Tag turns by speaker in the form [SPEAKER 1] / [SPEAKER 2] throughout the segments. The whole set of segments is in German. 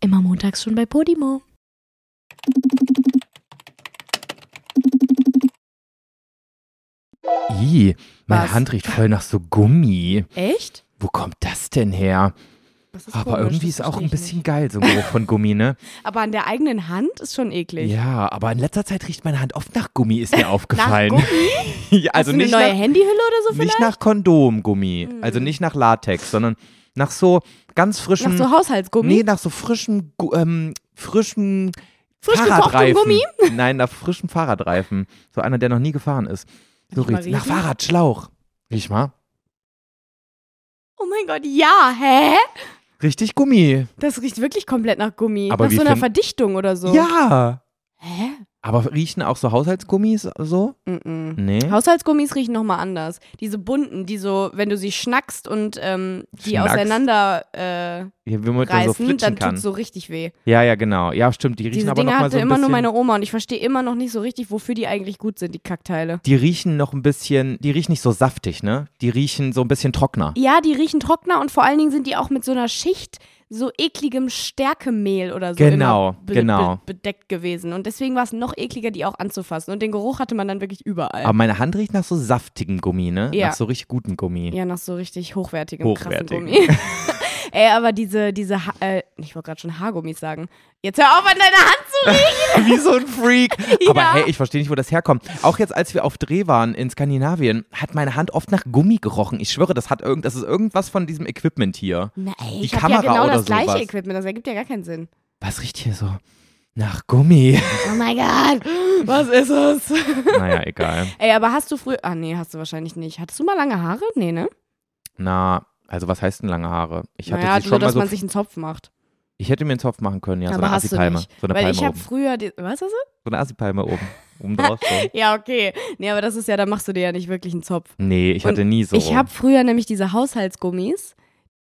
[SPEAKER 1] Immer montags schon bei Podimo.
[SPEAKER 2] Ih, meine
[SPEAKER 1] Was?
[SPEAKER 2] Hand riecht voll nach so Gummi.
[SPEAKER 1] Echt?
[SPEAKER 2] Wo kommt das denn her?
[SPEAKER 1] Das ist
[SPEAKER 2] Aber
[SPEAKER 1] komisch,
[SPEAKER 2] irgendwie
[SPEAKER 1] das
[SPEAKER 2] ist auch
[SPEAKER 1] versteh
[SPEAKER 2] ein
[SPEAKER 1] ich
[SPEAKER 2] bisschen geil, so ein Geruch von Gummi, ne?
[SPEAKER 1] Nicht. Aber an der eigenen Hand ist schon eklig.
[SPEAKER 2] Ja, aber in letzter Zeit riecht meine Hand oft nach Gummi, ist mir
[SPEAKER 1] Nach
[SPEAKER 2] aufgefallen.
[SPEAKER 1] Gummi?
[SPEAKER 2] Ja,
[SPEAKER 1] Hast
[SPEAKER 2] also
[SPEAKER 1] du eine
[SPEAKER 2] nicht,
[SPEAKER 1] neue
[SPEAKER 2] nach,
[SPEAKER 1] Handyhülle oder so vielleicht? Hm.
[SPEAKER 2] nicht nach Kondomgummi, also nicht nach Latex, sondern nach so ganz frischem.
[SPEAKER 1] Nach so Haushaltsgummi?
[SPEAKER 2] nee, nach so frischem, Gu- ähm, frischem
[SPEAKER 1] Frisch gekochtem
[SPEAKER 2] Fahrradreifen.
[SPEAKER 1] Gummi?
[SPEAKER 2] Nein, nach frischem Fahrradreifen. So einer, der noch nie gefahren ist. So
[SPEAKER 1] ich mal
[SPEAKER 2] riecht's. Nach
[SPEAKER 1] riechen?
[SPEAKER 2] Fahrradschlauch. Riech mal.
[SPEAKER 1] Oh mein Gott, ja, hä?
[SPEAKER 2] Richtig Gummi.
[SPEAKER 1] Das riecht wirklich komplett nach Gummi.
[SPEAKER 2] Aber
[SPEAKER 1] nach
[SPEAKER 2] wie
[SPEAKER 1] so einer
[SPEAKER 2] find-
[SPEAKER 1] Verdichtung oder so.
[SPEAKER 2] Ja.
[SPEAKER 1] Hä?
[SPEAKER 2] Aber riechen auch so Haushaltsgummis so?
[SPEAKER 1] Mm-mm.
[SPEAKER 2] Nee.
[SPEAKER 1] Haushaltsgummis riechen nochmal anders. Diese bunten, die so, wenn du sie schnackst und ähm, die
[SPEAKER 2] Schnackst?
[SPEAKER 1] auseinander äh,
[SPEAKER 2] Ja, wie man da so
[SPEAKER 1] reißen,
[SPEAKER 2] flitschen
[SPEAKER 1] dann
[SPEAKER 2] kann.
[SPEAKER 1] tut's so richtig weh.
[SPEAKER 2] ja, ja, genau. Ja, stimmt. Die riechen
[SPEAKER 1] Diese
[SPEAKER 2] aber
[SPEAKER 1] Dinger
[SPEAKER 2] noch mal
[SPEAKER 1] hatte
[SPEAKER 2] so ein
[SPEAKER 1] immer nur
[SPEAKER 2] bisschen.
[SPEAKER 1] meine Oma und ich verstehe immer noch nicht so richtig, wofür die eigentlich gut sind, die Kackteile.
[SPEAKER 2] die riechen noch ein bisschen, die riechen nicht so saftig, ne? Die riechen so ein bisschen trockener.
[SPEAKER 1] Ja, die riechen trockener und vor allen Dingen sind die auch mit so einer Schicht so ekligem Stärkemehl oder so
[SPEAKER 2] Genau,
[SPEAKER 1] immer be-
[SPEAKER 2] genau.
[SPEAKER 1] Be bedeckt gewesen. Und deswegen war es noch ekliger, die auch anzufassen. Und den Geruch hatte man dann wirklich überall.
[SPEAKER 2] Aber meine Hand riecht nach so saftigem Gummi, ne?
[SPEAKER 1] Ja.
[SPEAKER 2] Nach so richtig gutem Gummi.
[SPEAKER 1] ja, nach so richtig hochwertigem,
[SPEAKER 2] Hochwertigen.
[SPEAKER 1] krassen Gummi. Ey, aber diese, diese, ha äh, ich wollte gerade schon Haargummis sagen. Jetzt hör auf, an deiner Hand zu riechen.
[SPEAKER 2] Wie so ein Freak.
[SPEAKER 1] Ja.
[SPEAKER 2] Aber hey, ich verstehe nicht, wo das herkommt. Auch jetzt, als wir auf Dreh waren in Skandinavien, hat meine Hand oft nach Gummi gerochen. Ich schwöre, das, hat irgend, das ist irgendwas von diesem Equipment hier.
[SPEAKER 1] Nein,
[SPEAKER 2] Die
[SPEAKER 1] ich habe ja
[SPEAKER 2] Kamera
[SPEAKER 1] genau
[SPEAKER 2] oder
[SPEAKER 1] das gleiche
[SPEAKER 2] sowas.
[SPEAKER 1] Equipment. Das ergibt ja gar keinen Sinn.
[SPEAKER 2] Was riecht hier so? Nach Gummi.
[SPEAKER 1] Oh mein Gott, was ist es?
[SPEAKER 2] naja, egal.
[SPEAKER 1] Ey, aber hast du früher. Ah, nee, hast du wahrscheinlich nicht. Hattest du mal lange Haare? Nee, ne?
[SPEAKER 2] Na, also was heißt denn lange Haare? Ich hatte
[SPEAKER 1] naja, also
[SPEAKER 2] sie
[SPEAKER 1] nur,
[SPEAKER 2] schon mal
[SPEAKER 1] dass
[SPEAKER 2] so.
[SPEAKER 1] man sich einen Zopf macht.
[SPEAKER 2] Ich hätte mir einen Zopf machen können, ja, so
[SPEAKER 1] aber
[SPEAKER 2] eine
[SPEAKER 1] hast du
[SPEAKER 2] Assi-Palme.
[SPEAKER 1] nicht.
[SPEAKER 2] So eine
[SPEAKER 1] Weil
[SPEAKER 2] Palme
[SPEAKER 1] ich habe
[SPEAKER 2] oben.
[SPEAKER 1] früher. Die, was ist es?
[SPEAKER 2] So eine Assi-Palme oben. Oben drauf so.
[SPEAKER 1] Ja, okay. Nee, aber das ist ja, da machst du dir ja nicht wirklich einen Zopf.
[SPEAKER 2] Nee, ich
[SPEAKER 1] Und
[SPEAKER 2] hatte nie so.
[SPEAKER 1] Ich habe früher nämlich diese Haushaltsgummis,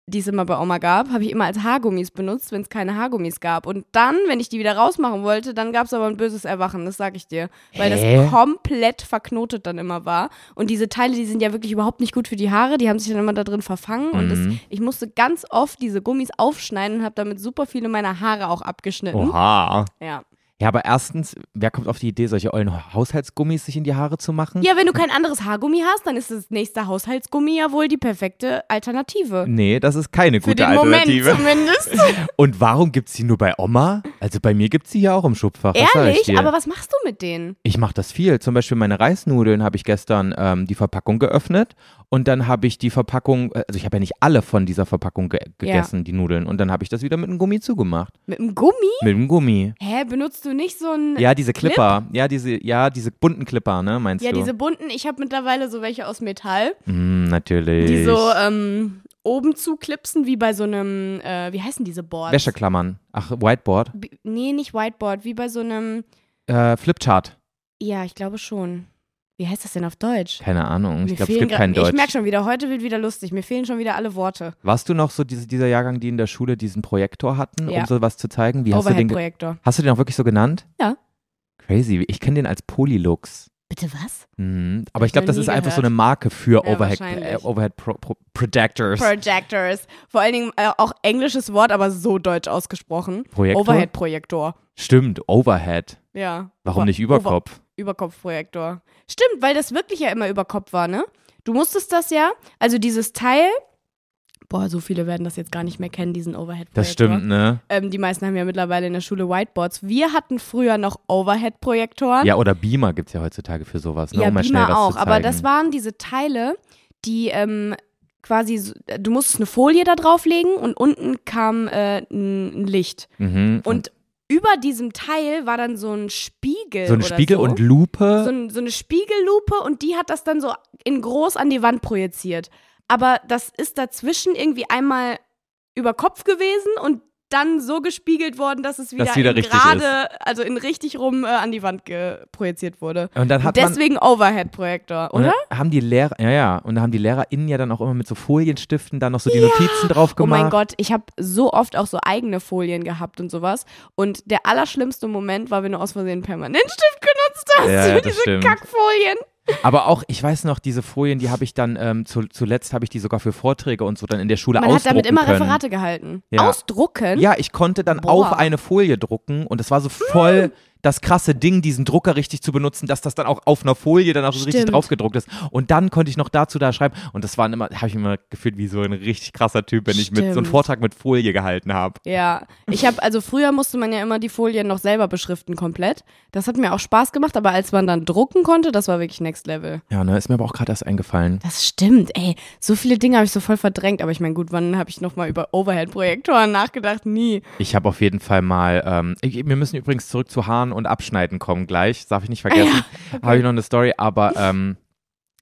[SPEAKER 1] die es immer bei Oma gab, habe ich immer als Haargummis benutzt, wenn es keine Haargummis gab. Und dann, wenn ich die wieder rausmachen wollte, dann gab es aber ein böses Erwachen, das sag ich dir. Weil
[SPEAKER 2] Hä?
[SPEAKER 1] das komplett verknotet dann immer war. Und diese Teile, die sind ja wirklich überhaupt nicht gut für die Haare, die haben sich dann immer da drin verfangen. Und das,
[SPEAKER 2] Mhm.
[SPEAKER 1] ich musste ganz oft diese Gummis aufschneiden und habe damit super viele meiner Haare auch abgeschnitten.
[SPEAKER 2] Oha.
[SPEAKER 1] Ja.
[SPEAKER 2] Ja, aber erstens, wer kommt auf die Idee, solche ollen Haushaltsgummis sich in die Haare zu machen?
[SPEAKER 1] ja, wenn du kein anderes Haargummi hast, dann ist das nächste Haushaltsgummi ja wohl die perfekte Alternative.
[SPEAKER 2] Nee, das ist keine
[SPEAKER 1] Für
[SPEAKER 2] gute
[SPEAKER 1] den Moment
[SPEAKER 2] Alternative.
[SPEAKER 1] zumindest.
[SPEAKER 2] Und warum gibt es die nur bei Oma? Also bei mir gibt es die ja auch im Schubfach. was sag ich
[SPEAKER 1] Ehrlich?
[SPEAKER 2] dir?
[SPEAKER 1] Aber was machst du mit denen?
[SPEAKER 2] ich mache das viel. Zum Beispiel meine Reisnudeln habe ich gestern ähm, die Verpackung geöffnet und dann habe ich die Verpackung, äh, also ich habe ja nicht alle von dieser Verpackung ge gegessen, die Nudeln. Und dann habe ich das wieder mit einem Gummi zugemacht.
[SPEAKER 1] Mit einem Gummi?
[SPEAKER 2] Mit einem Gummi.
[SPEAKER 1] Hä, benutzt du nicht so ein...
[SPEAKER 2] Ja, diese Clipper. Ja, diese, ja, diese bunten Clipper, ne, meinst
[SPEAKER 1] Ja,
[SPEAKER 2] du?
[SPEAKER 1] diese bunten, ich habe mittlerweile so welche aus Metall,
[SPEAKER 2] Mm, natürlich.
[SPEAKER 1] die so ähm, oben zuklipsen, wie bei so einem, äh, wie heißen diese Boards?
[SPEAKER 2] Wäscheklammern. Ach, Whiteboard.
[SPEAKER 1] B- Nee, nicht Whiteboard, wie bei so einem,
[SPEAKER 2] Äh, Flipchart.
[SPEAKER 1] ja, ich glaube schon. Wie heißt das denn auf Deutsch?
[SPEAKER 2] Keine Ahnung. Ich
[SPEAKER 1] Mir
[SPEAKER 2] glaube, es
[SPEAKER 1] fehlen
[SPEAKER 2] gibt
[SPEAKER 1] gra-
[SPEAKER 2] kein Deutsch.
[SPEAKER 1] Ich merk schon wieder, heute wird wieder lustig, mir fehlen schon wieder alle Worte.
[SPEAKER 2] Warst du noch so diese, dieser Jahrgang, die in der Schule diesen Projektor hatten,
[SPEAKER 1] Ja.
[SPEAKER 2] um sowas zu zeigen? Wie hast du den ge-
[SPEAKER 1] Overhead-Projektor.
[SPEAKER 2] Hast du den auch wirklich so genannt?
[SPEAKER 1] Ja.
[SPEAKER 2] Crazy. Ich kenne den als Polylux.
[SPEAKER 1] Bitte was?
[SPEAKER 2] Mhm. Aber
[SPEAKER 1] ich
[SPEAKER 2] ich glaube,
[SPEAKER 1] noch
[SPEAKER 2] das
[SPEAKER 1] nie
[SPEAKER 2] ist einfach so
[SPEAKER 1] gehört.
[SPEAKER 2] eine Marke für
[SPEAKER 1] Ja,
[SPEAKER 2] Overhead, äh,
[SPEAKER 1] wahrscheinlich.
[SPEAKER 2] Overhead Pro Pro Projectors.
[SPEAKER 1] Projectors. Vor allen Dingen äh, auch englisches Wort, aber so deutsch ausgesprochen.
[SPEAKER 2] Projektor?
[SPEAKER 1] Overhead-Projektor.
[SPEAKER 2] Stimmt, Overhead.
[SPEAKER 1] Ja.
[SPEAKER 2] Warum
[SPEAKER 1] Über-
[SPEAKER 2] nicht Überkopf?
[SPEAKER 1] Über Überkopfprojektor. Stimmt, weil das wirklich ja immer über Kopf war, ne? Du musstest das ja, also dieses Teil. Boah, so viele werden das jetzt gar nicht mehr kennen, diesen Overhead-Projektor.
[SPEAKER 2] Das stimmt, ne?
[SPEAKER 1] Ähm, die meisten haben ja mittlerweile in der Schule Whiteboards. Wir hatten früher noch Overhead-Projektoren.
[SPEAKER 2] Ja, oder Beamer gibt es ja heutzutage für sowas, ne?
[SPEAKER 1] Ja,
[SPEAKER 2] um mal schnell
[SPEAKER 1] Beamer
[SPEAKER 2] was
[SPEAKER 1] auch.
[SPEAKER 2] zu zeigen.
[SPEAKER 1] Aber das waren diese Teile, die ähm, quasi, so- du musstest eine Folie da drauflegen und unten kam äh, ein Licht.
[SPEAKER 2] mhm.
[SPEAKER 1] Und über diesem Teil war dann so ein Spiegel.
[SPEAKER 2] so ein
[SPEAKER 1] oder
[SPEAKER 2] Spiegel
[SPEAKER 1] so.
[SPEAKER 2] und Lupe.
[SPEAKER 1] so, ein, so eine Spiegellupe und die hat das dann so in groß an die Wand projiziert. Aber das ist dazwischen irgendwie einmal über Kopf gewesen und dann so gespiegelt worden, dass es wieder,
[SPEAKER 2] Dass wieder
[SPEAKER 1] in
[SPEAKER 2] richtig
[SPEAKER 1] gerade, also in richtig rum äh, an die Wand ge- projiziert wurde.
[SPEAKER 2] und dann
[SPEAKER 1] Und
[SPEAKER 2] hat man
[SPEAKER 1] deswegen Overhead-Projektor,
[SPEAKER 2] Und
[SPEAKER 1] oder?
[SPEAKER 2] dann haben die Lehrer, ja, ja, und da haben die LehrerInnen ja dann auch immer mit so Folienstiften dann noch so die Notizen drauf
[SPEAKER 1] Oh
[SPEAKER 2] gemacht.
[SPEAKER 1] mein Gott, ich habe so oft auch so eigene Folien gehabt und sowas. Und der allerschlimmste Moment war, wenn du aus Versehen einen Permanentstift genutzt hast
[SPEAKER 2] Ja, ja,
[SPEAKER 1] für
[SPEAKER 2] das
[SPEAKER 1] diese
[SPEAKER 2] stimmt.
[SPEAKER 1] Kackfolien.
[SPEAKER 2] Aber auch, ich weiß noch, diese Folien, die habe ich dann, ähm, zu, zuletzt habe ich die sogar für Vorträge und so dann in der Schule
[SPEAKER 1] Man hat
[SPEAKER 2] ausdrucken
[SPEAKER 1] damit immer
[SPEAKER 2] können.
[SPEAKER 1] Referate gehalten.
[SPEAKER 2] Ja.
[SPEAKER 1] Ausdrucken?
[SPEAKER 2] Ja, ich konnte dann
[SPEAKER 1] Boah. Hm.
[SPEAKER 2] auf eine Folie drucken und das war so voll das krasse Ding, diesen Drucker richtig zu benutzen, dass das dann auch auf einer Folie dann auch so richtig
[SPEAKER 1] Stimmt.
[SPEAKER 2] draufgedruckt ist. Und dann konnte ich noch dazu da schreiben und das waren immer, habe ich immer gefühlt wie so ein richtig krasser Typ, wenn ich mit so einen
[SPEAKER 1] Stimmt.
[SPEAKER 2] Vortrag mit Folie gehalten habe.
[SPEAKER 1] Ja, ich habe also früher musste man ja immer die Folien noch selber beschriften komplett. Das hat mir auch Spaß gemacht, aber als man dann drucken konnte, das war wirklich Next Level.
[SPEAKER 2] Ja, ne, ist mir aber auch gerade erst eingefallen.
[SPEAKER 1] Das stimmt, ey. So viele Dinge habe ich so voll verdrängt, aber ich meine, gut, wann habe ich noch mal über Overhead-Projektoren nachgedacht? Nie.
[SPEAKER 2] Ich habe auf jeden Fall mal, ähm, ich, wir müssen übrigens zurück zu Haaren und Abschneiden kommen gleich, darf ich
[SPEAKER 1] Ah,
[SPEAKER 2] nicht vergessen. Habe ich noch eine Story, aber ähm,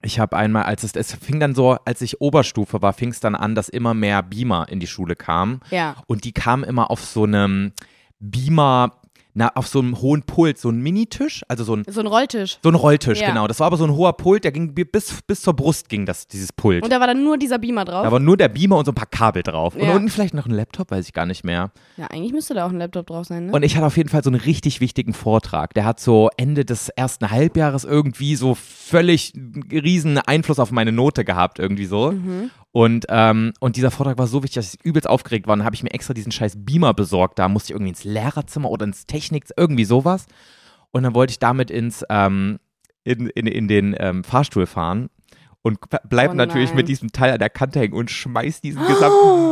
[SPEAKER 2] ich habe einmal, als es, es fing dann so, als ich Oberstufe war, fing es dann an, dass immer mehr Beamer in die Schule kamen.
[SPEAKER 1] Ja.
[SPEAKER 2] Und die kamen immer auf so einem Beamer, na, auf so einem hohen Pult, so ein Minitisch, also so ein,
[SPEAKER 1] So ein Rolltisch.
[SPEAKER 2] so ein Rolltisch,
[SPEAKER 1] Ja.
[SPEAKER 2] genau. Das war aber so ein hoher Pult, der ging bi- bis, bis zur Brust ging das, dieses Pult.
[SPEAKER 1] Und da war dann nur dieser Beamer drauf.
[SPEAKER 2] da war nur der Beamer und so ein paar Kabel drauf. Und
[SPEAKER 1] Ja.
[SPEAKER 2] unten vielleicht noch ein Laptop, weiß ich gar nicht mehr.
[SPEAKER 1] ja, eigentlich müsste da auch ein Laptop drauf sein, ne?
[SPEAKER 2] Und ich hatte auf jeden Fall so einen richtig wichtigen Vortrag. Der hat so Ende des ersten Halbjahres irgendwie so völlig riesen Einfluss auf meine Note gehabt, irgendwie so. Und, ähm, und dieser Vortrag war so wichtig, dass ich übelst aufgeregt war. Und dann habe ich mir extra diesen scheiß Beamer besorgt. Da musste ich irgendwie ins Lehrerzimmer oder ins Technik, irgendwie sowas. Und dann wollte ich damit ins, ähm, in, in, in den ähm, Fahrstuhl fahren. Und bleibt
[SPEAKER 1] Oh
[SPEAKER 2] natürlich
[SPEAKER 1] nein.
[SPEAKER 2] mit diesem Teil an der Kante hängen und schmeißt diesen gesamten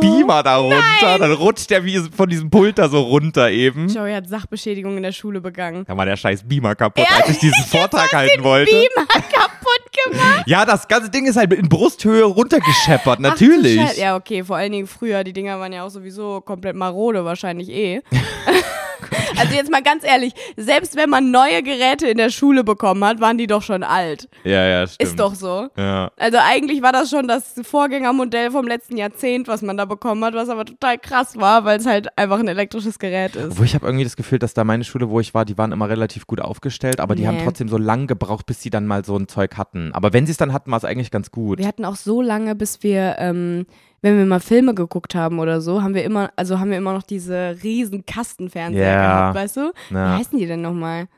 [SPEAKER 2] Beamer da runter. Dann rutscht der wie von diesem Pult da so runter eben.
[SPEAKER 1] Joey hat Sachbeschädigung in der Schule begangen.
[SPEAKER 2] Da war der scheiß Beamer kaputt, als ich diesen Vortrag halten wollte.
[SPEAKER 1] Beamer kaputt gemacht.
[SPEAKER 2] Ja, das ganze Ding ist halt in Brusthöhe runtergescheppert,
[SPEAKER 1] Ach du
[SPEAKER 2] natürlich.
[SPEAKER 1] Scheiße. ja, okay, vor allen Dingen früher, die Dinger waren ja auch sowieso komplett marode, wahrscheinlich eh. also jetzt mal ganz ehrlich, selbst wenn man neue Geräte in der Schule bekommen hat, waren die doch schon alt.
[SPEAKER 2] ja, ja, stimmt.
[SPEAKER 1] Ist doch so.
[SPEAKER 2] Ja.
[SPEAKER 1] Also eigentlich war das schon das Vorgängermodell vom letzten Jahrzehnt, was man da bekommen hat, was aber total krass war, weil es halt einfach ein elektrisches Gerät ist.
[SPEAKER 2] Obwohl ich habe irgendwie das Gefühl, dass da meine Schule, wo ich war, die waren immer relativ gut aufgestellt, aber die
[SPEAKER 1] Nee.
[SPEAKER 2] haben trotzdem so lang gebraucht, bis sie dann mal so ein Zeug hatten. Aber wenn sie es dann hatten, war es eigentlich ganz gut.
[SPEAKER 1] Wir hatten auch so lange, bis wir, ähm, wenn wir mal Filme geguckt haben oder so, haben wir immer, also haben wir immer noch diese riesen Kastenfernseher
[SPEAKER 2] Ja.
[SPEAKER 1] gehabt, weißt du?
[SPEAKER 2] Na,
[SPEAKER 1] Wie heißen die denn nochmal?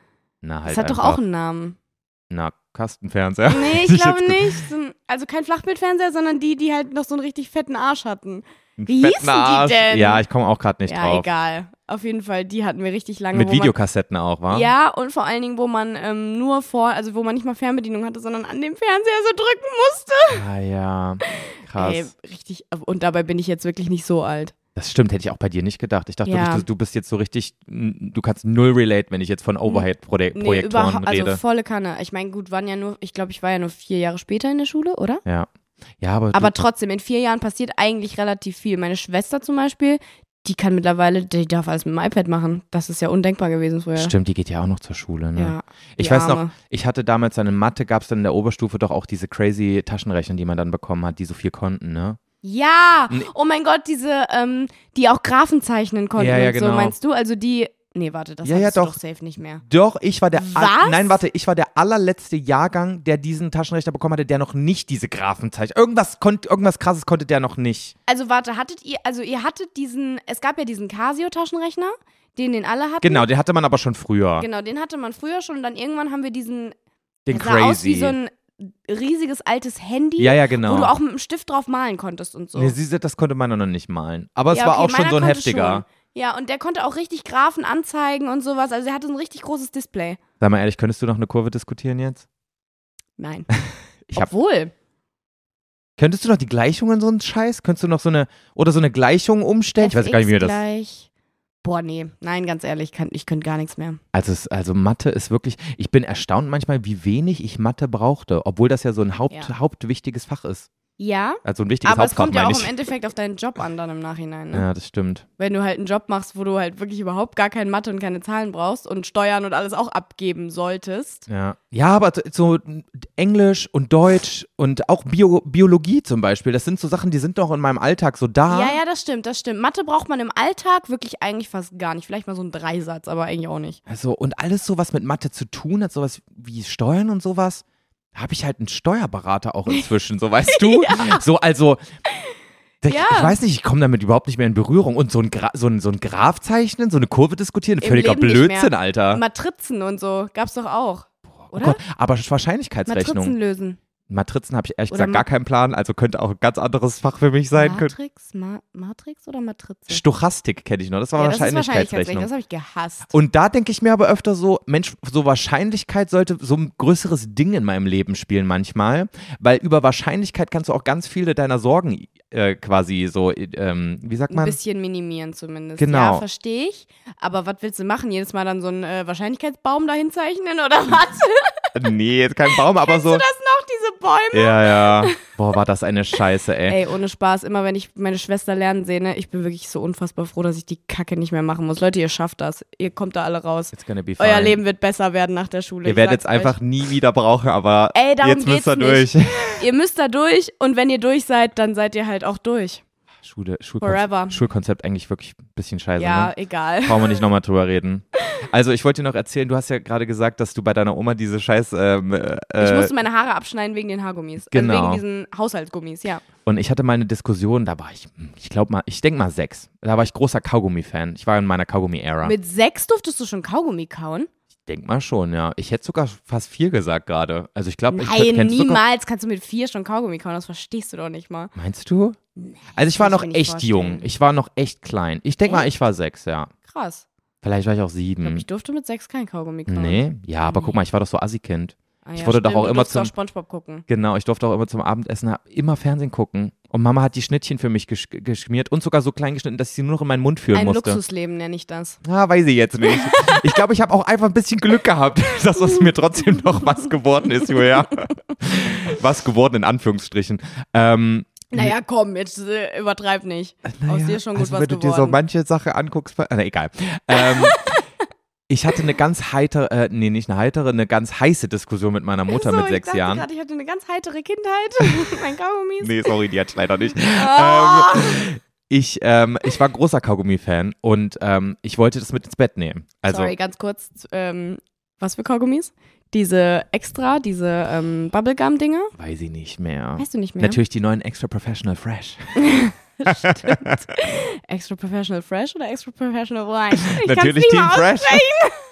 [SPEAKER 2] na, halt
[SPEAKER 1] das hat doch
[SPEAKER 2] einfach-
[SPEAKER 1] auch einen Namen.
[SPEAKER 2] Na, Kastenfernseher.
[SPEAKER 1] Nee,
[SPEAKER 2] Hätte
[SPEAKER 1] ich
[SPEAKER 2] jetzt
[SPEAKER 1] glaube
[SPEAKER 2] ge-
[SPEAKER 1] nicht. So ein- Also kein Flachbildfernseher, sondern die, die halt noch so einen richtig fetten Arsch hatten.
[SPEAKER 2] einen
[SPEAKER 1] Wie
[SPEAKER 2] fetten
[SPEAKER 1] hießen die
[SPEAKER 2] Arsch.
[SPEAKER 1] denn?
[SPEAKER 2] Ja, ich komme auch gerade nicht
[SPEAKER 1] ja,
[SPEAKER 2] drauf.
[SPEAKER 1] egal. Auf jeden Fall, die hatten wir richtig lange.
[SPEAKER 2] Mit
[SPEAKER 1] wo man-
[SPEAKER 2] Videokassetten auch, wa?
[SPEAKER 1] Ja, und vor allen Dingen, wo man ähm, nur vor, also wo man nicht mal Fernbedienung hatte, sondern an dem Fernseher so drücken musste.
[SPEAKER 2] Ah, ja. Krass.
[SPEAKER 1] Ey, richtig. äh, Und dabei bin ich jetzt wirklich nicht so alt.
[SPEAKER 2] Das stimmt, hätte ich auch bei dir nicht gedacht. Ich dachte
[SPEAKER 1] Ja.
[SPEAKER 2] wirklich, du, du bist jetzt so richtig, n- du kannst null relate, wenn ich jetzt von
[SPEAKER 1] Nee,
[SPEAKER 2] Overhead-Projektoren
[SPEAKER 1] überhaupt-
[SPEAKER 2] rede.
[SPEAKER 1] also volle Kanne. Ich meine, gut, waren ja nur, ich glaube, ich war ja nur vier Jahre später in der Schule, oder?
[SPEAKER 2] ja. Ja, aber,
[SPEAKER 1] Aber
[SPEAKER 2] du,
[SPEAKER 1] trotzdem, in vier Jahren passiert eigentlich relativ viel. Meine Schwester zum Beispiel, die kann mittlerweile, die darf alles mit dem iPad machen. Das ist ja undenkbar gewesen früher.
[SPEAKER 2] stimmt, die geht ja auch noch zur Schule. Ne?
[SPEAKER 1] Ja.
[SPEAKER 2] ich
[SPEAKER 1] die
[SPEAKER 2] weiß noch,
[SPEAKER 1] Arme.
[SPEAKER 2] ich hatte damals dann in Mathe, gab es dann in der Oberstufe doch auch diese crazy Taschenrechner, die man dann bekommen hat, die so viel konnten, ne?
[SPEAKER 1] Ja!
[SPEAKER 2] Nee.
[SPEAKER 1] Oh mein Gott, diese, ähm, die auch Graphen zeichnen konnten
[SPEAKER 2] Ja, ja,
[SPEAKER 1] und
[SPEAKER 2] genau.
[SPEAKER 1] so, meinst du? Also die. Nee, warte, das
[SPEAKER 2] Ja, ja,
[SPEAKER 1] hattest du
[SPEAKER 2] doch.
[SPEAKER 1] doch safe nicht mehr.
[SPEAKER 2] Doch, ich war der
[SPEAKER 1] Was?
[SPEAKER 2] Nein, warte, ich war der allerletzte Jahrgang, der diesen Taschenrechner bekommen hatte, der noch nicht diese Graphen zeigt. Irgendwas, konnt, irgendwas krasses konnte der noch nicht.
[SPEAKER 1] Also warte, hattet ihr, also ihr hattet diesen, es gab ja diesen Casio-Taschenrechner, den den alle hatten.
[SPEAKER 2] Genau, den hatte man aber schon früher.
[SPEAKER 1] Genau, den hatte man früher schon und dann irgendwann haben wir diesen,
[SPEAKER 2] Den
[SPEAKER 1] der sah aus wie
[SPEAKER 2] crazy.
[SPEAKER 1] so ein riesiges altes Handy,
[SPEAKER 2] ja, ja, genau.
[SPEAKER 1] wo du auch mit dem Stift drauf malen konntest und so.
[SPEAKER 2] Nee, sie, das konnte man noch nicht malen. Aber es
[SPEAKER 1] Ja,
[SPEAKER 2] war
[SPEAKER 1] okay,
[SPEAKER 2] auch schon
[SPEAKER 1] meiner
[SPEAKER 2] so ein
[SPEAKER 1] konnte
[SPEAKER 2] heftiger.
[SPEAKER 1] schon. Ja, und der konnte auch richtig Graphen anzeigen und sowas. Also er hatte so ein richtig großes Display.
[SPEAKER 2] Sag mal ehrlich, könntest du noch eine Kurve diskutieren jetzt?
[SPEAKER 1] Nein.
[SPEAKER 2] Ich hab,
[SPEAKER 1] Obwohl.
[SPEAKER 2] könntest du noch die Gleichungen so einen Scheiß? Könntest du noch so eine oder so eine Gleichung umstellen? Ich weiß gar nicht, wie
[SPEAKER 1] FX
[SPEAKER 2] wir das.
[SPEAKER 1] Gleich. Boah, nee. Nein, ganz ehrlich, kann, ich könnte gar nichts mehr.
[SPEAKER 2] Also, es- also Mathe ist wirklich. Ich bin erstaunt manchmal, wie wenig ich Mathe brauchte, obwohl das ja so ein Haupt,
[SPEAKER 1] Ja.
[SPEAKER 2] hauptwichtiges Fach ist.
[SPEAKER 1] Ja,
[SPEAKER 2] Also ein wichtiges
[SPEAKER 1] aber es
[SPEAKER 2] Hauptfach
[SPEAKER 1] kommt ja
[SPEAKER 2] meine
[SPEAKER 1] auch
[SPEAKER 2] ich.
[SPEAKER 1] im Endeffekt auf deinen Job an dann im Nachhinein. Ne?
[SPEAKER 2] ja, das stimmt.
[SPEAKER 1] Wenn du halt einen Job machst, wo du halt wirklich überhaupt gar keine Mathe und keine Zahlen brauchst und Steuern und alles auch abgeben solltest.
[SPEAKER 2] Ja. ja, aber so Englisch und Deutsch und auch Bio, Biologie zum Beispiel, das sind so Sachen, die sind doch in meinem Alltag so da.
[SPEAKER 1] Ja, ja, das stimmt, das stimmt. Mathe braucht man im Alltag wirklich eigentlich fast gar nicht. Vielleicht mal so einen Dreisatz, aber eigentlich auch nicht.
[SPEAKER 2] Also, und alles so, was mit Mathe zu tun hat, sowas wie Steuern und sowas, habe ich halt einen Steuerberater auch inzwischen, so weißt du? So, also. Ich,
[SPEAKER 1] Ja.
[SPEAKER 2] ich weiß nicht, ich komme damit überhaupt nicht mehr in Berührung. Und so ein, Gra so ein, so ein Graph zeichnen, so eine Kurve diskutieren, völliger
[SPEAKER 1] Leben nicht mehr.
[SPEAKER 2] Blödsinn, Alter. Oh
[SPEAKER 1] Matrizen und so gab's doch auch. oder?
[SPEAKER 2] Ah. Gott, aber Wahrscheinlichkeitsrechnung.
[SPEAKER 1] Matrizen lösen.
[SPEAKER 2] Matrizen habe ich ehrlich
[SPEAKER 1] Oder
[SPEAKER 2] gesagt gar keinen Plan, also könnte auch ein ganz anderes Fach für mich sein. Könnte-
[SPEAKER 1] Matrix, Ma Matrix oder Matrize?
[SPEAKER 2] Stochastik kenne ich noch, das war
[SPEAKER 1] Ja, das ist
[SPEAKER 2] Wahrscheinlichkeitsrechnung.
[SPEAKER 1] Das habe ich gehasst.
[SPEAKER 2] Und da denke ich mir aber öfter so, Mensch, so Wahrscheinlichkeit sollte so ein größeres Ding in meinem Leben spielen manchmal, weil über Wahrscheinlichkeit kannst du auch ganz viele deiner Sorgen äh, quasi so, äh, ähm, wie sagt
[SPEAKER 1] ein
[SPEAKER 2] man?
[SPEAKER 1] bisschen minimieren zumindest.
[SPEAKER 2] Genau.
[SPEAKER 1] Ja, verstehe ich. Aber was willst du machen? Jedes Mal dann so einen äh, Wahrscheinlichkeitsbaum dahin zeichnen oder was?
[SPEAKER 2] Äh, Nee, jetzt kein Baum, aber so.
[SPEAKER 1] das noch, diese Bäume?
[SPEAKER 2] Ja, ja. Boah, war das eine Scheiße, ey.
[SPEAKER 1] Ey, ohne Spaß, immer wenn ich meine Schwester lernen sehe, ne, ich bin wirklich so unfassbar froh, dass ich die Kacke nicht mehr machen muss. Leute, ihr schafft das. Ihr kommt da alle raus.
[SPEAKER 2] It's gonna be fine.
[SPEAKER 1] Euer Leben wird besser werden nach der Schule.
[SPEAKER 2] Ihr
[SPEAKER 1] ich
[SPEAKER 2] werdet
[SPEAKER 1] sag's
[SPEAKER 2] jetzt einfach nie wieder brauchen, aber
[SPEAKER 1] Ey, darum
[SPEAKER 2] jetzt müsst ihr
[SPEAKER 1] geht's
[SPEAKER 2] durch.
[SPEAKER 1] Euch. Ihr müsst da durch und wenn ihr durch seid, dann seid ihr halt auch durch.
[SPEAKER 2] Schule,
[SPEAKER 1] Forever.
[SPEAKER 2] Schulkonzept, Schulkonzept eigentlich wirklich ein bisschen scheiße,
[SPEAKER 1] ja,
[SPEAKER 2] ne?
[SPEAKER 1] egal.
[SPEAKER 2] Brauchen wir nicht nochmal drüber reden. Also, ich wollte dir noch erzählen, du hast ja gerade gesagt, dass du bei deiner Oma diese scheiß. Ähm, äh,
[SPEAKER 1] Ich musste meine Haare abschneiden wegen den Haargummis.
[SPEAKER 2] genau.
[SPEAKER 1] Also wegen diesen Haushaltsgummis, ja.
[SPEAKER 2] Und ich hatte mal eine Diskussion, da war ich, hm, ich glaube mal, ich denke mal sechs. Da war ich großer Kaugummi-Fan. Ich war in meiner Kaugummi-Ära.
[SPEAKER 1] Mit sechs durftest du schon Kaugummi kauen?
[SPEAKER 2] Ich denk mal schon, ja. Ich hätte sogar fast vier gesagt gerade. Also ich glaube, ich kenn-
[SPEAKER 1] Nein,
[SPEAKER 2] kennst du Ka-
[SPEAKER 1] niemals kannst du mit vier schon Kaugummi kauen, das verstehst du doch nicht mal.
[SPEAKER 2] Meinst du? also ich war
[SPEAKER 1] kann ich mir
[SPEAKER 2] noch
[SPEAKER 1] nicht
[SPEAKER 2] echt jung.
[SPEAKER 1] vorstellen.
[SPEAKER 2] Ich war noch echt klein. Ich denk mal, ich war sechs, ja.
[SPEAKER 1] Krass.
[SPEAKER 2] Vielleicht war ich auch
[SPEAKER 1] Ich glaube,
[SPEAKER 2] sieben.
[SPEAKER 1] ich durfte mit sechs kein Kaugummi kauen.
[SPEAKER 2] Mhm. nee, ja, aber guck mal, ich war doch so Assi-Kind.
[SPEAKER 1] Ah,
[SPEAKER 2] ich wurde doch
[SPEAKER 1] stimmt,
[SPEAKER 2] auch
[SPEAKER 1] du
[SPEAKER 2] immer
[SPEAKER 1] durftest
[SPEAKER 2] zum-
[SPEAKER 1] auch Spongebob gucken.
[SPEAKER 2] Genau, ich durfte auch immer zum Abendessen hab immer Fernsehen gucken. Und Mama hat die Schnittchen für mich gesch geschmiert und sogar so klein geschnitten, dass ich sie nur noch in meinen Mund führen
[SPEAKER 1] Ein
[SPEAKER 2] musste.
[SPEAKER 1] Luxusleben nenne ich das.
[SPEAKER 2] Ah, weiß ich jetzt nicht. Ich glaube, ich habe auch einfach ein bisschen Glück gehabt, dass aus mir trotzdem noch was geworden ist, Julia. Was geworden in Anführungsstrichen. Ähm,
[SPEAKER 1] Naja, komm, jetzt äh, übertreib nicht. Aus dir schon gut
[SPEAKER 2] also
[SPEAKER 1] was
[SPEAKER 2] wenn du
[SPEAKER 1] geworden.
[SPEAKER 2] dir so manche Sache anguckst, ver- na, egal. Ähm, ich hatte eine ganz heitere, äh, nee, nicht eine heitere, eine ganz heiße Diskussion mit meiner Mutter
[SPEAKER 1] so,
[SPEAKER 2] mit
[SPEAKER 1] ich
[SPEAKER 2] sechs
[SPEAKER 1] dachte
[SPEAKER 2] Jahren.
[SPEAKER 1] Grad, ich hatte eine ganz heitere Kindheit. mein Kaugummis.
[SPEAKER 2] Nee, sorry, die hatte ich leider nicht.
[SPEAKER 1] Ah.
[SPEAKER 2] Ich, ähm, ich war großer Kaugummi-Fan und ähm, ich wollte das mit ins Bett nehmen. Also,
[SPEAKER 1] Sorry, ganz kurz. Ähm, was für Kaugummis? Diese extra, diese ähm, Bubblegum-Dinger?
[SPEAKER 2] weiß ich nicht mehr.
[SPEAKER 1] Weißt du nicht mehr?
[SPEAKER 2] Natürlich die neuen Extra Professional Fresh.
[SPEAKER 1] Extra Professional Fresh oder Extra Professional Wine? Ich
[SPEAKER 2] Natürlich
[SPEAKER 1] kann's nicht
[SPEAKER 2] Team
[SPEAKER 1] mal
[SPEAKER 2] Fresh.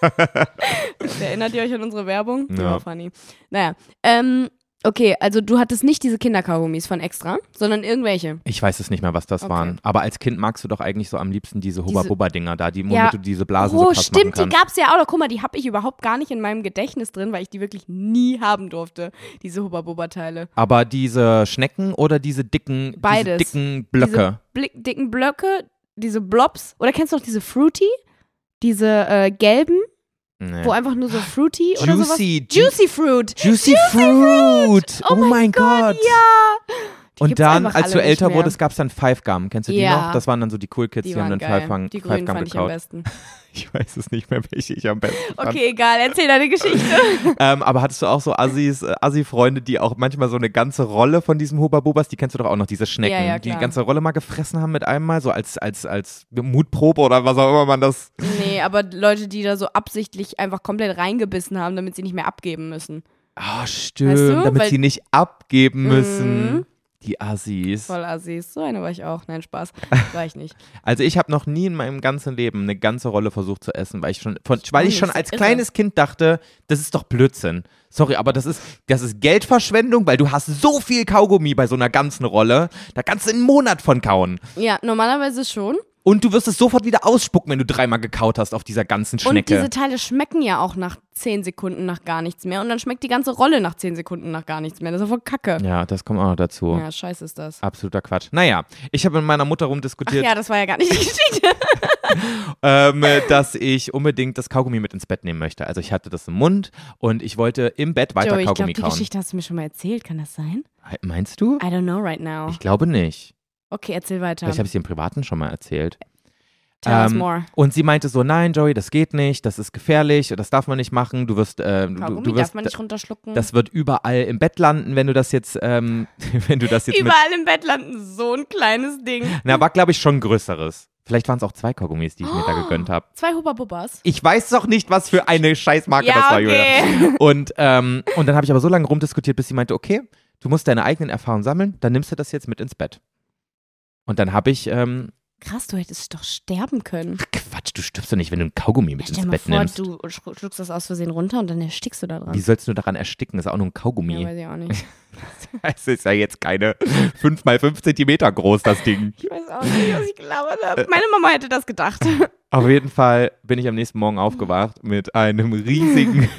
[SPEAKER 1] aussprechen. Erinnert ihr euch an unsere Werbung? Die
[SPEAKER 2] Ja.
[SPEAKER 1] war funny. Naja, ähm, okay, also du hattest nicht diese Kinderkaugummis von Extra, sondern irgendwelche.
[SPEAKER 2] Ich weiß es nicht mehr, was das
[SPEAKER 1] Okay.
[SPEAKER 2] waren. Aber als Kind magst du doch eigentlich so am liebsten diese
[SPEAKER 1] Diese-
[SPEAKER 2] Hubba-Bubba-Dinger da, die, womit
[SPEAKER 1] Ja.
[SPEAKER 2] du diese Blasen so
[SPEAKER 1] oh,
[SPEAKER 2] krass
[SPEAKER 1] stimmt, die
[SPEAKER 2] machen kannst.
[SPEAKER 1] gab's ja auch noch. Guck mal, die habe ich überhaupt gar nicht in meinem Gedächtnis drin, weil ich die wirklich nie haben durfte, diese Hubba-Bubba-Teile.
[SPEAKER 2] Aber diese Schnecken oder diese dicken,
[SPEAKER 1] Beides.
[SPEAKER 2] diese dicken Blöcke?
[SPEAKER 1] Diese bli- dicken Blöcke, diese Blobs. Oder kennst du noch diese Fruity? Diese äh, gelben,
[SPEAKER 2] Nee.
[SPEAKER 1] wo einfach nur so Fruity oder sowas.
[SPEAKER 2] Juicy, Ju-
[SPEAKER 1] Juicy Fruit.
[SPEAKER 2] Juicy, Fruit. Oh, mein Gott.
[SPEAKER 1] Ja.
[SPEAKER 2] Und
[SPEAKER 1] gibt's
[SPEAKER 2] dann,
[SPEAKER 1] einfach
[SPEAKER 2] als
[SPEAKER 1] alle
[SPEAKER 2] du
[SPEAKER 1] nicht
[SPEAKER 2] älter
[SPEAKER 1] mehr.
[SPEAKER 2] wurdest, gab es dann Five Gum. Kennst du die
[SPEAKER 1] Ja.
[SPEAKER 2] noch? Das waren dann so die Cool Kids, die,
[SPEAKER 1] Die
[SPEAKER 2] haben
[SPEAKER 1] waren
[SPEAKER 2] dann
[SPEAKER 1] geil.
[SPEAKER 2] Five Gum,
[SPEAKER 1] die
[SPEAKER 2] Five
[SPEAKER 1] grünen
[SPEAKER 2] Gum
[SPEAKER 1] fand ich am
[SPEAKER 2] gekaut.
[SPEAKER 1] besten.
[SPEAKER 2] Ich weiß es nicht mehr, welche ich am besten fand.
[SPEAKER 1] Okay, egal. Erzähl deine Geschichte.
[SPEAKER 2] Ähm, aber hattest du auch so Assis, äh, Assi-Freunde, die auch manchmal so eine ganze Rolle von diesem Hubabubas, die kennst du doch auch noch, diese Schnecken,
[SPEAKER 1] Ja, ja,
[SPEAKER 2] die die
[SPEAKER 1] klar.
[SPEAKER 2] ganze Rolle mal gefressen haben mit einem Mal, so als, als, als Mutprobe oder was auch immer man das.
[SPEAKER 1] nee, aber Leute, die da so absichtlich einfach komplett reingebissen haben, damit sie nicht mehr abgeben müssen.
[SPEAKER 2] Ah, stimmt,
[SPEAKER 1] Weißt du,
[SPEAKER 2] damit
[SPEAKER 1] weil-
[SPEAKER 2] sie nicht abgeben müssen.
[SPEAKER 1] Mhm.
[SPEAKER 2] Die Assis.
[SPEAKER 1] Voll Assis. So eine war ich auch. Nein, Spaß. War ich nicht.
[SPEAKER 2] Also ich habe noch nie in meinem ganzen Leben eine ganze Rolle versucht zu essen, weil ich schon, von, weil ich
[SPEAKER 1] nicht,
[SPEAKER 2] schon
[SPEAKER 1] ist
[SPEAKER 2] als
[SPEAKER 1] irre.
[SPEAKER 2] kleines Kind dachte, das ist doch Blödsinn. Sorry, aber das ist, das ist Geldverschwendung, weil du hast so viel Kaugummi bei so einer ganzen Rolle, da kannst du einen Monat von kauen.
[SPEAKER 1] Ja, normalerweise schon.
[SPEAKER 2] Und du wirst es sofort wieder ausspucken, wenn du dreimal gekaut hast auf dieser ganzen
[SPEAKER 1] Und
[SPEAKER 2] Schnecke.
[SPEAKER 1] diese Teile schmecken ja auch nach 10 Sekunden nach gar nichts mehr. Und dann schmeckt die ganze Rolle nach 10 Sekunden nach gar nichts mehr. Das ist ja voll Kacke.
[SPEAKER 2] ja, das kommt auch noch dazu.
[SPEAKER 1] Ja, scheiße ist das.
[SPEAKER 2] Absoluter Quatsch. Naja, ich habe mit meiner Mutter rumdiskutiert,
[SPEAKER 1] Ja, das war ja gar nicht die Geschichte.
[SPEAKER 2] ähm, äh, dass ich unbedingt das Kaugummi mit ins Bett nehmen möchte. Also ich hatte das im Mund und ich wollte im Bett weiter
[SPEAKER 1] Joey, Oh, ich glaube,
[SPEAKER 2] Kaugummi
[SPEAKER 1] die
[SPEAKER 2] kauen.
[SPEAKER 1] Geschichte hast du mir schon mal erzählt. Kann das sein?
[SPEAKER 2] Meinst du?
[SPEAKER 1] I don't know right now.
[SPEAKER 2] Ich glaube nicht.
[SPEAKER 1] Okay, erzähl weiter.
[SPEAKER 2] Vielleicht habe ich dir im Privaten schon mal erzählt.
[SPEAKER 1] Tell us
[SPEAKER 2] Ähm,
[SPEAKER 1] more.
[SPEAKER 2] Und sie meinte so, nein, Joey, das geht nicht, das ist gefährlich, das darf man nicht machen, du wirst, ähm, du,
[SPEAKER 1] Kaugummi
[SPEAKER 2] du
[SPEAKER 1] darf
[SPEAKER 2] wirst,
[SPEAKER 1] man nicht runterschlucken.
[SPEAKER 2] das wird überall im Bett landen, wenn du das jetzt, ähm, wenn du das jetzt mit
[SPEAKER 1] Überall im Bett landen so ein kleines Ding.
[SPEAKER 2] Na, war, glaube ich, schon ein größeres. Vielleicht waren es auch zwei Kaugummis, die ich mir da
[SPEAKER 1] Oh.
[SPEAKER 2] gegönnt habe.
[SPEAKER 1] Zwei Hubba-Bubbas.
[SPEAKER 2] Ich weiß doch nicht, was für eine Scheißmarke
[SPEAKER 1] Ja,
[SPEAKER 2] das war,
[SPEAKER 1] okay.
[SPEAKER 2] Julia. Und, ähm, und dann habe ich aber so lange rumdiskutiert, bis sie meinte, okay, du musst deine eigenen Erfahrungen sammeln, dann nimmst du das jetzt mit ins Bett. Und dann habe ich, ähm,
[SPEAKER 1] Krass, du hättest doch sterben können.
[SPEAKER 2] Quatsch, Quatsch, du stirbst doch nicht, wenn du ein Kaugummi mit
[SPEAKER 1] Stell
[SPEAKER 2] ins
[SPEAKER 1] dir mal
[SPEAKER 2] Bett
[SPEAKER 1] vor,
[SPEAKER 2] nimmst.
[SPEAKER 1] du sch- schluckst das aus Versehen runter und dann erstickst du da
[SPEAKER 2] Wie
[SPEAKER 1] dran.
[SPEAKER 2] sollst du daran ersticken? Das ist auch nur ein
[SPEAKER 1] Ja,
[SPEAKER 2] Kaugummi.
[SPEAKER 1] weiß ich auch nicht.
[SPEAKER 2] Es ist ja jetzt keine 5 mal 5 Zentimeter groß, das Ding.
[SPEAKER 1] Ich weiß auch nicht, was ich gelabert
[SPEAKER 2] Äh,
[SPEAKER 1] habe. Meine Mama hätte das gedacht. Oh
[SPEAKER 2] Auf jeden Fall bin ich am nächsten Morgen aufgewacht mit einem riesigen, mit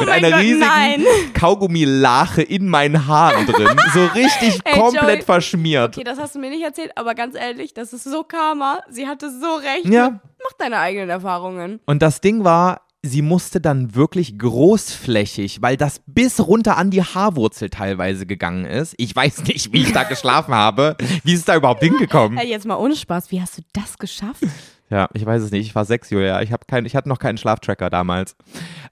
[SPEAKER 1] Oh mein
[SPEAKER 2] einer
[SPEAKER 1] Gott,
[SPEAKER 2] riesigen
[SPEAKER 1] nein.
[SPEAKER 2] Kaugummilache in meinen Haaren drin. So richtig
[SPEAKER 1] Ey,
[SPEAKER 2] komplett
[SPEAKER 1] Joey.
[SPEAKER 2] verschmiert.
[SPEAKER 1] Okay, das hast du mir nicht erzählt, aber ganz ehrlich, das ist so Karma. Sie hatte so recht.
[SPEAKER 2] Ja.
[SPEAKER 1] Mach deine eigenen Erfahrungen.
[SPEAKER 2] Und das Ding war, sie musste dann wirklich großflächig, weil das bis runter an die Haarwurzel teilweise gegangen ist. Ich weiß nicht, wie ich da geschlafen habe. Wie ist es da überhaupt hingekommen?
[SPEAKER 1] Ey, jetzt mal ohne Spaß, wie hast du das geschafft?
[SPEAKER 2] Ja, ich weiß es nicht. Ich war sechs, Julia. Ich, hab kein, ich hatte noch keinen Schlaftracker damals.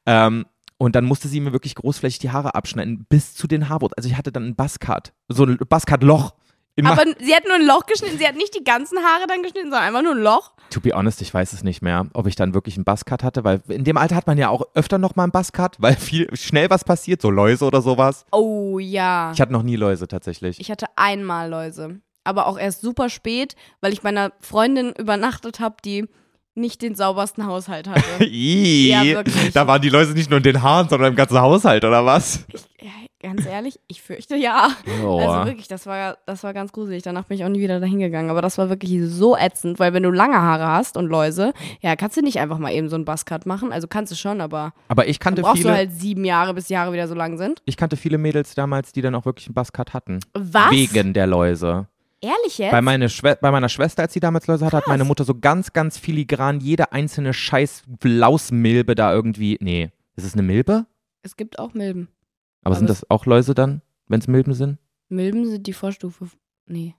[SPEAKER 2] Ähm, und dann musste sie mir wirklich großflächig die Haare abschneiden, bis zu den Haarwurzeln. Also ich hatte dann einen Buzzcut. So ein Buzzcut-Loch. Immer-
[SPEAKER 1] Aber sie hat nur ein Loch geschnitten, sie hat nicht die ganzen Haare dann geschnitten, sondern einfach nur ein Loch.
[SPEAKER 2] To be honest, ich weiß es nicht mehr, ob ich dann wirklich einen Buzzcut hatte, weil in dem Alter hat man ja auch öfter noch mal einen Buzzcut, weil viel schnell was passiert, so Läuse oder sowas.
[SPEAKER 1] Oh ja.
[SPEAKER 2] Ich hatte noch nie Läuse tatsächlich.
[SPEAKER 1] Ich hatte einmal Läuse, aber auch erst super spät, weil ich meiner Freundin übernachtet habe, die nicht den saubersten Haushalt hatte.
[SPEAKER 2] Ii,
[SPEAKER 1] Ja, wirklich.
[SPEAKER 2] da waren die Läuse nicht nur in den Haaren, sondern im ganzen Haushalt, oder was?
[SPEAKER 1] Ja, Ganz ehrlich, ich fürchte ja.
[SPEAKER 2] Oh.
[SPEAKER 1] Also wirklich, das war, das war ganz gruselig. Danach bin ich auch nie wieder dahin gegangen. Aber das war wirklich so ätzend, weil wenn du lange Haare hast und Läuse, ja, kannst du nicht einfach mal eben so einen Buzzcut machen. Also kannst du schon, aber
[SPEAKER 2] Aber ich
[SPEAKER 1] dann
[SPEAKER 2] kannte
[SPEAKER 1] brauchst
[SPEAKER 2] viele,
[SPEAKER 1] du halt sieben Jahre, bis die Haare wieder so lang sind.
[SPEAKER 2] ich kannte viele Mädels damals, die dann auch wirklich einen Buzzcut hatten.
[SPEAKER 1] Was?
[SPEAKER 2] Wegen der Läuse.
[SPEAKER 1] Ehrlich jetzt?
[SPEAKER 2] Bei, meine Schwe bei meiner Schwester, als sie damals Läuse hatte, hat meine Mutter so ganz, ganz filigran jede einzelne scheiß Lausmilbe da irgendwie. Nee, ist es eine Milbe?
[SPEAKER 1] es gibt auch Milben.
[SPEAKER 2] Aber sind
[SPEAKER 1] Aber
[SPEAKER 2] das auch Läuse dann, wenn es Milben sind?
[SPEAKER 1] Milben sind die Vorstufe. Nee.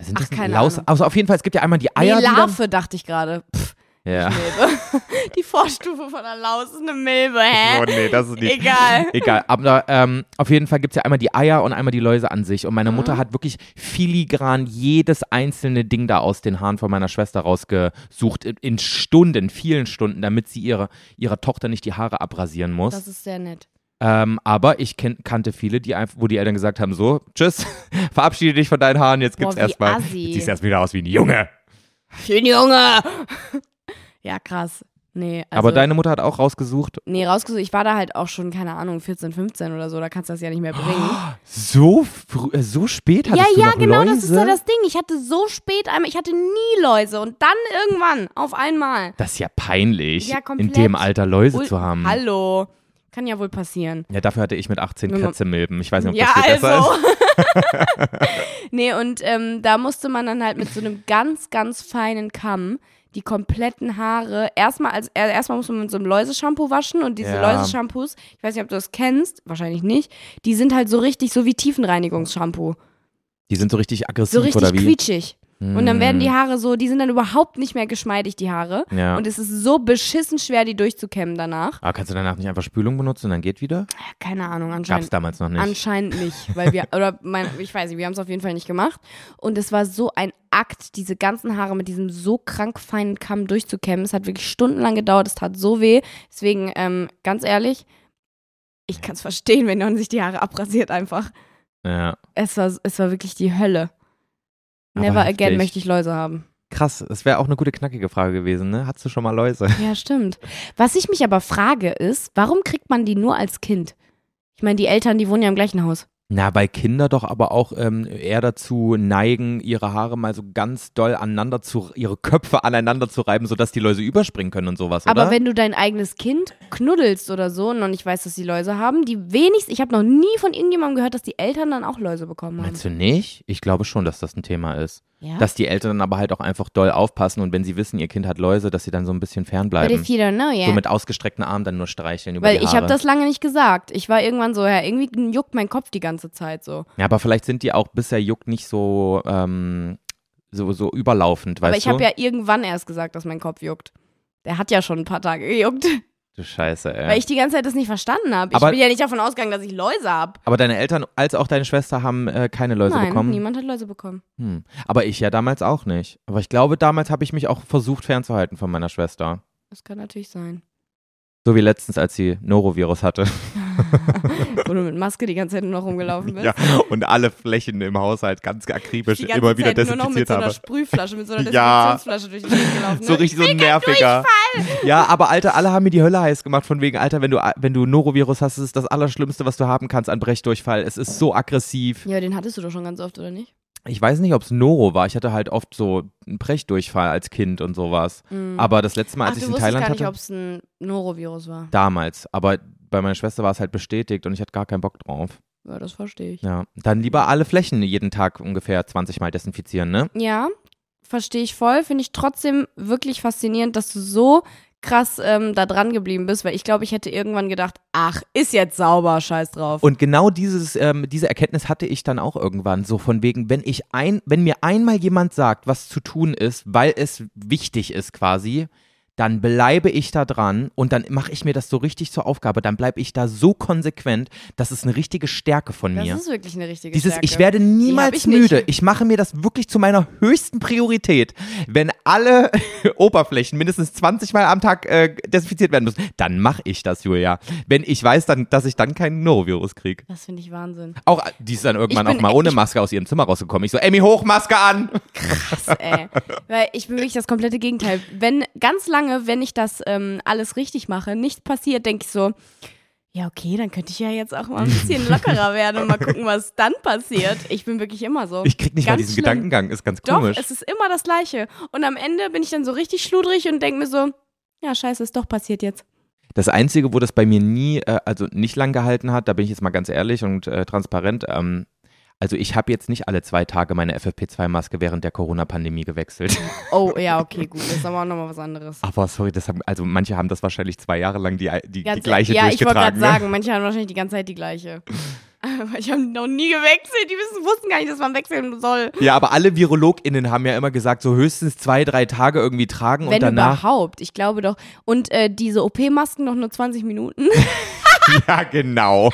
[SPEAKER 2] Sind
[SPEAKER 1] Ach,
[SPEAKER 2] das
[SPEAKER 1] keine
[SPEAKER 2] Laus?
[SPEAKER 1] Ahnung.
[SPEAKER 2] Also auf jeden Fall, es gibt ja einmal die
[SPEAKER 1] Nee,
[SPEAKER 2] Eier. die
[SPEAKER 1] Larve, dachte ich gerade.
[SPEAKER 2] dann, ja.
[SPEAKER 1] Milbe. Die Vorstufe von der Laus ist eine Milbe, hä?
[SPEAKER 2] Oh, nee, das ist
[SPEAKER 1] Äh? Egal.
[SPEAKER 2] Egal, aber ähm, auf jeden Fall gibt es ja einmal die Eier und einmal die Läuse an sich. Und meine Mutter hat wirklich filigran jedes einzelne Ding da aus den Haaren von meiner Schwester rausgesucht. In, in Stunden, vielen Stunden, damit sie ihre, ihrer Tochter nicht die Haare abrasieren muss.
[SPEAKER 1] Das ist sehr nett.
[SPEAKER 2] Ähm, aber ich ken kannte viele, die einfach, wo die Eltern gesagt haben: so, tschüss, verabschiede dich von deinen Haaren, jetzt
[SPEAKER 1] Boah,
[SPEAKER 2] gibt's
[SPEAKER 1] wie
[SPEAKER 2] erstmal.
[SPEAKER 1] assi.
[SPEAKER 2] Jetzt siehst du erst wieder aus wie ein Junge.
[SPEAKER 1] Schön, Junge! ja, krass. Nee, also,
[SPEAKER 2] aber deine Mutter hat auch rausgesucht.
[SPEAKER 1] Nee, rausgesucht. Ich war da halt auch schon, keine Ahnung, 14, 15 oder so. Da kannst du das ja nicht mehr bringen.
[SPEAKER 2] So, früh- äh, so spät hattest
[SPEAKER 1] ja,
[SPEAKER 2] Oh, du
[SPEAKER 1] ja,
[SPEAKER 2] noch
[SPEAKER 1] genau,
[SPEAKER 2] Läuse?
[SPEAKER 1] das ist ja das Ding. Ich hatte so spät einmal, ich hatte nie Läuse und dann irgendwann auf einmal.
[SPEAKER 2] Das ist ja peinlich,
[SPEAKER 1] Ja,
[SPEAKER 2] in
[SPEAKER 1] komplett.
[SPEAKER 2] dem Alter Läuse
[SPEAKER 1] Ul-
[SPEAKER 2] zu haben.
[SPEAKER 1] Hallo. Kann ja wohl passieren.
[SPEAKER 2] Ja, dafür hatte ich mit 18
[SPEAKER 1] Wenn man-
[SPEAKER 2] Kretzemilben. Ich weiß nicht, ob
[SPEAKER 1] Ja,
[SPEAKER 2] das hier besser
[SPEAKER 1] also.
[SPEAKER 2] ist.
[SPEAKER 1] nee, und ähm, da musste man dann halt mit so einem ganz, ganz feinen Kamm die kompletten Haare erstmal als äh, erstmal muss man mit so einem Läuseshampoo waschen und diese
[SPEAKER 2] Ja.
[SPEAKER 1] Läuseshampoos, ich weiß nicht, ob du das kennst, wahrscheinlich nicht, die sind halt so richtig so wie Tiefenreinigungsshampoo,
[SPEAKER 2] Die sind so richtig aggressiv
[SPEAKER 1] so richtig
[SPEAKER 2] Hm, oder wie? Hm.
[SPEAKER 1] quietschig. Und dann werden die Haare so, die sind dann überhaupt nicht mehr geschmeidig die Haare
[SPEAKER 2] Ja.
[SPEAKER 1] und es ist so beschissen schwer die durchzukämmen danach.
[SPEAKER 2] Aber Ah, kannst du danach nicht einfach Spülung benutzen und dann geht wieder?
[SPEAKER 1] Ja, keine Ahnung, anscheinend
[SPEAKER 2] Gab's damals noch nicht.
[SPEAKER 1] Anscheinend nicht, weil wir, oder mein, ich weiß nicht, wir haben es auf jeden Fall nicht gemacht. Und es war so ein Akt, diese ganzen Haare mit diesem so krank feinen Kamm durchzukämmen. Es hat wirklich stundenlang gedauert, es tat so weh. Deswegen, ähm, ganz ehrlich, ich kann es verstehen, wenn man sich die Haare abrasiert einfach.
[SPEAKER 2] ja.
[SPEAKER 1] Es war, es war wirklich die Hölle.
[SPEAKER 2] Aber
[SPEAKER 1] Never
[SPEAKER 2] heftig.
[SPEAKER 1] again möchte ich Läuse haben.
[SPEAKER 2] Krass, das wäre auch eine gute knackige Frage gewesen, ne? Hattest du schon mal Läuse?
[SPEAKER 1] Ja, stimmt. Was ich mich aber frage ist, warum kriegt man die nur als Kind? Ich meine, die Eltern, die wohnen ja im gleichen Haus.
[SPEAKER 2] Na, weil Kinder doch aber auch ähm, eher dazu neigen, ihre Haare mal so ganz doll aneinander zu, ihre Köpfe aneinander zu reiben, sodass die Läuse überspringen können und sowas,
[SPEAKER 1] Aber
[SPEAKER 2] oder?
[SPEAKER 1] wenn du dein eigenes Kind knuddelst oder so und noch nicht weißt, dass die Läuse haben, die wenigstens, ich habe noch nie von irgendjemandem gehört, dass die Eltern dann auch Läuse bekommen haben.
[SPEAKER 2] Meinst du nicht? Ich glaube schon, dass das ein Thema ist.
[SPEAKER 1] Ja?
[SPEAKER 2] Dass die Eltern dann aber halt auch einfach doll aufpassen und wenn sie wissen, ihr Kind hat Läuse, dass sie dann so ein bisschen
[SPEAKER 1] But
[SPEAKER 2] fernbleiben.
[SPEAKER 1] if you don't know, yeah.
[SPEAKER 2] So mit ausgestreckten Armen dann nur streicheln über
[SPEAKER 1] Weil
[SPEAKER 2] die
[SPEAKER 1] ich
[SPEAKER 2] Haare.
[SPEAKER 1] habe das lange nicht gesagt. Ich war irgendwann so, ja, irgendwie juckt mein Kopf die ganze Zeit so.
[SPEAKER 2] ja, aber vielleicht sind die auch bisher juckt nicht so, ähm, so, so überlaufend, weißt
[SPEAKER 1] Aber ich
[SPEAKER 2] du?
[SPEAKER 1] habe ja irgendwann erst gesagt, dass mein Kopf juckt. Der hat ja schon ein paar Tage gejuckt,
[SPEAKER 2] du Scheiße, ey.
[SPEAKER 1] weil ich die ganze Zeit das nicht verstanden habe. Ich
[SPEAKER 2] Aber-
[SPEAKER 1] bin ja nicht davon ausgegangen, dass ich Läuse habe.
[SPEAKER 2] aber deine Eltern als auch deine Schwester haben äh, keine Läuse
[SPEAKER 1] Nein,
[SPEAKER 2] bekommen.
[SPEAKER 1] niemand hat Läuse bekommen.
[SPEAKER 2] Hm. Aber ich ja damals auch nicht. Aber ich glaube, damals habe ich mich auch versucht fernzuhalten von meiner Schwester.
[SPEAKER 1] Das kann natürlich sein.
[SPEAKER 2] So wie letztens, als sie Norovirus hatte.
[SPEAKER 1] Wo du mit Maske die ganze Zeit nur noch rumgelaufen bist.
[SPEAKER 2] Ja, und alle Flächen im Haushalt ganz akribisch
[SPEAKER 1] Die ganze
[SPEAKER 2] immer wieder
[SPEAKER 1] Zeit nur noch mit
[SPEAKER 2] desinfiziert
[SPEAKER 1] so einer
[SPEAKER 2] habe.
[SPEAKER 1] Sprühflasche, mit so einer
[SPEAKER 2] Ja.
[SPEAKER 1] Desinfektionsflasche durch die Gegend gelaufen.
[SPEAKER 2] So
[SPEAKER 1] ne?
[SPEAKER 2] richtig so ein nerviger. Ja, aber Alter, alle haben mir die Hölle heiß gemacht von wegen, Alter, wenn du, wenn du Norovirus hast, ist es das Allerschlimmste, was du haben kannst an Brechdurchfall. Es ist so aggressiv.
[SPEAKER 1] Ja, den hattest du doch schon ganz oft, oder nicht?
[SPEAKER 2] Ich weiß nicht, ob es Noro war. Ich hatte halt oft so einen Brechdurchfall als Kind und sowas. Aber das letzte Mal,
[SPEAKER 1] Mhm. Ach, du
[SPEAKER 2] als ich es in
[SPEAKER 1] wusstest
[SPEAKER 2] Thailand
[SPEAKER 1] gar
[SPEAKER 2] hatte,
[SPEAKER 1] nicht, ob es ein Norovirus war.
[SPEAKER 2] damals. Aber bei meiner Schwester war es halt bestätigt und ich hatte gar keinen Bock drauf.
[SPEAKER 1] Ja, das verstehe ich.
[SPEAKER 2] Ja, dann lieber alle Flächen jeden Tag ungefähr 20 Mal desinfizieren, ne?
[SPEAKER 1] Ja, verstehe ich voll. Finde ich trotzdem wirklich faszinierend, dass du so krass ähm, da dran geblieben bist, weil ich glaube, ich hätte irgendwann gedacht, ach, ist jetzt sauber, scheiß drauf.
[SPEAKER 2] Und genau dieses, ähm, diese Erkenntnis hatte ich dann auch irgendwann, so von wegen, wenn ich ein, wenn mir einmal jemand sagt, was zu tun ist, weil es wichtig ist quasi, dann bleibe ich da dran und dann mache ich mir das so richtig zur Aufgabe, dann bleibe ich da so konsequent, das ist eine richtige Stärke von
[SPEAKER 1] das
[SPEAKER 2] mir.
[SPEAKER 1] ist wirklich eine richtige
[SPEAKER 2] Dieses,
[SPEAKER 1] Stärke.
[SPEAKER 2] ich werde niemals
[SPEAKER 1] ich nicht.
[SPEAKER 2] müde. Ich mache mir das wirklich zu meiner höchsten Priorität. Wenn alle Oberflächen mindestens 20 Mal am Tag äh, desinfiziert werden müssen, dann mache ich das, Julia. Wenn ich weiß, dann, dass ich dann keinen Norovirus kriege.
[SPEAKER 1] das finde ich Wahnsinn.
[SPEAKER 2] Auch die ist dann irgendwann
[SPEAKER 1] Ich bin
[SPEAKER 2] auch mal
[SPEAKER 1] echt-
[SPEAKER 2] ohne Maske aus ihrem Zimmer rausgekommen. Ich so, Emmy, hoch, Maske an!
[SPEAKER 1] Krass, ey. Weil ich bin wirklich das komplette Gegenteil. Wenn ganz lange, wenn ich das ähm, alles richtig mache, nicht passiert, denke ich so, ja, okay, dann könnte ich ja jetzt auch mal ein bisschen lockerer werden und mal gucken, was dann passiert. Ich bin wirklich immer so.
[SPEAKER 2] Ich krieg nicht mal
[SPEAKER 1] Ganz
[SPEAKER 2] diesen
[SPEAKER 1] schlimm.
[SPEAKER 2] Gedankengang, ist ganz
[SPEAKER 1] Doch,
[SPEAKER 2] komisch.
[SPEAKER 1] es ist immer das Gleiche. Und am Ende bin ich dann so richtig schludrig und denke mir so, ja, scheiße, ist doch passiert jetzt.
[SPEAKER 2] Das Einzige, wo das bei mir nie, äh, also nicht lang gehalten hat, da bin ich jetzt mal ganz ehrlich und äh, transparent, ähm, also ich habe jetzt nicht alle zwei Tage meine FFP2-Maske während der Corona-Pandemie gewechselt.
[SPEAKER 1] Oh, ja, okay, gut. Das ist aber auch nochmal was anderes.
[SPEAKER 2] Aber sorry, das haben, also manche haben das wahrscheinlich zwei Jahre lang die, die, die
[SPEAKER 1] Ganz-
[SPEAKER 2] gleiche
[SPEAKER 1] ja, ich wollte gerade
[SPEAKER 2] durchgetragen. ne?
[SPEAKER 1] sagen, manche haben wahrscheinlich die ganze Zeit die gleiche. Aber ich habe noch nie gewechselt. Die wissen, wussten gar nicht, dass man wechseln soll.
[SPEAKER 2] Ja, aber alle VirologInnen haben ja immer gesagt, so höchstens zwei, drei Tage irgendwie tragen und
[SPEAKER 1] Wenn
[SPEAKER 2] danach.
[SPEAKER 1] überhaupt, ich glaube doch. Und äh, diese OP-Masken noch nur 20 Minuten. weißt
[SPEAKER 2] Ja, genau.
[SPEAKER 1] du,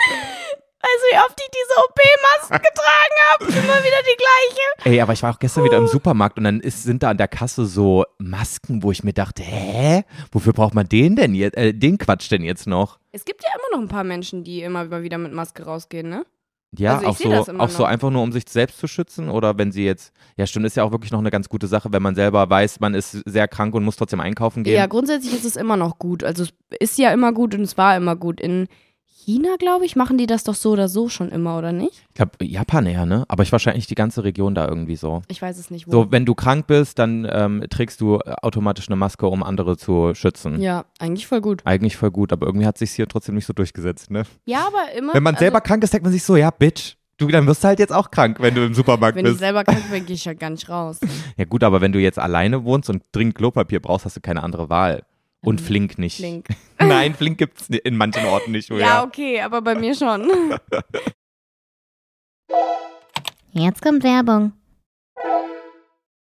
[SPEAKER 1] wie oft ich diese OP-Masken getragen habe? Immer wieder die gleiche.
[SPEAKER 2] Ey, aber ich war auch gestern
[SPEAKER 1] Oh.
[SPEAKER 2] wieder im Supermarkt und dann ist, sind da an der Kasse so Masken, wo ich mir dachte, hä? Wofür braucht man den denn jetzt, äh, den Quatsch denn jetzt noch?
[SPEAKER 1] Es gibt ja immer noch ein paar Menschen, die immer mal wieder mit Maske rausgehen, ne?
[SPEAKER 2] Ja,
[SPEAKER 1] Also ich
[SPEAKER 2] auch,
[SPEAKER 1] seh das
[SPEAKER 2] so,
[SPEAKER 1] immer
[SPEAKER 2] auch so
[SPEAKER 1] noch.
[SPEAKER 2] einfach nur, um sich selbst zu schützen oder wenn sie jetzt, ja stimmt, ist ja auch wirklich noch eine ganz gute Sache, wenn man selber weiß, man ist sehr krank und muss trotzdem einkaufen gehen.
[SPEAKER 1] Ja, grundsätzlich ist es immer noch gut. Also es ist ja immer gut und es war immer gut. In China, glaube ich, machen die das doch so oder so schon immer, oder nicht?
[SPEAKER 2] Ich glaube, Japan eher, ne? Aber ich wahrscheinlich die ganze Region da irgendwie so.
[SPEAKER 1] Ich weiß es nicht. Wo.
[SPEAKER 2] So, wenn du krank bist, dann ähm, trägst du automatisch eine Maske, um andere zu schützen.
[SPEAKER 1] ja, eigentlich voll gut.
[SPEAKER 2] Eigentlich voll gut, aber irgendwie hat sich hier trotzdem nicht so durchgesetzt, ne?
[SPEAKER 1] Ja, aber immer.
[SPEAKER 2] Wenn man
[SPEAKER 1] also,
[SPEAKER 2] selber krank ist, denkt man sich so, ja, Bitch, du, dann wirst du halt jetzt auch krank, wenn du im Supermarkt
[SPEAKER 1] Wenn ich
[SPEAKER 2] bist.
[SPEAKER 1] selber krank bin, gehe ich ja gar nicht raus.
[SPEAKER 2] Ja gut, aber wenn du jetzt alleine wohnst und dringend Klopapier brauchst, hast du keine andere Wahl. Und flink nicht.
[SPEAKER 1] Ähm, Flink.
[SPEAKER 2] Nein, flink gibt's ni- in manchen Orten nicht, Julia.
[SPEAKER 1] Ja, okay, aber bei mir schon.
[SPEAKER 3] Jetzt kommt Werbung.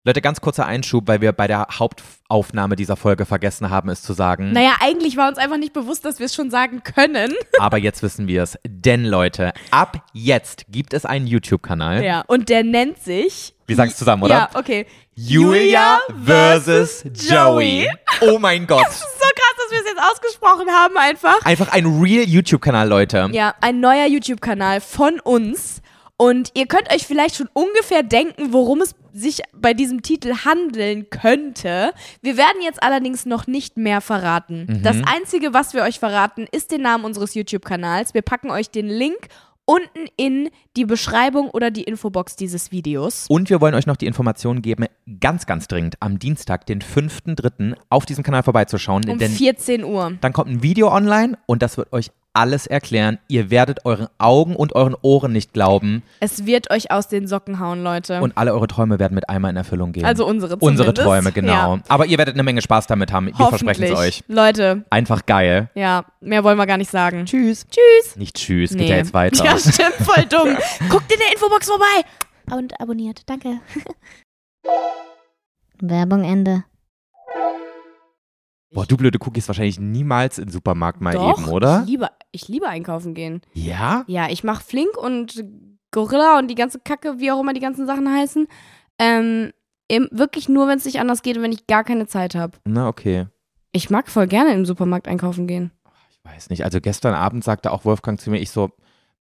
[SPEAKER 2] Leute, ganz kurzer Einschub, weil wir bei der Hauptaufnahme dieser Folge vergessen haben, es zu sagen.
[SPEAKER 1] Naja, eigentlich war uns einfach nicht bewusst, dass wir es schon sagen können.
[SPEAKER 2] Aber jetzt wissen wir es. Denn Leute, ab jetzt gibt es einen YouTube-Kanal.
[SPEAKER 1] Ja, und der nennt sich.
[SPEAKER 2] Wir sagen es zusammen, oder?
[SPEAKER 1] Ja, okay.
[SPEAKER 2] Julia versus
[SPEAKER 1] Joey.
[SPEAKER 2] Joey. Oh mein Gott.
[SPEAKER 1] So krass, dass wir es jetzt ausgesprochen haben, einfach.
[SPEAKER 2] Einfach ein real YouTube-Kanal, Leute.
[SPEAKER 1] Ja, ein neuer YouTube-Kanal von uns. Und ihr könnt euch vielleicht schon ungefähr denken, worum es sich bei diesem Titel handeln könnte. Wir werden jetzt allerdings noch nicht mehr verraten. Das Einzige, was wir euch verraten, ist den Namen unseres YouTube-Kanals. Wir packen euch den Link unten in die Beschreibung oder die Infobox dieses Videos.
[SPEAKER 2] Und wir wollen euch noch die Information geben, ganz, ganz dringend am Dienstag, den 5.3. auf diesem Kanal vorbeizuschauen.
[SPEAKER 1] Um
[SPEAKER 2] denn
[SPEAKER 1] 14 Uhr.
[SPEAKER 2] dann kommt ein Video online und das wird euch alles erklären. Ihr werdet euren Augen und euren Ohren nicht glauben
[SPEAKER 1] Es wird euch aus den Socken hauen, Leute.
[SPEAKER 2] und alle eure Träume werden mit einmal in Erfüllung gehen.
[SPEAKER 1] also unsere
[SPEAKER 2] Unsere
[SPEAKER 1] zumindest.
[SPEAKER 2] Träume, genau.
[SPEAKER 1] Ja,
[SPEAKER 2] Aber ihr werdet eine Menge Spaß damit haben. Wir versprechen
[SPEAKER 1] hoffentlich.
[SPEAKER 2] es euch.
[SPEAKER 1] Leute,
[SPEAKER 2] Einfach geil.
[SPEAKER 1] ja, mehr wollen wir gar nicht sagen. Tschüss. Tschüss.
[SPEAKER 2] Nicht tschüss, geht ja jetzt weiter.
[SPEAKER 1] Ja, stimmt, voll dumm. Guckt in der Infobox vorbei.
[SPEAKER 3] Und abonniert. Danke. Werbung Ende.
[SPEAKER 2] Boah, du blöde Cookies wahrscheinlich niemals im Supermarkt mal
[SPEAKER 1] Doch,
[SPEAKER 2] eben, oder?
[SPEAKER 1] Ich liebe, ich liebe einkaufen gehen.
[SPEAKER 2] Ja?
[SPEAKER 1] Ja, ich mache Flink und Gorilla und die ganze Kacke, wie auch immer die ganzen Sachen heißen. Ähm, im, wirklich nur, wenn es nicht anders geht und wenn ich gar keine Zeit habe.
[SPEAKER 2] Na, okay.
[SPEAKER 1] Ich mag voll gerne im Supermarkt einkaufen gehen.
[SPEAKER 2] Ich Ich weiß nicht. Also gestern Abend sagte auch Wolfgang zu mir, ich so,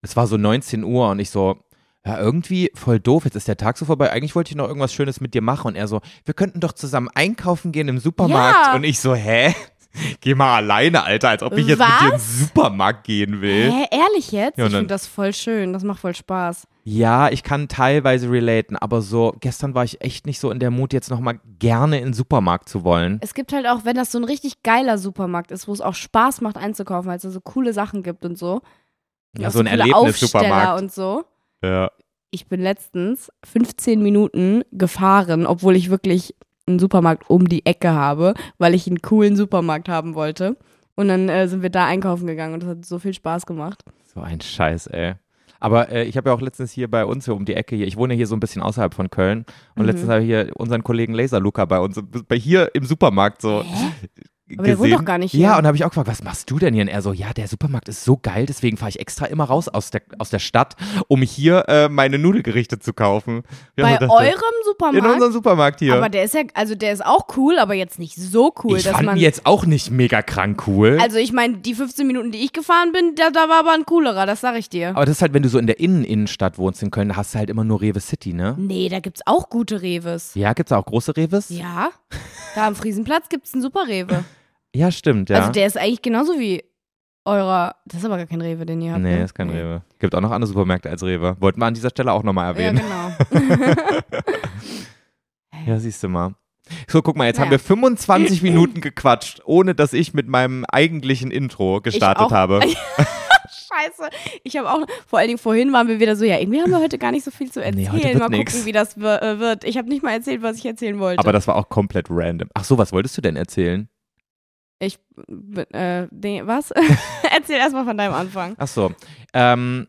[SPEAKER 2] es war so 19 Uhr und ich so, ja, irgendwie voll doof, jetzt ist der Tag so vorbei. Eigentlich wollte ich noch irgendwas Schönes mit dir machen. Und er so, wir könnten doch zusammen einkaufen gehen im Supermarkt.
[SPEAKER 1] Ja.
[SPEAKER 2] Und ich so, hä? Geh mal alleine, Alter, als ob ich jetzt mit dir in den
[SPEAKER 1] Was?
[SPEAKER 2] Supermarkt gehen will.
[SPEAKER 1] Hä, ehrlich jetzt?
[SPEAKER 2] Ja, und
[SPEAKER 1] ich
[SPEAKER 2] dann-
[SPEAKER 1] finde das voll schön. Das macht voll Spaß.
[SPEAKER 2] Ja, ich kann teilweise relaten, aber so, gestern war ich echt nicht so in der Mut, jetzt nochmal gerne in den Supermarkt zu wollen.
[SPEAKER 1] Es gibt halt auch, wenn das so ein richtig geiler Supermarkt ist, wo es auch Spaß macht einzukaufen, weil es da so coole Sachen gibt und so. Und
[SPEAKER 2] Ja,
[SPEAKER 1] auch
[SPEAKER 2] so ein
[SPEAKER 1] coole Aufsteller
[SPEAKER 2] Erlebnis-Supermarkt.
[SPEAKER 1] und so.
[SPEAKER 2] Ja.
[SPEAKER 1] Ich bin letztens 15 Minuten gefahren, obwohl ich wirklich einen Supermarkt um die Ecke habe, weil ich einen coolen Supermarkt haben wollte. Und dann äh, sind wir da einkaufen gegangen und das hat so viel Spaß gemacht.
[SPEAKER 2] So ein Scheiß, ey. Aber äh, ich habe ja auch letztens hier bei uns hier um die Ecke hier, ich wohne hier so ein bisschen außerhalb von Köln und
[SPEAKER 1] Mhm.
[SPEAKER 2] letztens habe ich hier unseren Kollegen Laser Luca bei uns, bei hier im Supermarkt so.
[SPEAKER 1] Aber der wohnt
[SPEAKER 2] gesehen.
[SPEAKER 1] doch gar nicht
[SPEAKER 2] Ja,
[SPEAKER 1] hier.
[SPEAKER 2] und habe ich auch gefragt, was machst du denn hier? Und er so, ja, der Supermarkt ist so geil, deswegen fahre ich extra immer raus aus der, aus der Stadt, um hier äh, meine Nudelgerichte zu kaufen. Ich
[SPEAKER 1] Bei
[SPEAKER 2] auch so dachte,
[SPEAKER 1] eurem
[SPEAKER 2] In
[SPEAKER 1] Supermarkt?
[SPEAKER 2] unserem Supermarkt hier.
[SPEAKER 1] Aber der ist ja, also der ist auch cool, aber jetzt nicht so cool,
[SPEAKER 2] ich
[SPEAKER 1] dass
[SPEAKER 2] fand
[SPEAKER 1] man.
[SPEAKER 2] ihn jetzt auch nicht mega krank cool.
[SPEAKER 1] also ich meine, die 15 Minuten, die ich gefahren bin, da, da war aber ein coolerer, das sag ich dir.
[SPEAKER 2] aber das ist halt, wenn du so in der Innen Innenstadt wohnst in Köln, da hast du halt immer nur Rewe City, ne?
[SPEAKER 1] Nee, da gibt's auch gute Reves.
[SPEAKER 2] Ja, gibt's da auch große Rewes?
[SPEAKER 1] Ja. Da am Friesenplatz gibt's einen super Rewe.
[SPEAKER 2] Ja, stimmt, ja.
[SPEAKER 1] Also der ist eigentlich genauso wie eurer. Das ist aber gar kein Rewe, den ihr habt.
[SPEAKER 2] nee,
[SPEAKER 1] ne?
[SPEAKER 2] ist kein Rewe. Gibt auch noch andere Supermärkte als Rewe. Wollten wir an dieser Stelle auch nochmal
[SPEAKER 1] Ja,
[SPEAKER 2] erwähnen.
[SPEAKER 1] genau.
[SPEAKER 2] Ja, siehst du mal. So, guck mal, jetzt
[SPEAKER 1] Naja.
[SPEAKER 2] haben wir 25 Minuten gequatscht, ohne dass ich mit meinem eigentlichen Intro gestartet
[SPEAKER 1] auch.
[SPEAKER 2] habe.
[SPEAKER 1] Scheiße. Ich habe auch, vor allen Dingen vorhin waren wir wieder so, ja, irgendwie haben wir heute gar nicht so viel zu
[SPEAKER 2] Nee,
[SPEAKER 1] erzählen.
[SPEAKER 2] heute wird
[SPEAKER 1] mal gucken,
[SPEAKER 2] nix.
[SPEAKER 1] wie das wir- äh, wird. Ich habe nicht mal erzählt, was ich erzählen wollte.
[SPEAKER 2] Aber das war auch komplett random. Ach so, was wolltest du denn erzählen?
[SPEAKER 1] ich, b- äh, nee, was? Erzähl erstmal von deinem Anfang.
[SPEAKER 2] Ach so. Ähm,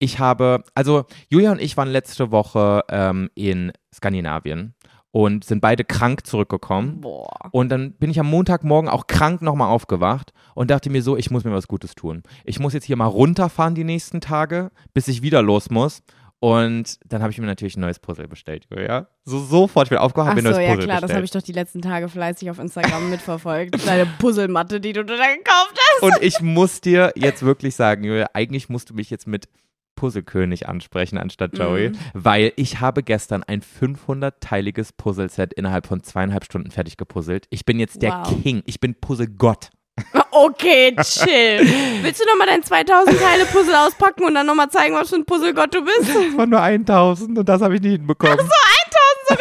[SPEAKER 2] ich habe, also Julia und ich waren letzte Woche ähm, in Skandinavien und sind beide krank zurückgekommen.
[SPEAKER 1] Boah.
[SPEAKER 2] Und dann bin ich am Montagmorgen auch krank nochmal aufgewacht und dachte mir so, ich muss mir was Gutes tun. Ich muss jetzt hier mal runterfahren die nächsten Tage, bis ich wieder los muss. Und dann habe ich mir natürlich ein neues Puzzle bestellt, ja? So sofort, ich bin aufgewacht,
[SPEAKER 1] Ach
[SPEAKER 2] habe mir ein
[SPEAKER 1] so,
[SPEAKER 2] neues
[SPEAKER 1] ja
[SPEAKER 2] Puzzle
[SPEAKER 1] klar, das habe ich
[SPEAKER 2] bestellt.
[SPEAKER 1] doch die letzten Tage fleißig auf Instagram mitverfolgt. Deine Puzzlematte, die du da gekauft hast.
[SPEAKER 2] und ich muss dir jetzt wirklich sagen, Julia, eigentlich musst du mich jetzt mit Puzzlekönig ansprechen anstatt Joey,
[SPEAKER 1] Mhm.
[SPEAKER 2] weil ich habe gestern ein 500-teiliges Puzzleset innerhalb von zweieinhalb Stunden fertig gepuzzelt. Ich bin jetzt der
[SPEAKER 1] Wow.
[SPEAKER 2] King, ich bin Puzzlegott.
[SPEAKER 1] Okay, chill. Willst du nochmal dein 2000-Teile-Puzzle auspacken und dann nochmal zeigen, was für ein Puzzlegott du bist?
[SPEAKER 2] Es waren nur 1000 und das habe ich nicht hinbekommen. Ach so,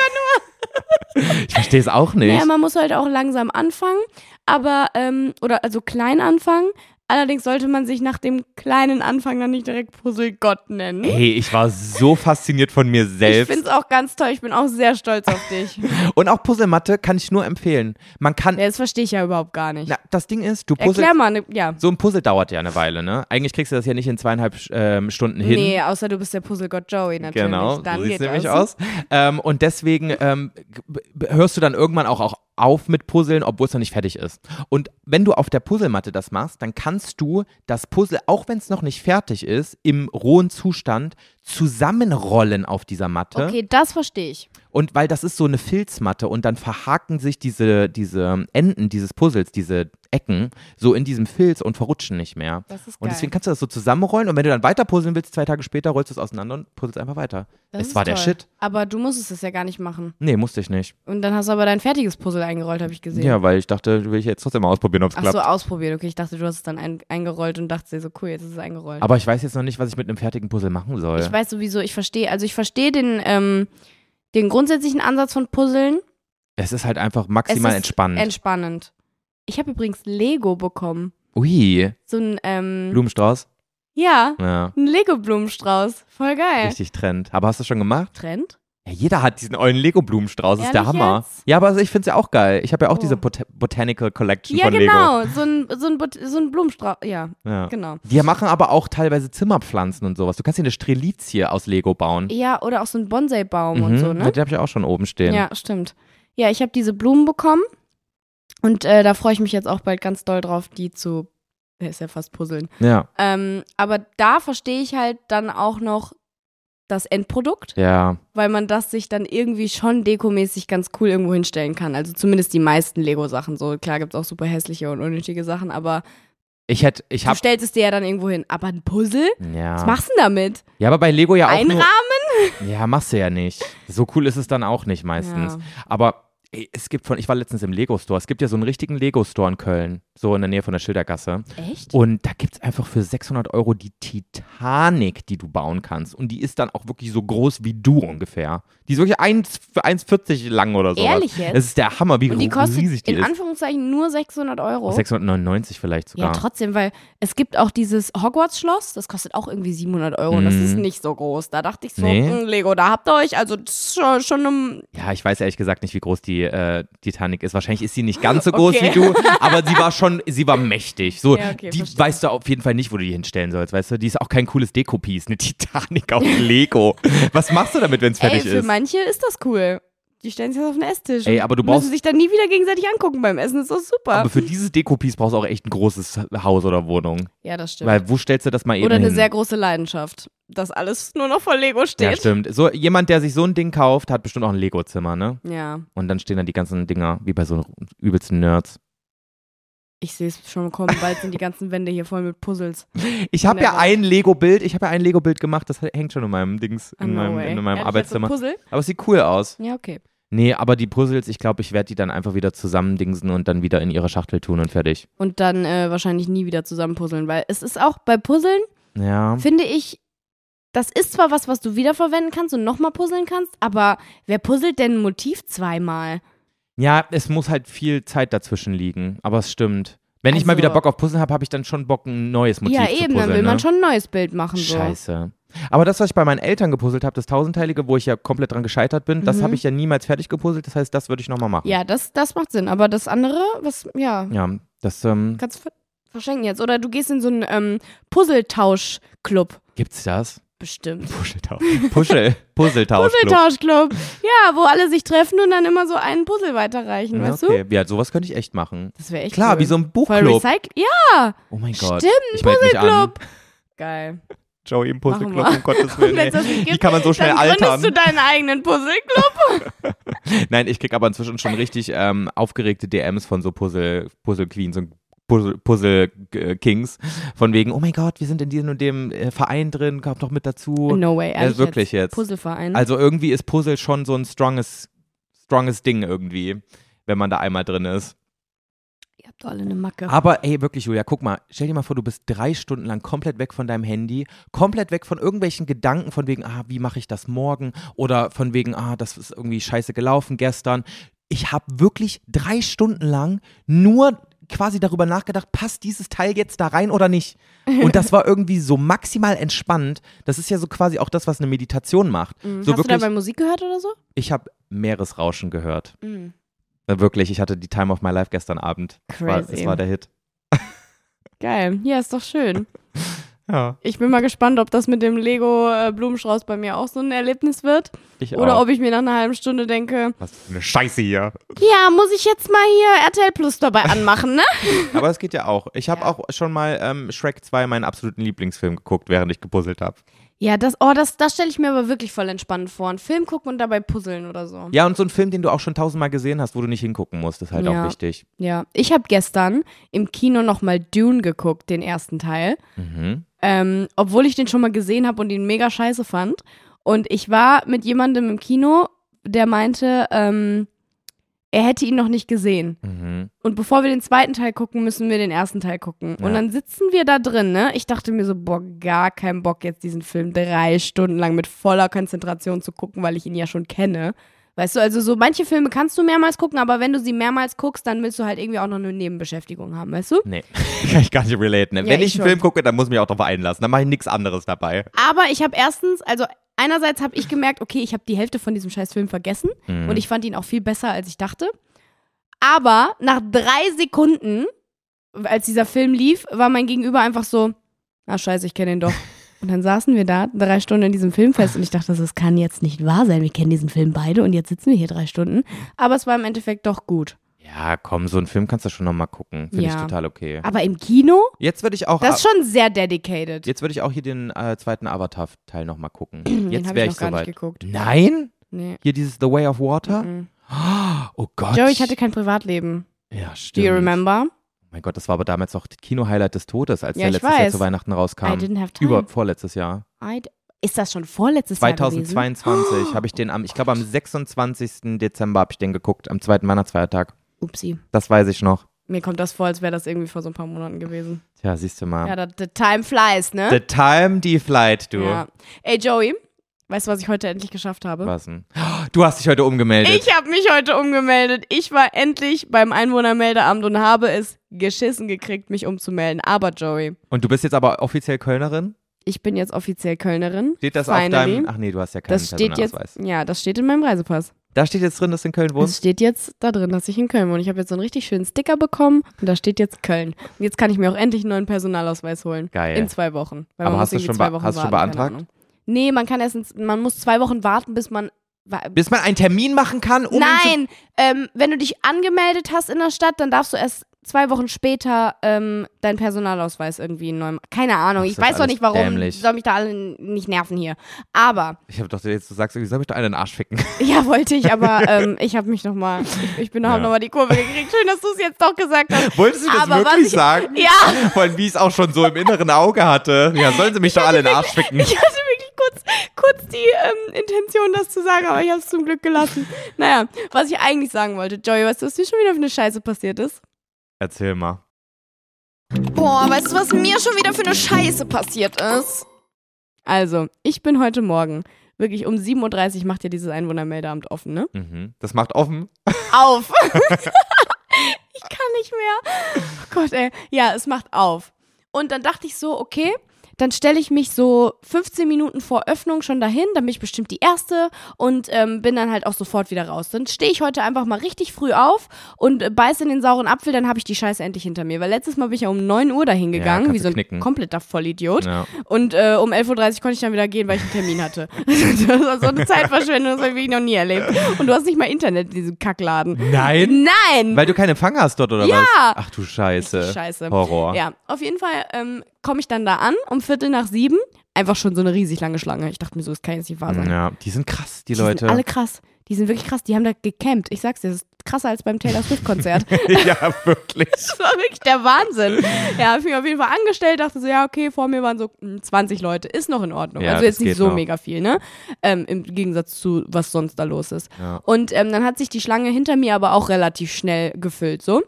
[SPEAKER 2] 1000 sogar nur. ich verstehe es auch nicht.
[SPEAKER 1] Naja, man muss halt auch langsam anfangen, aber, ähm, oder also klein anfangen. Allerdings sollte man sich nach dem kleinen Anfang dann nicht direkt Puzzlegott nennen.
[SPEAKER 2] Hey, ich war so fasziniert von mir
[SPEAKER 1] ich
[SPEAKER 2] selbst.
[SPEAKER 1] find's auch ganz toll, ich bin auch sehr stolz auf dich.
[SPEAKER 2] Und auch Puzzlematte kann ich nur empfehlen. Man kann.
[SPEAKER 1] Ja, das verstehe ich ja überhaupt gar nicht.
[SPEAKER 2] Na, das Ding ist, du
[SPEAKER 1] Erklär
[SPEAKER 2] puzzelst.
[SPEAKER 1] mal, ne, ja.
[SPEAKER 2] So ein Puzzle dauert ja eine Weile, ne? Eigentlich kriegst du das ja nicht in zweieinhalb ähm, Stunden hin.
[SPEAKER 1] Nee, außer du bist der Puzzlegott Joey natürlich.
[SPEAKER 2] Genau,
[SPEAKER 1] dann
[SPEAKER 2] so
[SPEAKER 1] geht
[SPEAKER 2] sieht's nämlich
[SPEAKER 1] das.
[SPEAKER 2] aus. Ähm, und deswegen ähm, g- b- hörst du dann irgendwann auch, auch auf mit Puzzeln, obwohl es noch nicht fertig ist. Und wenn du auf der Puzzlematte das machst, dann kannst du das Puzzle, auch wenn es noch nicht fertig ist, im rohen Zustand zusammenrollen auf dieser Matte.
[SPEAKER 1] Okay, das verstehe ich.
[SPEAKER 2] Und weil das ist so eine Filzmatte und dann verhaken sich diese, diese Enden dieses Puzzles, diese Ecken, so in diesem Filz und verrutschen nicht mehr.
[SPEAKER 1] Das ist
[SPEAKER 2] Und
[SPEAKER 1] geil.
[SPEAKER 2] deswegen kannst du das so zusammenrollen und wenn du dann weiter puzzeln willst, zwei Tage später rollst du es auseinander und puzzelst einfach weiter.
[SPEAKER 1] Das
[SPEAKER 2] es
[SPEAKER 1] ist
[SPEAKER 2] war der
[SPEAKER 1] toll.
[SPEAKER 2] Shit.
[SPEAKER 1] Aber du musstest es ja gar nicht machen.
[SPEAKER 2] Nee, musste ich nicht.
[SPEAKER 1] Und dann hast du aber dein fertiges Puzzle eingerollt, habe ich gesehen.
[SPEAKER 2] Ja, weil ich dachte, will ich jetzt trotzdem mal ausprobieren, ob es
[SPEAKER 1] Ach so,
[SPEAKER 2] klappt.
[SPEAKER 1] ausprobiert. Okay, ich dachte, du hast es dann ein, eingerollt und dachte dir so, cool, jetzt ist es eingerollt.
[SPEAKER 2] Aber ich weiß jetzt noch nicht, was ich mit einem fertigen Puzzle machen soll.
[SPEAKER 1] ich weiß sowieso, ich verstehe, also ich verstehe den, ähm, den grundsätzlichen Ansatz von Puzzeln.
[SPEAKER 2] es ist halt einfach
[SPEAKER 1] Es
[SPEAKER 2] maximal
[SPEAKER 1] ist
[SPEAKER 2] entspannend.
[SPEAKER 1] Entspannend. Ich habe übrigens Lego bekommen.
[SPEAKER 2] Ui,
[SPEAKER 1] So ein, ähm,
[SPEAKER 2] Blumenstrauß.
[SPEAKER 1] ja,
[SPEAKER 2] Ja,
[SPEAKER 1] ein Lego-Blumenstrauß. Voll geil.
[SPEAKER 2] richtig Trend. Aber hast du schon gemacht?
[SPEAKER 1] Trend?
[SPEAKER 2] Ja, jeder hat diesen ollen Lego-Blumenstrauß, ist der
[SPEAKER 1] Ehrlich
[SPEAKER 2] Hammer.
[SPEAKER 1] jetzt?
[SPEAKER 2] Ja, aber also ich finde es ja auch geil. Ich habe ja auch
[SPEAKER 1] Oh.
[SPEAKER 2] diese Bot Botanical Collection
[SPEAKER 1] Ja,
[SPEAKER 2] von
[SPEAKER 1] genau. So ein, so ein, Bot- so ein Blumenstrauß. Ja,
[SPEAKER 2] Lego. Ja.
[SPEAKER 1] genau.
[SPEAKER 2] Die machen aber auch teilweise Zimmerpflanzen und sowas. Du kannst dir eine Strelizie aus Lego bauen.
[SPEAKER 1] Ja, oder auch so ein Bonsai-Baum
[SPEAKER 2] Mhm,
[SPEAKER 1] und so, ne?
[SPEAKER 2] Die habe ich auch schon oben stehen.
[SPEAKER 1] Ja, stimmt. Ja, ich habe diese Blumen bekommen und äh, da freue ich mich jetzt auch bald ganz doll drauf, die zu. Ja, Ist ja fast Puzzeln.
[SPEAKER 2] Ja.
[SPEAKER 1] Ähm, aber da verstehe ich halt dann auch noch das Endprodukt,
[SPEAKER 2] ja.
[SPEAKER 1] weil man das sich dann irgendwie schon dekomäßig ganz cool irgendwo hinstellen kann. Also zumindest die meisten Lego-Sachen so. Klar gibt es auch super hässliche und unnötige Sachen, aber
[SPEAKER 2] Ich hätte, ich
[SPEAKER 1] Du
[SPEAKER 2] hab,
[SPEAKER 1] stellst es dir ja dann irgendwo hin. Aber ein Puzzle? Was
[SPEAKER 2] ja.
[SPEAKER 1] machst du denn damit?
[SPEAKER 2] Ja, aber bei Lego ja auch nur,
[SPEAKER 1] Einrahmen?
[SPEAKER 2] Ja, machst du ja nicht. So cool ist es dann auch nicht meistens.
[SPEAKER 1] Ja.
[SPEAKER 2] Aber ey, es gibt von, ich war letztens im Lego-Store, es gibt ja so einen richtigen Lego-Store in Köln, so in der Nähe von der Schildergasse.
[SPEAKER 1] Echt?
[SPEAKER 2] Und da gibt es einfach für 600 Euro die Titanic, die du bauen kannst. Und die ist dann auch wirklich so groß wie du ungefähr. Die ist wirklich 1 1,40 lang oder so.
[SPEAKER 1] Ehrlich jetzt?
[SPEAKER 2] Das ist der Hammer, wie
[SPEAKER 1] Und die kostet
[SPEAKER 2] riesig die
[SPEAKER 1] in
[SPEAKER 2] ist.
[SPEAKER 1] Anführungszeichen nur 600 Euro.
[SPEAKER 2] 699 vielleicht
[SPEAKER 1] ja,
[SPEAKER 2] sogar.
[SPEAKER 1] trotzdem, weil es gibt auch dieses Hogwarts-Schloss, das kostet auch irgendwie 700 Euro. und Das
[SPEAKER 2] Mhm.
[SPEAKER 1] ist nicht so groß. Da dachte ich so,
[SPEAKER 2] Nee.
[SPEAKER 1] hm, Lego, da habt ihr euch. Also das ist schon, schon um ein
[SPEAKER 2] Ja, ich weiß ehrlich gesagt nicht, wie groß die äh, Titanic ist. Wahrscheinlich ist sie nicht ganz so groß
[SPEAKER 1] Okay.
[SPEAKER 2] wie du, aber sie war schon, sie war mächtig. So,
[SPEAKER 1] Ja, okay,
[SPEAKER 2] die
[SPEAKER 1] verstehe.
[SPEAKER 2] weißt du auf jeden Fall nicht, wo du die hinstellen sollst, weißt du? Die ist auch kein cooles Deko-Piece, eine Titanic auf Lego. Was machst du damit, wenn es
[SPEAKER 1] Ey,
[SPEAKER 2] fertig
[SPEAKER 1] für
[SPEAKER 2] ist?
[SPEAKER 1] manche ist das cool. Die stellen sich das auf den Esstisch.
[SPEAKER 2] Ey, aber du
[SPEAKER 1] und müssen
[SPEAKER 2] brauchst-
[SPEAKER 1] sich dann nie wieder gegenseitig angucken beim Essen. Das ist doch super.
[SPEAKER 2] Aber für dieses Deko-Piece brauchst du auch echt ein großes Haus oder Wohnung.
[SPEAKER 1] ja, das stimmt.
[SPEAKER 2] Weil wo stellst du das mal eben
[SPEAKER 1] Oder eine
[SPEAKER 2] hin?
[SPEAKER 1] sehr große Leidenschaft, dass alles nur noch von Lego
[SPEAKER 2] ja,
[SPEAKER 1] steht.
[SPEAKER 2] stimmt. So, jemand, der sich so ein Ding kauft, hat bestimmt auch ein Lego-Zimmer, ne?
[SPEAKER 1] Ja,
[SPEAKER 2] Und dann stehen da die ganzen Dinger, wie bei so übelsten Nerds.
[SPEAKER 1] ich sehe es schon kommen. Bald sind die ganzen Wände hier voll mit Puzzles.
[SPEAKER 2] Ich habe ja
[SPEAKER 1] Never.
[SPEAKER 2] ein Lego-Bild, ich habe ja ein Lego-Bild gemacht, das hängt schon in meinem Dings,
[SPEAKER 1] Ah,
[SPEAKER 2] in
[SPEAKER 1] no
[SPEAKER 2] meinem,
[SPEAKER 1] way.
[SPEAKER 2] in
[SPEAKER 1] Ehrlich, als
[SPEAKER 2] meinem
[SPEAKER 1] so ein
[SPEAKER 2] Arbeitszimmer.
[SPEAKER 1] Puzzle?
[SPEAKER 2] Aber es sieht cool aus.
[SPEAKER 1] Ja, okay.
[SPEAKER 2] Nee, aber die Puzzles, ich glaube, ich werde die dann einfach wieder zusammendingsen und dann wieder in ihre Schachtel tun und fertig.
[SPEAKER 1] Und dann äh, wahrscheinlich nie wieder zusammen puzzeln, weil es ist auch bei Puzzeln,
[SPEAKER 2] Ja.
[SPEAKER 1] finde ich, das ist zwar was, was du wiederverwenden kannst und nochmal puzzeln kannst, aber wer puzzelt denn ein Motiv zweimal?
[SPEAKER 2] Ja, es muss halt viel Zeit dazwischen liegen, aber es stimmt. Wenn ich mal
[SPEAKER 1] Also-
[SPEAKER 2] wieder Bock auf Puzzle habe, habe ich dann schon Bock, ein neues Motiv
[SPEAKER 1] ja,
[SPEAKER 2] zu
[SPEAKER 1] eben,
[SPEAKER 2] puzzeln.
[SPEAKER 1] dann will
[SPEAKER 2] ne?
[SPEAKER 1] man schon ein neues Bild machen. So.
[SPEAKER 2] Scheiße. Aber das, was ich bei meinen Eltern gepuzzelt habe, das Tausendteilige, wo ich ja komplett dran gescheitert bin, das
[SPEAKER 1] Mhm.
[SPEAKER 2] habe ich ja niemals fertig gepuzzelt. Das heißt, das würde ich nochmal machen.
[SPEAKER 1] Ja, das, das macht Sinn. Aber das andere, was, ja,
[SPEAKER 2] Ja, das ähm,
[SPEAKER 1] kannst du ver verschenken jetzt. Oder du gehst in so einen ähm, Puzzletausch-Club.
[SPEAKER 2] gibt's das?
[SPEAKER 1] Bestimmt.
[SPEAKER 2] Puscheltausch. Puschel, Puzzletausch.
[SPEAKER 1] Puzzletausch-Club. Ja, wo alle sich treffen und dann immer so einen Puzzle weiterreichen, weißt du?
[SPEAKER 2] okay. Ja, sowas könnte ich echt machen.
[SPEAKER 1] Das wäre echt
[SPEAKER 2] Klar,
[SPEAKER 1] cool.
[SPEAKER 2] wie so ein
[SPEAKER 1] Voll
[SPEAKER 2] Buchclub.
[SPEAKER 1] recycelt. Ja,
[SPEAKER 2] Oh mein Gott.
[SPEAKER 1] Stimmt,
[SPEAKER 2] ich melde mich an.
[SPEAKER 1] Puzzleclub. geil.
[SPEAKER 2] Joey im
[SPEAKER 1] Machen wir.
[SPEAKER 2] Puzzleclub, um Gottes
[SPEAKER 1] Und
[SPEAKER 2] Willen.
[SPEAKER 1] wenn es
[SPEAKER 2] ey.
[SPEAKER 1] das nicht
[SPEAKER 2] Wie
[SPEAKER 1] gibt,
[SPEAKER 2] kann man so schnell
[SPEAKER 1] dann gründest du
[SPEAKER 2] altern?
[SPEAKER 1] deinen eigenen Puzzleclub.
[SPEAKER 2] Nein, ich krieg aber inzwischen schon richtig ähm, aufgeregte DMs von so Puzzle, Puzzle Queens und Puzzle, Puzzle äh, Kings. Von wegen, oh mein Gott, wir sind in diesem und dem äh, Verein drin, kommt doch mit dazu.
[SPEAKER 1] No way, ehrlich
[SPEAKER 2] ja, wirklich jetzt.
[SPEAKER 1] Puzzleverein.
[SPEAKER 2] Also irgendwie ist Puzzle schon so ein stronges, stronges Ding irgendwie, wenn man da einmal drin ist.
[SPEAKER 1] Ihr habt doch alle eine Macke.
[SPEAKER 2] Aber ey, wirklich, Julia, guck mal, stell dir mal vor, du bist drei Stunden lang komplett weg von deinem Handy, komplett weg von irgendwelchen Gedanken von wegen, ah, wie mache ich das morgen oder von wegen, ah, das ist irgendwie scheiße gelaufen gestern. Ich habe wirklich drei Stunden lang nur quasi darüber nachgedacht, passt dieses Teil jetzt da rein oder nicht? Und das war irgendwie so maximal entspannt. Das ist ja so quasi auch das, was eine Meditation macht.
[SPEAKER 1] Mhm.
[SPEAKER 2] so
[SPEAKER 1] Hast du
[SPEAKER 2] wirklich,
[SPEAKER 1] dabei Musik gehört oder so?
[SPEAKER 2] ich habe Meeresrauschen gehört.
[SPEAKER 1] Mhm.
[SPEAKER 2] Äh, Wirklich, ich hatte die Time of my life gestern Abend. Es War,
[SPEAKER 1] Crazy.
[SPEAKER 2] es war der Hit.
[SPEAKER 1] Geil. Ja, ist doch schön.
[SPEAKER 2] Ja.
[SPEAKER 1] Ich bin mal gespannt, ob das mit dem Lego äh, Blumenstrauß bei mir auch so ein Erlebnis wird
[SPEAKER 2] Ich
[SPEAKER 1] oder ob ich mir nach einer halben Stunde denke,
[SPEAKER 2] Was für eine Scheiße hier.
[SPEAKER 1] ja, muss ich jetzt mal hier RTL Plus dabei anmachen, ne?
[SPEAKER 2] Aber es geht ja auch. Ich habe
[SPEAKER 1] Ja.
[SPEAKER 2] auch schon mal ähm, Shrek 2, meinen absoluten Lieblingsfilm, geguckt, während ich gepuzzelt habe.
[SPEAKER 1] ja, das oh, das das stelle ich mir aber wirklich voll entspannt vor, einen Film gucken und dabei puzzeln oder so.
[SPEAKER 2] Ja, und so ein Film, den du auch schon tausendmal gesehen hast, wo du nicht hingucken musst, ist halt
[SPEAKER 1] Ja.
[SPEAKER 2] auch wichtig.
[SPEAKER 1] Ja, ich habe gestern im Kino noch mal Dune geguckt, den ersten Teil.
[SPEAKER 2] Mhm.
[SPEAKER 1] ähm, obwohl ich den schon mal gesehen habe und ihn mega scheiße fand. Und ich war mit jemandem im Kino, der meinte, ähm, er hätte ihn noch nicht gesehen.
[SPEAKER 2] Mhm.
[SPEAKER 1] Und bevor wir den zweiten Teil gucken, müssen wir den ersten Teil gucken.
[SPEAKER 2] Ja.
[SPEAKER 1] Und dann sitzen wir da drin, ne? Ich dachte mir so, boah, gar keinen Bock jetzt diesen Film drei Stunden lang mit voller Konzentration zu gucken, weil ich ihn ja schon kenne. Weißt du, also so manche Filme kannst du mehrmals gucken, aber wenn du sie mehrmals guckst, dann willst du halt irgendwie auch noch eine Nebenbeschäftigung haben, weißt du?
[SPEAKER 2] Nee, kann ich gar nicht relaten. Ne?
[SPEAKER 1] Ja,
[SPEAKER 2] Wenn
[SPEAKER 1] ich
[SPEAKER 2] ich einen
[SPEAKER 1] schon.
[SPEAKER 2] Film gucke, dann muss ich mich auch darauf einlassen. Dann mache ich nichts anderes dabei.
[SPEAKER 1] Aber ich habe erstens, also einerseits habe ich gemerkt, okay, ich habe die Hälfte von diesem scheiß Film vergessen
[SPEAKER 2] Mhm.
[SPEAKER 1] und ich fand ihn auch viel besser, als ich dachte. Aber nach drei Sekunden, als dieser Film lief, war mein Gegenüber einfach so, ah scheiße, ich kenne ihn doch. Und dann saßen wir da drei Stunden in diesem Film fest und ich dachte, das kann jetzt nicht wahr sein. Wir kennen diesen Film beide und jetzt sitzen wir hier drei Stunden. Aber es war im Endeffekt doch gut.
[SPEAKER 2] ja, komm, so einen Film kannst du schon nochmal gucken. Finde ich
[SPEAKER 1] Ja.
[SPEAKER 2] total okay.
[SPEAKER 1] Aber im Kino,
[SPEAKER 2] Jetzt würde ich auch.
[SPEAKER 1] das ist schon sehr dedicated.
[SPEAKER 2] Jetzt würde ich auch hier den äh, zweiten Avatar-Teil nochmal gucken.
[SPEAKER 1] Den
[SPEAKER 2] Jetzt
[SPEAKER 1] habe ich
[SPEAKER 2] wäre
[SPEAKER 1] noch
[SPEAKER 2] ich
[SPEAKER 1] gar
[SPEAKER 2] soweit.
[SPEAKER 1] nicht geguckt.
[SPEAKER 2] Nein?
[SPEAKER 1] Nee.
[SPEAKER 2] Hier dieses The Way of Water?
[SPEAKER 1] Mhm.
[SPEAKER 2] Oh Gott.
[SPEAKER 1] Joey, ich hatte kein Privatleben.
[SPEAKER 2] Ja, stimmt.
[SPEAKER 1] Do you remember?
[SPEAKER 2] mein Gott, das war aber damals noch das Kino-Highlight des Todes, als
[SPEAKER 1] Ja,
[SPEAKER 2] der
[SPEAKER 1] ich
[SPEAKER 2] letztes Jahr
[SPEAKER 1] weiß.
[SPEAKER 2] zu Weihnachten
[SPEAKER 1] I
[SPEAKER 2] rauskam.
[SPEAKER 1] didn't have time.
[SPEAKER 2] Über vorletztes Jahr.
[SPEAKER 1] I d- ist das schon vorletztes Jahr gewesen?
[SPEAKER 2] 2022 habe ich den am, ich glaube am 26. Dezember habe ich den geguckt, am zweiten Weihnachtsfeiertag.
[SPEAKER 1] Upsi.
[SPEAKER 2] Das weiß ich noch.
[SPEAKER 1] Mir kommt das vor, als wäre das irgendwie vor so ein paar Monaten gewesen.
[SPEAKER 2] Tja, siehst du mal.
[SPEAKER 1] Ja, ne? da- the time flies, ne?
[SPEAKER 2] The time, die flight, du.
[SPEAKER 1] Ja. Ey, Joey, weißt du, was ich heute endlich geschafft habe?
[SPEAKER 2] Was denn? Du hast dich heute umgemeldet.
[SPEAKER 1] Ich habe mich heute umgemeldet. Ich war endlich beim Einwohnermeldeamt und habe es geschissen gekriegt, mich umzumelden. Aber Joey,
[SPEAKER 2] Und du bist jetzt aber offiziell Kölnerin?
[SPEAKER 1] ich bin jetzt offiziell Kölnerin.
[SPEAKER 2] Steht das
[SPEAKER 1] Finally.
[SPEAKER 2] auf deinem. Ach nee, du hast ja keinen
[SPEAKER 1] Das steht jetzt,
[SPEAKER 2] Personalausweis.
[SPEAKER 1] ja, das steht in meinem Reisepass.
[SPEAKER 2] Da steht jetzt drin, dass du in Köln
[SPEAKER 1] Das
[SPEAKER 2] wohnst.
[SPEAKER 1] steht jetzt da drin, dass ich in Köln wohne. Ich habe jetzt so einen richtig schönen Sticker bekommen und da steht jetzt Köln. Und jetzt kann ich mir auch endlich einen neuen Personalausweis holen.
[SPEAKER 2] Geil.
[SPEAKER 1] In zwei Wochen. Weil
[SPEAKER 2] Aber
[SPEAKER 1] man
[SPEAKER 2] hast
[SPEAKER 1] muss
[SPEAKER 2] du
[SPEAKER 1] irgendwie
[SPEAKER 2] schon
[SPEAKER 1] zwei
[SPEAKER 2] be-
[SPEAKER 1] Wochen
[SPEAKER 2] hast du schon
[SPEAKER 1] warten, keine
[SPEAKER 2] beantragt?
[SPEAKER 1] Ahnung. Nee, man kann erst, ins, man muss zwei Wochen warten, bis man,
[SPEAKER 2] Bis man einen Termin machen kann, um. ihn
[SPEAKER 1] Nein, ähm, wenn du dich angemeldet hast in der Stadt, dann darfst du erst zwei Wochen später ähm, deinen Personalausweis irgendwie neu. Keine Ahnung,
[SPEAKER 2] Ach,
[SPEAKER 1] ich
[SPEAKER 2] ist das
[SPEAKER 1] weiß doch
[SPEAKER 2] alles
[SPEAKER 1] nicht warum.
[SPEAKER 2] dämlich.
[SPEAKER 1] Soll mich da alle nicht nerven hier. Aber,
[SPEAKER 2] Zu ich habe doch jetzt, du sagst irgendwie, soll mich doch einen in den Arsch ficken.
[SPEAKER 1] ja, wollte ich, aber ähm, ich habe mich nochmal, ich, ich bin noch,
[SPEAKER 2] Ja.
[SPEAKER 1] hab noch mal die Kurve gekriegt. Schön, dass du es jetzt doch gesagt hast.
[SPEAKER 2] Wolltest du das
[SPEAKER 1] Aber was
[SPEAKER 2] wirklich
[SPEAKER 1] ich-
[SPEAKER 2] sagen?
[SPEAKER 1] Ja.
[SPEAKER 2] Vor allem, wie ich es auch schon so im inneren Auge hatte. Ja, sollen sie mich doch alle in den Arsch ficken.
[SPEAKER 1] Ich hatte wirklich kurz, kurz die ähm, Intention, das zu sagen, aber ich habe es zum Glück gelassen. Naja, was ich eigentlich sagen wollte, Joey, weißt du, was mir schon wieder für eine Scheiße passiert ist?
[SPEAKER 2] Erzähl mal.
[SPEAKER 1] Boah, weißt du, was mir schon wieder für eine Scheiße passiert ist? Also, ich bin heute Morgen, wirklich um 7.30 Uhr macht ja dieses Einwohnermeldeamt offen, ne?
[SPEAKER 2] Mhm. Das macht offen.
[SPEAKER 1] Auf! ich kann nicht mehr. Oh Gott, ey. Ja, es macht auf. Und dann dachte ich so, okay, dann stelle ich mich so 15 Minuten vor Öffnung schon dahin, dann bin ich bestimmt die Erste und ähm, bin dann halt auch sofort wieder raus. Dann stehe ich heute einfach mal richtig früh auf und äh, beiße in den sauren Apfel, dann habe ich die Scheiße endlich hinter mir. Weil letztes Mal bin ich ja um 9 Uhr dahin
[SPEAKER 2] Ja,
[SPEAKER 1] gegangen,
[SPEAKER 2] kannst
[SPEAKER 1] wie
[SPEAKER 2] du
[SPEAKER 1] so ein
[SPEAKER 2] knicken.
[SPEAKER 1] kompletter Vollidiot.
[SPEAKER 2] Ja.
[SPEAKER 1] Und äh, um 11.30 Uhr konnte ich dann wieder gehen, weil ich einen Termin hatte. das war so eine Zeitverschwendung, das habe ich wirklich noch nie erlebt. Und du hast nicht mal Internet in diesem Kackladen.
[SPEAKER 2] Nein.
[SPEAKER 1] Nein!
[SPEAKER 2] Weil du keinen Empfang hast dort, oder
[SPEAKER 1] Ja.
[SPEAKER 2] was? Ach du Scheiße.
[SPEAKER 1] Scheiße.
[SPEAKER 2] Horror.
[SPEAKER 1] Ja, auf jeden Fall ähm, komme ich dann da an, um Viertel nach sieben. Einfach schon so eine riesig lange Schlange. Ich dachte mir so, das kann jetzt nicht wahr sein.
[SPEAKER 2] Ja, die sind krass, die,
[SPEAKER 1] also. die
[SPEAKER 2] Leute.
[SPEAKER 1] sind alle krass. Die sind wirklich krass. Die haben da gecampt. Ich sag's dir, das ist krasser als beim Taylor Swift-Konzert.
[SPEAKER 2] ja, wirklich.
[SPEAKER 1] Das war wirklich der Wahnsinn. Ja, hab ich mich auf jeden Fall angestellt, dachte so, ja, okay, vor mir waren so hm, 20 Leute, ist noch in Ordnung.
[SPEAKER 2] Ja,
[SPEAKER 1] also jetzt
[SPEAKER 2] das
[SPEAKER 1] nicht
[SPEAKER 2] geht
[SPEAKER 1] so
[SPEAKER 2] noch.
[SPEAKER 1] mega viel, ne? Ähm, Im Gegensatz zu, was sonst da los ist.
[SPEAKER 2] Ja.
[SPEAKER 1] Und ähm, dann hat sich die Schlange hinter mir aber auch relativ schnell gefüllt, so.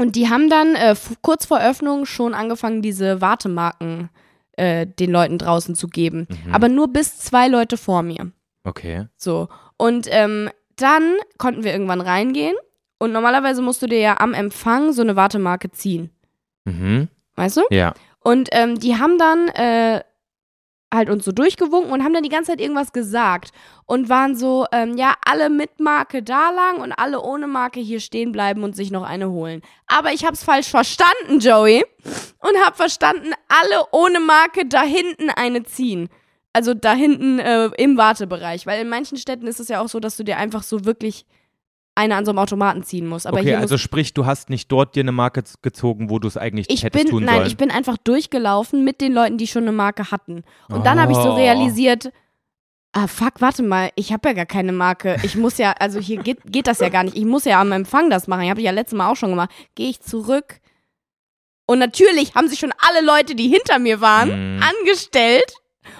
[SPEAKER 1] Und die haben dann äh, f- kurz vor Öffnung schon angefangen, diese Wartemarken äh, den Leuten draußen zu geben. Aber nur bis zwei Leute vor mir.
[SPEAKER 2] Mhm. Okay.
[SPEAKER 1] So. Und ähm, dann konnten wir irgendwann reingehen. Und normalerweise musst du dir ja am Empfang so eine Wartemarke ziehen.
[SPEAKER 2] Mhm.
[SPEAKER 1] Weißt du?
[SPEAKER 2] Ja.
[SPEAKER 1] Und ähm, die haben dann äh, halt uns so durchgewunken und haben dann die ganze Zeit irgendwas gesagt. Und waren so, ähm, ja, alle mit Marke da lang und alle ohne Marke hier stehen bleiben und sich noch eine holen. Aber ich hab's falsch verstanden, Joey. Und hab verstanden, alle ohne Marke da hinten eine ziehen. Also da hinten äh, im Wartebereich. Weil in manchen Städten ist es ja auch so, dass du dir einfach so wirklich eine an so einem Automaten ziehen musst. Aber
[SPEAKER 2] okay,
[SPEAKER 1] hier musst
[SPEAKER 2] also sprich, du hast nicht dort dir eine Marke z- gezogen, wo du es eigentlich
[SPEAKER 1] ich
[SPEAKER 2] hättest
[SPEAKER 1] bin,
[SPEAKER 2] tun
[SPEAKER 1] nein,
[SPEAKER 2] sollen.
[SPEAKER 1] ich bin einfach durchgelaufen mit den Leuten, die schon eine Marke hatten. Und dann habe ich so
[SPEAKER 2] Oh.
[SPEAKER 1] realisiert, ah fuck, warte mal, ich habe ja gar keine Marke. Ich muss ja, also hier geht, geht das ja gar nicht. Ich muss ja am Empfang das machen. Ich habe ich ja letztes Mal auch schon gemacht. Gehe ich zurück. Und natürlich haben sich schon alle Leute, die hinter mir waren,
[SPEAKER 2] Mhm.
[SPEAKER 1] angestellt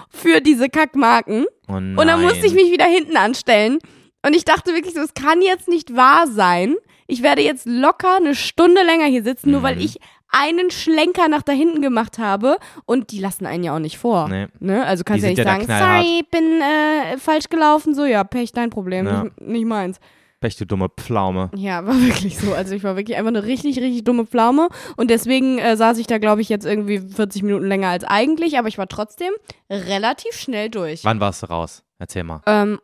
[SPEAKER 1] für diese Kackmarken.
[SPEAKER 2] oh nein.
[SPEAKER 1] Und dann musste ich mich wieder hinten anstellen. Und ich dachte wirklich so, es kann jetzt nicht wahr sein. Ich werde jetzt locker eine Stunde länger hier sitzen, nur weil
[SPEAKER 2] Mhm.
[SPEAKER 1] ich einen Schlenker nach da hinten gemacht habe. Und die lassen einen ja auch nicht vor.
[SPEAKER 2] Nee.
[SPEAKER 1] Ne? Also kannst
[SPEAKER 2] Die
[SPEAKER 1] ja nicht
[SPEAKER 2] sind ja da
[SPEAKER 1] sagen,
[SPEAKER 2] knallhart.
[SPEAKER 1] sorry, bin äh, falsch gelaufen. So, ja, Pech, dein Problem,
[SPEAKER 2] Ja.
[SPEAKER 1] nicht, nicht meins.
[SPEAKER 2] Pech, du dumme Pflaume.
[SPEAKER 1] Ja, war wirklich so. Also ich war wirklich einfach eine richtig, richtig dumme Pflaume. Und deswegen äh, saß ich da, glaube ich, jetzt irgendwie 40 Minuten länger als eigentlich. Aber ich war trotzdem relativ schnell durch.
[SPEAKER 2] Wann warst du raus? Erzähl mal.
[SPEAKER 1] Ähm,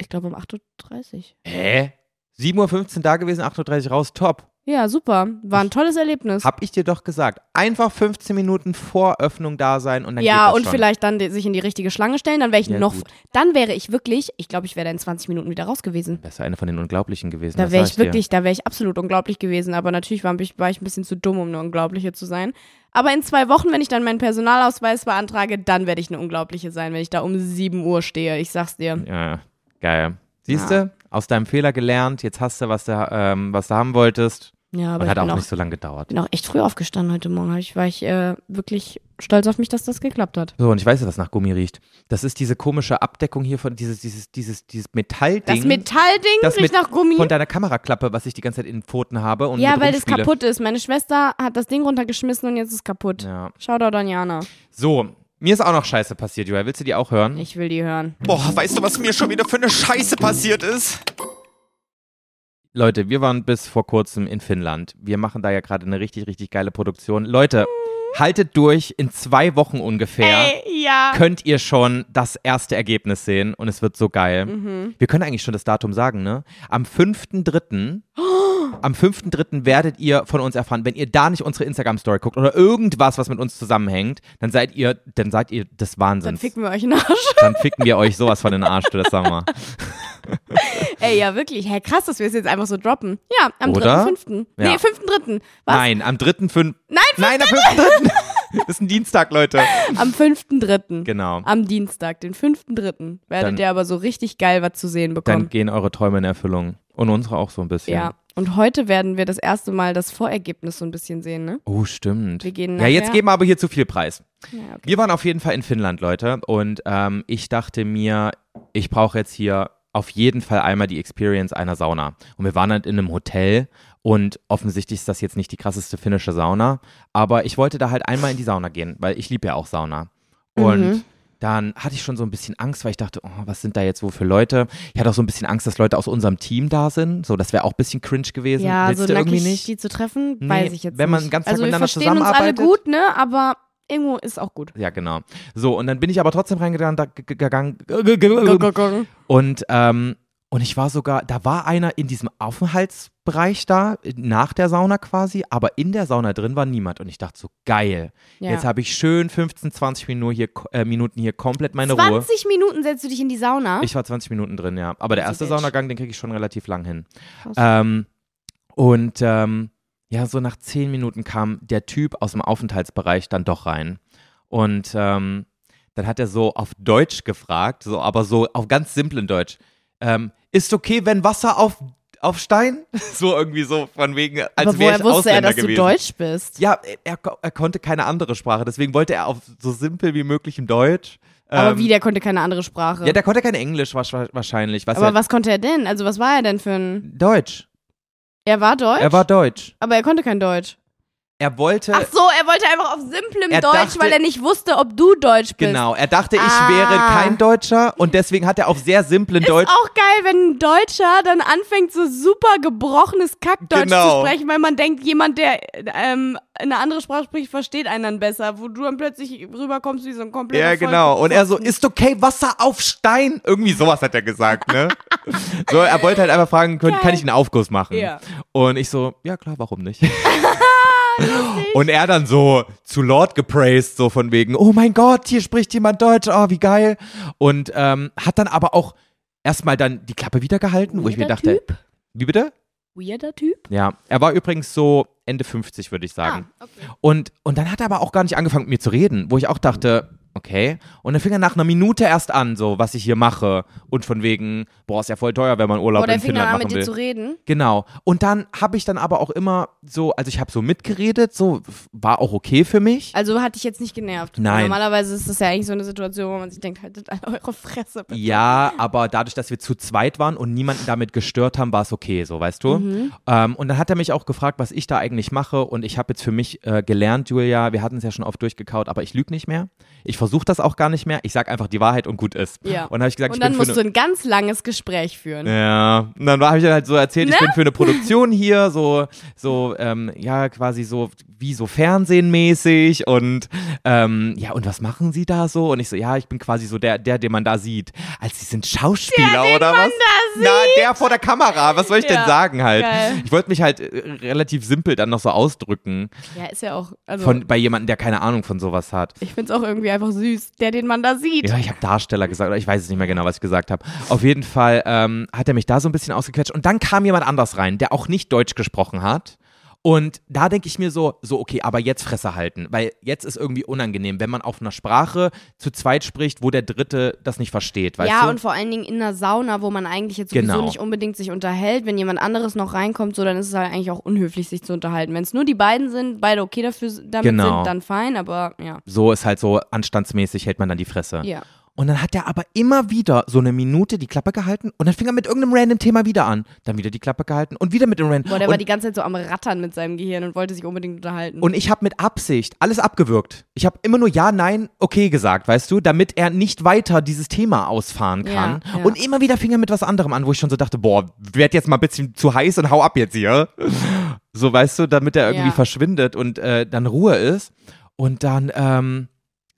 [SPEAKER 1] ich glaube um 8.30 Uhr.
[SPEAKER 2] Hä? 7.15 Uhr da gewesen, 8.30 Uhr raus, top.
[SPEAKER 1] Ja, super. War ein tolles Erlebnis.
[SPEAKER 2] Hab ich dir doch gesagt. Einfach 15 Minuten vor Öffnung da sein und dann geht
[SPEAKER 1] ja,
[SPEAKER 2] das
[SPEAKER 1] und
[SPEAKER 2] schon.
[SPEAKER 1] vielleicht dann die, sich in die richtige Schlange stellen, dann wäre ich
[SPEAKER 2] Ja,
[SPEAKER 1] noch,
[SPEAKER 2] gut.
[SPEAKER 1] dann wäre ich wirklich, ich glaube, ich wäre da in 20 Minuten wieder raus gewesen.
[SPEAKER 2] Wärst du eine von den Unglaublichen gewesen.
[SPEAKER 1] Da
[SPEAKER 2] das
[SPEAKER 1] wäre
[SPEAKER 2] sag
[SPEAKER 1] ich wirklich, da wäre ich absolut unglaublich gewesen, aber natürlich war ich, war ich ein bisschen zu dumm, um eine Unglaubliche zu sein. Aber in zwei Wochen, wenn ich dann meinen Personalausweis beantrage, dann werde ich eine Unglaubliche sein, wenn ich da um 7 Uhr stehe. Ich sag's dir.
[SPEAKER 2] Dir. Ja, geil. Siehst du? Aus deinem Fehler gelernt. Jetzt hast du, was du, ähm, was du haben wolltest.
[SPEAKER 1] Ja, aber
[SPEAKER 2] Und
[SPEAKER 1] ich
[SPEAKER 2] hat
[SPEAKER 1] bin
[SPEAKER 2] auch
[SPEAKER 1] auch,
[SPEAKER 2] nicht so lange gedauert.
[SPEAKER 1] bin auch echt früh aufgestanden heute Morgen. Hab Ich war ich äh, wirklich stolz auf mich, dass das geklappt hat.
[SPEAKER 2] So, und ich weiß, ja, was nach Gummi riecht. Das ist diese komische Abdeckung hier von dieses, dieses, dieses, dieses Metallding.
[SPEAKER 1] Das Metallding
[SPEAKER 2] das
[SPEAKER 1] riecht
[SPEAKER 2] mit-
[SPEAKER 1] nach Gummi.
[SPEAKER 2] von deiner Kameraklappe, was ich die ganze Zeit in den Pfoten habe und
[SPEAKER 1] Ja,
[SPEAKER 2] mit
[SPEAKER 1] weil das
[SPEAKER 2] rumspiele.
[SPEAKER 1] kaputt ist. Meine Schwester hat das Ding runtergeschmissen und jetzt ist es kaputt.
[SPEAKER 2] Ja.
[SPEAKER 1] Shoutout an Jana.
[SPEAKER 2] So, mir ist auch noch Scheiße passiert, Joel. Willst du die auch hören?
[SPEAKER 1] Ich will die hören.
[SPEAKER 4] Boah, weißt du, was mir schon wieder für eine Scheiße passiert ist?
[SPEAKER 2] Leute, wir waren bis vor kurzem in Finnland. Wir machen da ja gerade eine richtig, richtig geile Produktion. Leute, haltet durch. In zwei Wochen ungefähr
[SPEAKER 1] Ey, Äh, ja.
[SPEAKER 2] könnt ihr schon das erste Ergebnis sehen und es wird so geil.
[SPEAKER 1] Mhm.
[SPEAKER 2] Wir können eigentlich schon das Datum sagen, ne? Am 5.3. Am 5.3. werdet ihr von uns erfahren, wenn ihr da nicht unsere Instagram-Story guckt oder irgendwas, was mit uns zusammenhängt, dann seid ihr, dann seid ihr des
[SPEAKER 1] Dann
[SPEAKER 2] Wahnsinns.
[SPEAKER 1] ficken wir euch in den Arsch.
[SPEAKER 2] Dann ficken wir euch sowas von den Arsch, du das sag mal.
[SPEAKER 1] Ey, ja, wirklich. Hä, krass, dass wir es jetzt einfach so droppen. Ja, am
[SPEAKER 2] Oder?
[SPEAKER 1] 3.5.
[SPEAKER 2] Ja.
[SPEAKER 1] Nee, 5.3. Was?
[SPEAKER 2] Nein, am 3.5.
[SPEAKER 1] Nein,
[SPEAKER 2] Nein, am 5.3. Das ist ein Dienstag, Leute.
[SPEAKER 1] Am 5.3.
[SPEAKER 2] Genau.
[SPEAKER 1] Am Dienstag, den 5.3. werdet
[SPEAKER 2] Dann-
[SPEAKER 1] ihr aber so richtig geil was zu sehen
[SPEAKER 2] Dann
[SPEAKER 1] bekommen.
[SPEAKER 2] gehen eure Träume in Erfüllung. Und unsere auch so ein bisschen.
[SPEAKER 1] ja. Und heute werden wir das erste Mal das Vorergebnis so ein bisschen sehen, ne?
[SPEAKER 2] Oh, stimmt.
[SPEAKER 1] Wir gehen
[SPEAKER 2] ja, jetzt
[SPEAKER 1] nachher-
[SPEAKER 2] geben wir aber hier zu viel Preis.
[SPEAKER 1] Ja, okay.
[SPEAKER 2] Wir waren auf jeden Fall in Finnland, Leute. Und ähm, ich dachte mir, ich brauche jetzt hier auf jeden Fall einmal die Experience einer Sauna. Und wir waren halt in einem Hotel und offensichtlich ist das jetzt nicht die krasseste finnische Sauna. Aber ich wollte da halt einmal in die Sauna gehen, weil ich liebe ja auch Sauna. Und
[SPEAKER 1] Mhm.
[SPEAKER 2] dann hatte ich schon so ein bisschen Angst, weil ich dachte, oh, was sind da jetzt wohl für Leute? Ich hatte auch so ein bisschen Angst, dass Leute aus unserem Team da sind. So, das wäre auch ein bisschen cringe gewesen.
[SPEAKER 1] Ja,
[SPEAKER 2] Willst
[SPEAKER 1] so
[SPEAKER 2] du irgendwie
[SPEAKER 1] nackig
[SPEAKER 2] nicht?
[SPEAKER 1] die zu treffen,
[SPEAKER 2] Nee,
[SPEAKER 1] weiß ich jetzt
[SPEAKER 2] wenn man
[SPEAKER 1] nicht.
[SPEAKER 2] den ganzen Tag
[SPEAKER 1] also wir
[SPEAKER 2] miteinander
[SPEAKER 1] verstehen uns alle
[SPEAKER 2] zusammenarbeitet.
[SPEAKER 1] gut, ne? Aber irgendwo ist auch gut.
[SPEAKER 2] Ja, genau. So, und dann bin ich aber trotzdem reingegangen da, g- g- gegangen, g- g- g- und, ähm, und ich war sogar, da war einer in diesem Aufenthaltsbereich da, nach der Sauna quasi, aber in der Sauna drin war niemand. Und ich dachte so, geil,
[SPEAKER 1] Ja.
[SPEAKER 2] jetzt habe ich schön 15, 20 Minuten hier, ko- äh, Minuten hier komplett meine Ruhe.
[SPEAKER 1] 20 Minuten setzt du dich in die Sauna.
[SPEAKER 2] Ich war 20 Minuten drin, ja. Aber der
[SPEAKER 1] Also
[SPEAKER 2] erste
[SPEAKER 1] Mensch.
[SPEAKER 2] Saunagang, den kriege ich schon relativ lang hin.
[SPEAKER 1] Krass.
[SPEAKER 2] Ähm, und ähm, ja, so nach 10 Minuten kam der Typ aus dem Aufenthaltsbereich dann doch rein. Und ähm, dann hat er so auf Deutsch gefragt, so, aber so auf ganz simplen Deutsch. Ähm, ist okay, wenn Wasser auf, auf Stein? So irgendwie so von wegen, als
[SPEAKER 1] aber
[SPEAKER 2] wäre
[SPEAKER 1] woher
[SPEAKER 2] ich
[SPEAKER 1] wusste
[SPEAKER 2] Ausländer
[SPEAKER 1] er, dass
[SPEAKER 2] gewesen.
[SPEAKER 1] du Deutsch bist?
[SPEAKER 2] Ja, er, ko- er konnte keine andere Sprache, deswegen wollte er auf so simpel wie möglich im Deutsch.
[SPEAKER 1] aber
[SPEAKER 2] ähm,
[SPEAKER 1] wie, der konnte keine andere Sprache.
[SPEAKER 2] ja, der halt konnte kein Englisch wasch- wasch- wahrscheinlich. Was
[SPEAKER 1] aber
[SPEAKER 2] er,
[SPEAKER 1] was konnte er denn? Also was war er denn für ein...
[SPEAKER 2] Deutsch.
[SPEAKER 1] Er war Deutsch?
[SPEAKER 2] Er war Deutsch.
[SPEAKER 1] aber er konnte kein Deutsch.
[SPEAKER 2] Er wollte.
[SPEAKER 1] Ach so, er wollte einfach auf simplem
[SPEAKER 2] Er
[SPEAKER 1] Deutsch,
[SPEAKER 2] dachte-
[SPEAKER 1] weil er nicht wusste, ob du Deutsch bist.
[SPEAKER 2] Genau, er dachte, ich
[SPEAKER 1] Ah.
[SPEAKER 2] wäre kein Deutscher und deswegen hat er auf sehr simplen
[SPEAKER 1] Ist
[SPEAKER 2] Deutsch.
[SPEAKER 1] auch geil, wenn ein Deutscher dann anfängt, so super gebrochenes Kackdeutsch
[SPEAKER 2] Genau.
[SPEAKER 1] zu sprechen, weil man denkt, jemand, der ähm, eine andere Sprache spricht, versteht einen dann besser, wo du dann plötzlich rüberkommst wie so ein kompletter
[SPEAKER 2] Ja, genau. Und er so, ist okay, Wasser auf Stein. Irgendwie sowas hat er gesagt, ne? so, er wollte halt einfach fragen, können, kann ich einen Aufguss machen?
[SPEAKER 1] Ja.
[SPEAKER 2] Und ich so, ja klar, warum nicht? und er dann so zu Lord gepraised, so von wegen, oh mein Gott, hier spricht jemand Deutsch, oh, wie geil. Und ähm, hat dann aber auch erstmal dann die Klappe wieder gehalten, wo ich mir
[SPEAKER 1] Weirder
[SPEAKER 2] dachte, wie bitte?
[SPEAKER 1] Weirder Typ?
[SPEAKER 2] Ja, er war übrigens so Ende 50, würde ich sagen.
[SPEAKER 1] Ah,
[SPEAKER 2] Und, und dann hat er aber auch gar nicht angefangen, mit mir zu reden, wo ich auch dachte, okay. Und dann fing er nach einer Minute erst an, so, was ich hier mache. Und von wegen, boah, ist ja voll teuer, wenn man Urlaub
[SPEAKER 1] Oder
[SPEAKER 2] in
[SPEAKER 1] er fing
[SPEAKER 2] Finnland
[SPEAKER 1] dann an,
[SPEAKER 2] machen
[SPEAKER 1] mit
[SPEAKER 2] will.
[SPEAKER 1] dir zu reden.
[SPEAKER 2] Genau. Und dann habe ich dann aber auch immer so, also ich habe so mitgeredet, so, f- war auch okay für mich.
[SPEAKER 1] Also hat dich jetzt nicht genervt.
[SPEAKER 2] Nein.
[SPEAKER 1] Normalerweise ist das ja eigentlich so eine Situation, wo man sich denkt, haltet alle eure Fresse. bitte.
[SPEAKER 2] Ja, aber dadurch, dass wir zu zweit waren und niemanden damit gestört haben, war es okay, so weißt du.
[SPEAKER 1] Mhm.
[SPEAKER 2] Ähm, und dann hat er mich auch gefragt, was ich da eigentlich mache. Und ich habe jetzt für mich äh, gelernt, Julia, wir hatten es ja schon oft durchgekaut, aber ich lüge nicht mehr. Ich versuche das auch gar nicht mehr. Ich sage einfach die Wahrheit und gut ist.
[SPEAKER 1] Ja.
[SPEAKER 2] Und dann habe ich gesagt,
[SPEAKER 1] Und
[SPEAKER 2] ich
[SPEAKER 1] dann
[SPEAKER 2] bin für ne
[SPEAKER 1] musst du
[SPEAKER 2] eine,
[SPEAKER 1] ein ganz langes Gespräch führen.
[SPEAKER 2] ja, und dann habe ich dann halt so erzählt, ich
[SPEAKER 1] Ne?
[SPEAKER 2] bin für eine Produktion hier, so, so, ähm, ja, quasi so, wie so Fernsehenmäßig und, ähm, ja, und was machen Sie da so? Und ich so, ja, ich bin quasi so der, der, den man da sieht. Als Sie sind Schauspieler oder was? Na, der vor der Kamera, was soll ich
[SPEAKER 1] Ja,
[SPEAKER 2] denn sagen halt?
[SPEAKER 1] geil.
[SPEAKER 2] Ich wollte mich halt äh, relativ simpel dann noch so ausdrücken
[SPEAKER 1] Ja, ist ja auch. Also,
[SPEAKER 2] von, bei jemandem, der keine Ahnung von sowas hat.
[SPEAKER 1] ich find's auch irgendwie einfach süß, der den man da sieht.
[SPEAKER 2] Ja, ich habe Darsteller gesagt, oder ich weiß es nicht mehr genau, was ich gesagt habe. Auf jeden Fall ähm, hat er mich da so ein bisschen ausgequetscht. Und dann kam jemand anders rein, der auch nicht Deutsch gesprochen hat. Und da denke ich mir so, so okay, aber jetzt Fresse halten, weil jetzt ist irgendwie unangenehm, wenn man auf einer Sprache zu zweit spricht, wo der Dritte das nicht versteht, weißt
[SPEAKER 1] ja,
[SPEAKER 2] du?
[SPEAKER 1] und vor allen Dingen in einer Sauna, wo man eigentlich jetzt sowieso
[SPEAKER 2] Genau.
[SPEAKER 1] nicht unbedingt sich unterhält. Wenn jemand anderes noch reinkommt, so, dann ist es halt eigentlich auch unhöflich, sich zu unterhalten. Wenn es nur die beiden sind, beide okay dafür damit
[SPEAKER 2] Genau.
[SPEAKER 1] sind, dann fein, aber ja.
[SPEAKER 2] so ist halt so anstandsmäßig hält man dann die Fresse.
[SPEAKER 1] Ja.
[SPEAKER 2] Und dann hat er aber immer wieder so eine Minute die Klappe gehalten und dann fing er mit irgendeinem random Thema wieder an. Dann wieder die Klappe gehalten und wieder mit dem random.
[SPEAKER 1] Boah, der
[SPEAKER 2] und,
[SPEAKER 1] war die ganze Zeit so am Rattern mit seinem Gehirn und wollte sich unbedingt unterhalten.
[SPEAKER 2] und ich habe mit Absicht alles abgewürgt. Ich habe immer nur Ja, Nein, Okay gesagt, weißt du, damit er nicht weiter dieses Thema ausfahren kann.
[SPEAKER 1] Ja, ja.
[SPEAKER 2] Und immer wieder fing er mit was anderem an, wo ich schon so dachte, boah, werd jetzt mal ein bisschen zu heiß und hau ab jetzt hier. So, weißt du, damit er irgendwie
[SPEAKER 1] Ja.
[SPEAKER 2] verschwindet und äh, dann Ruhe ist. Und dann ähm,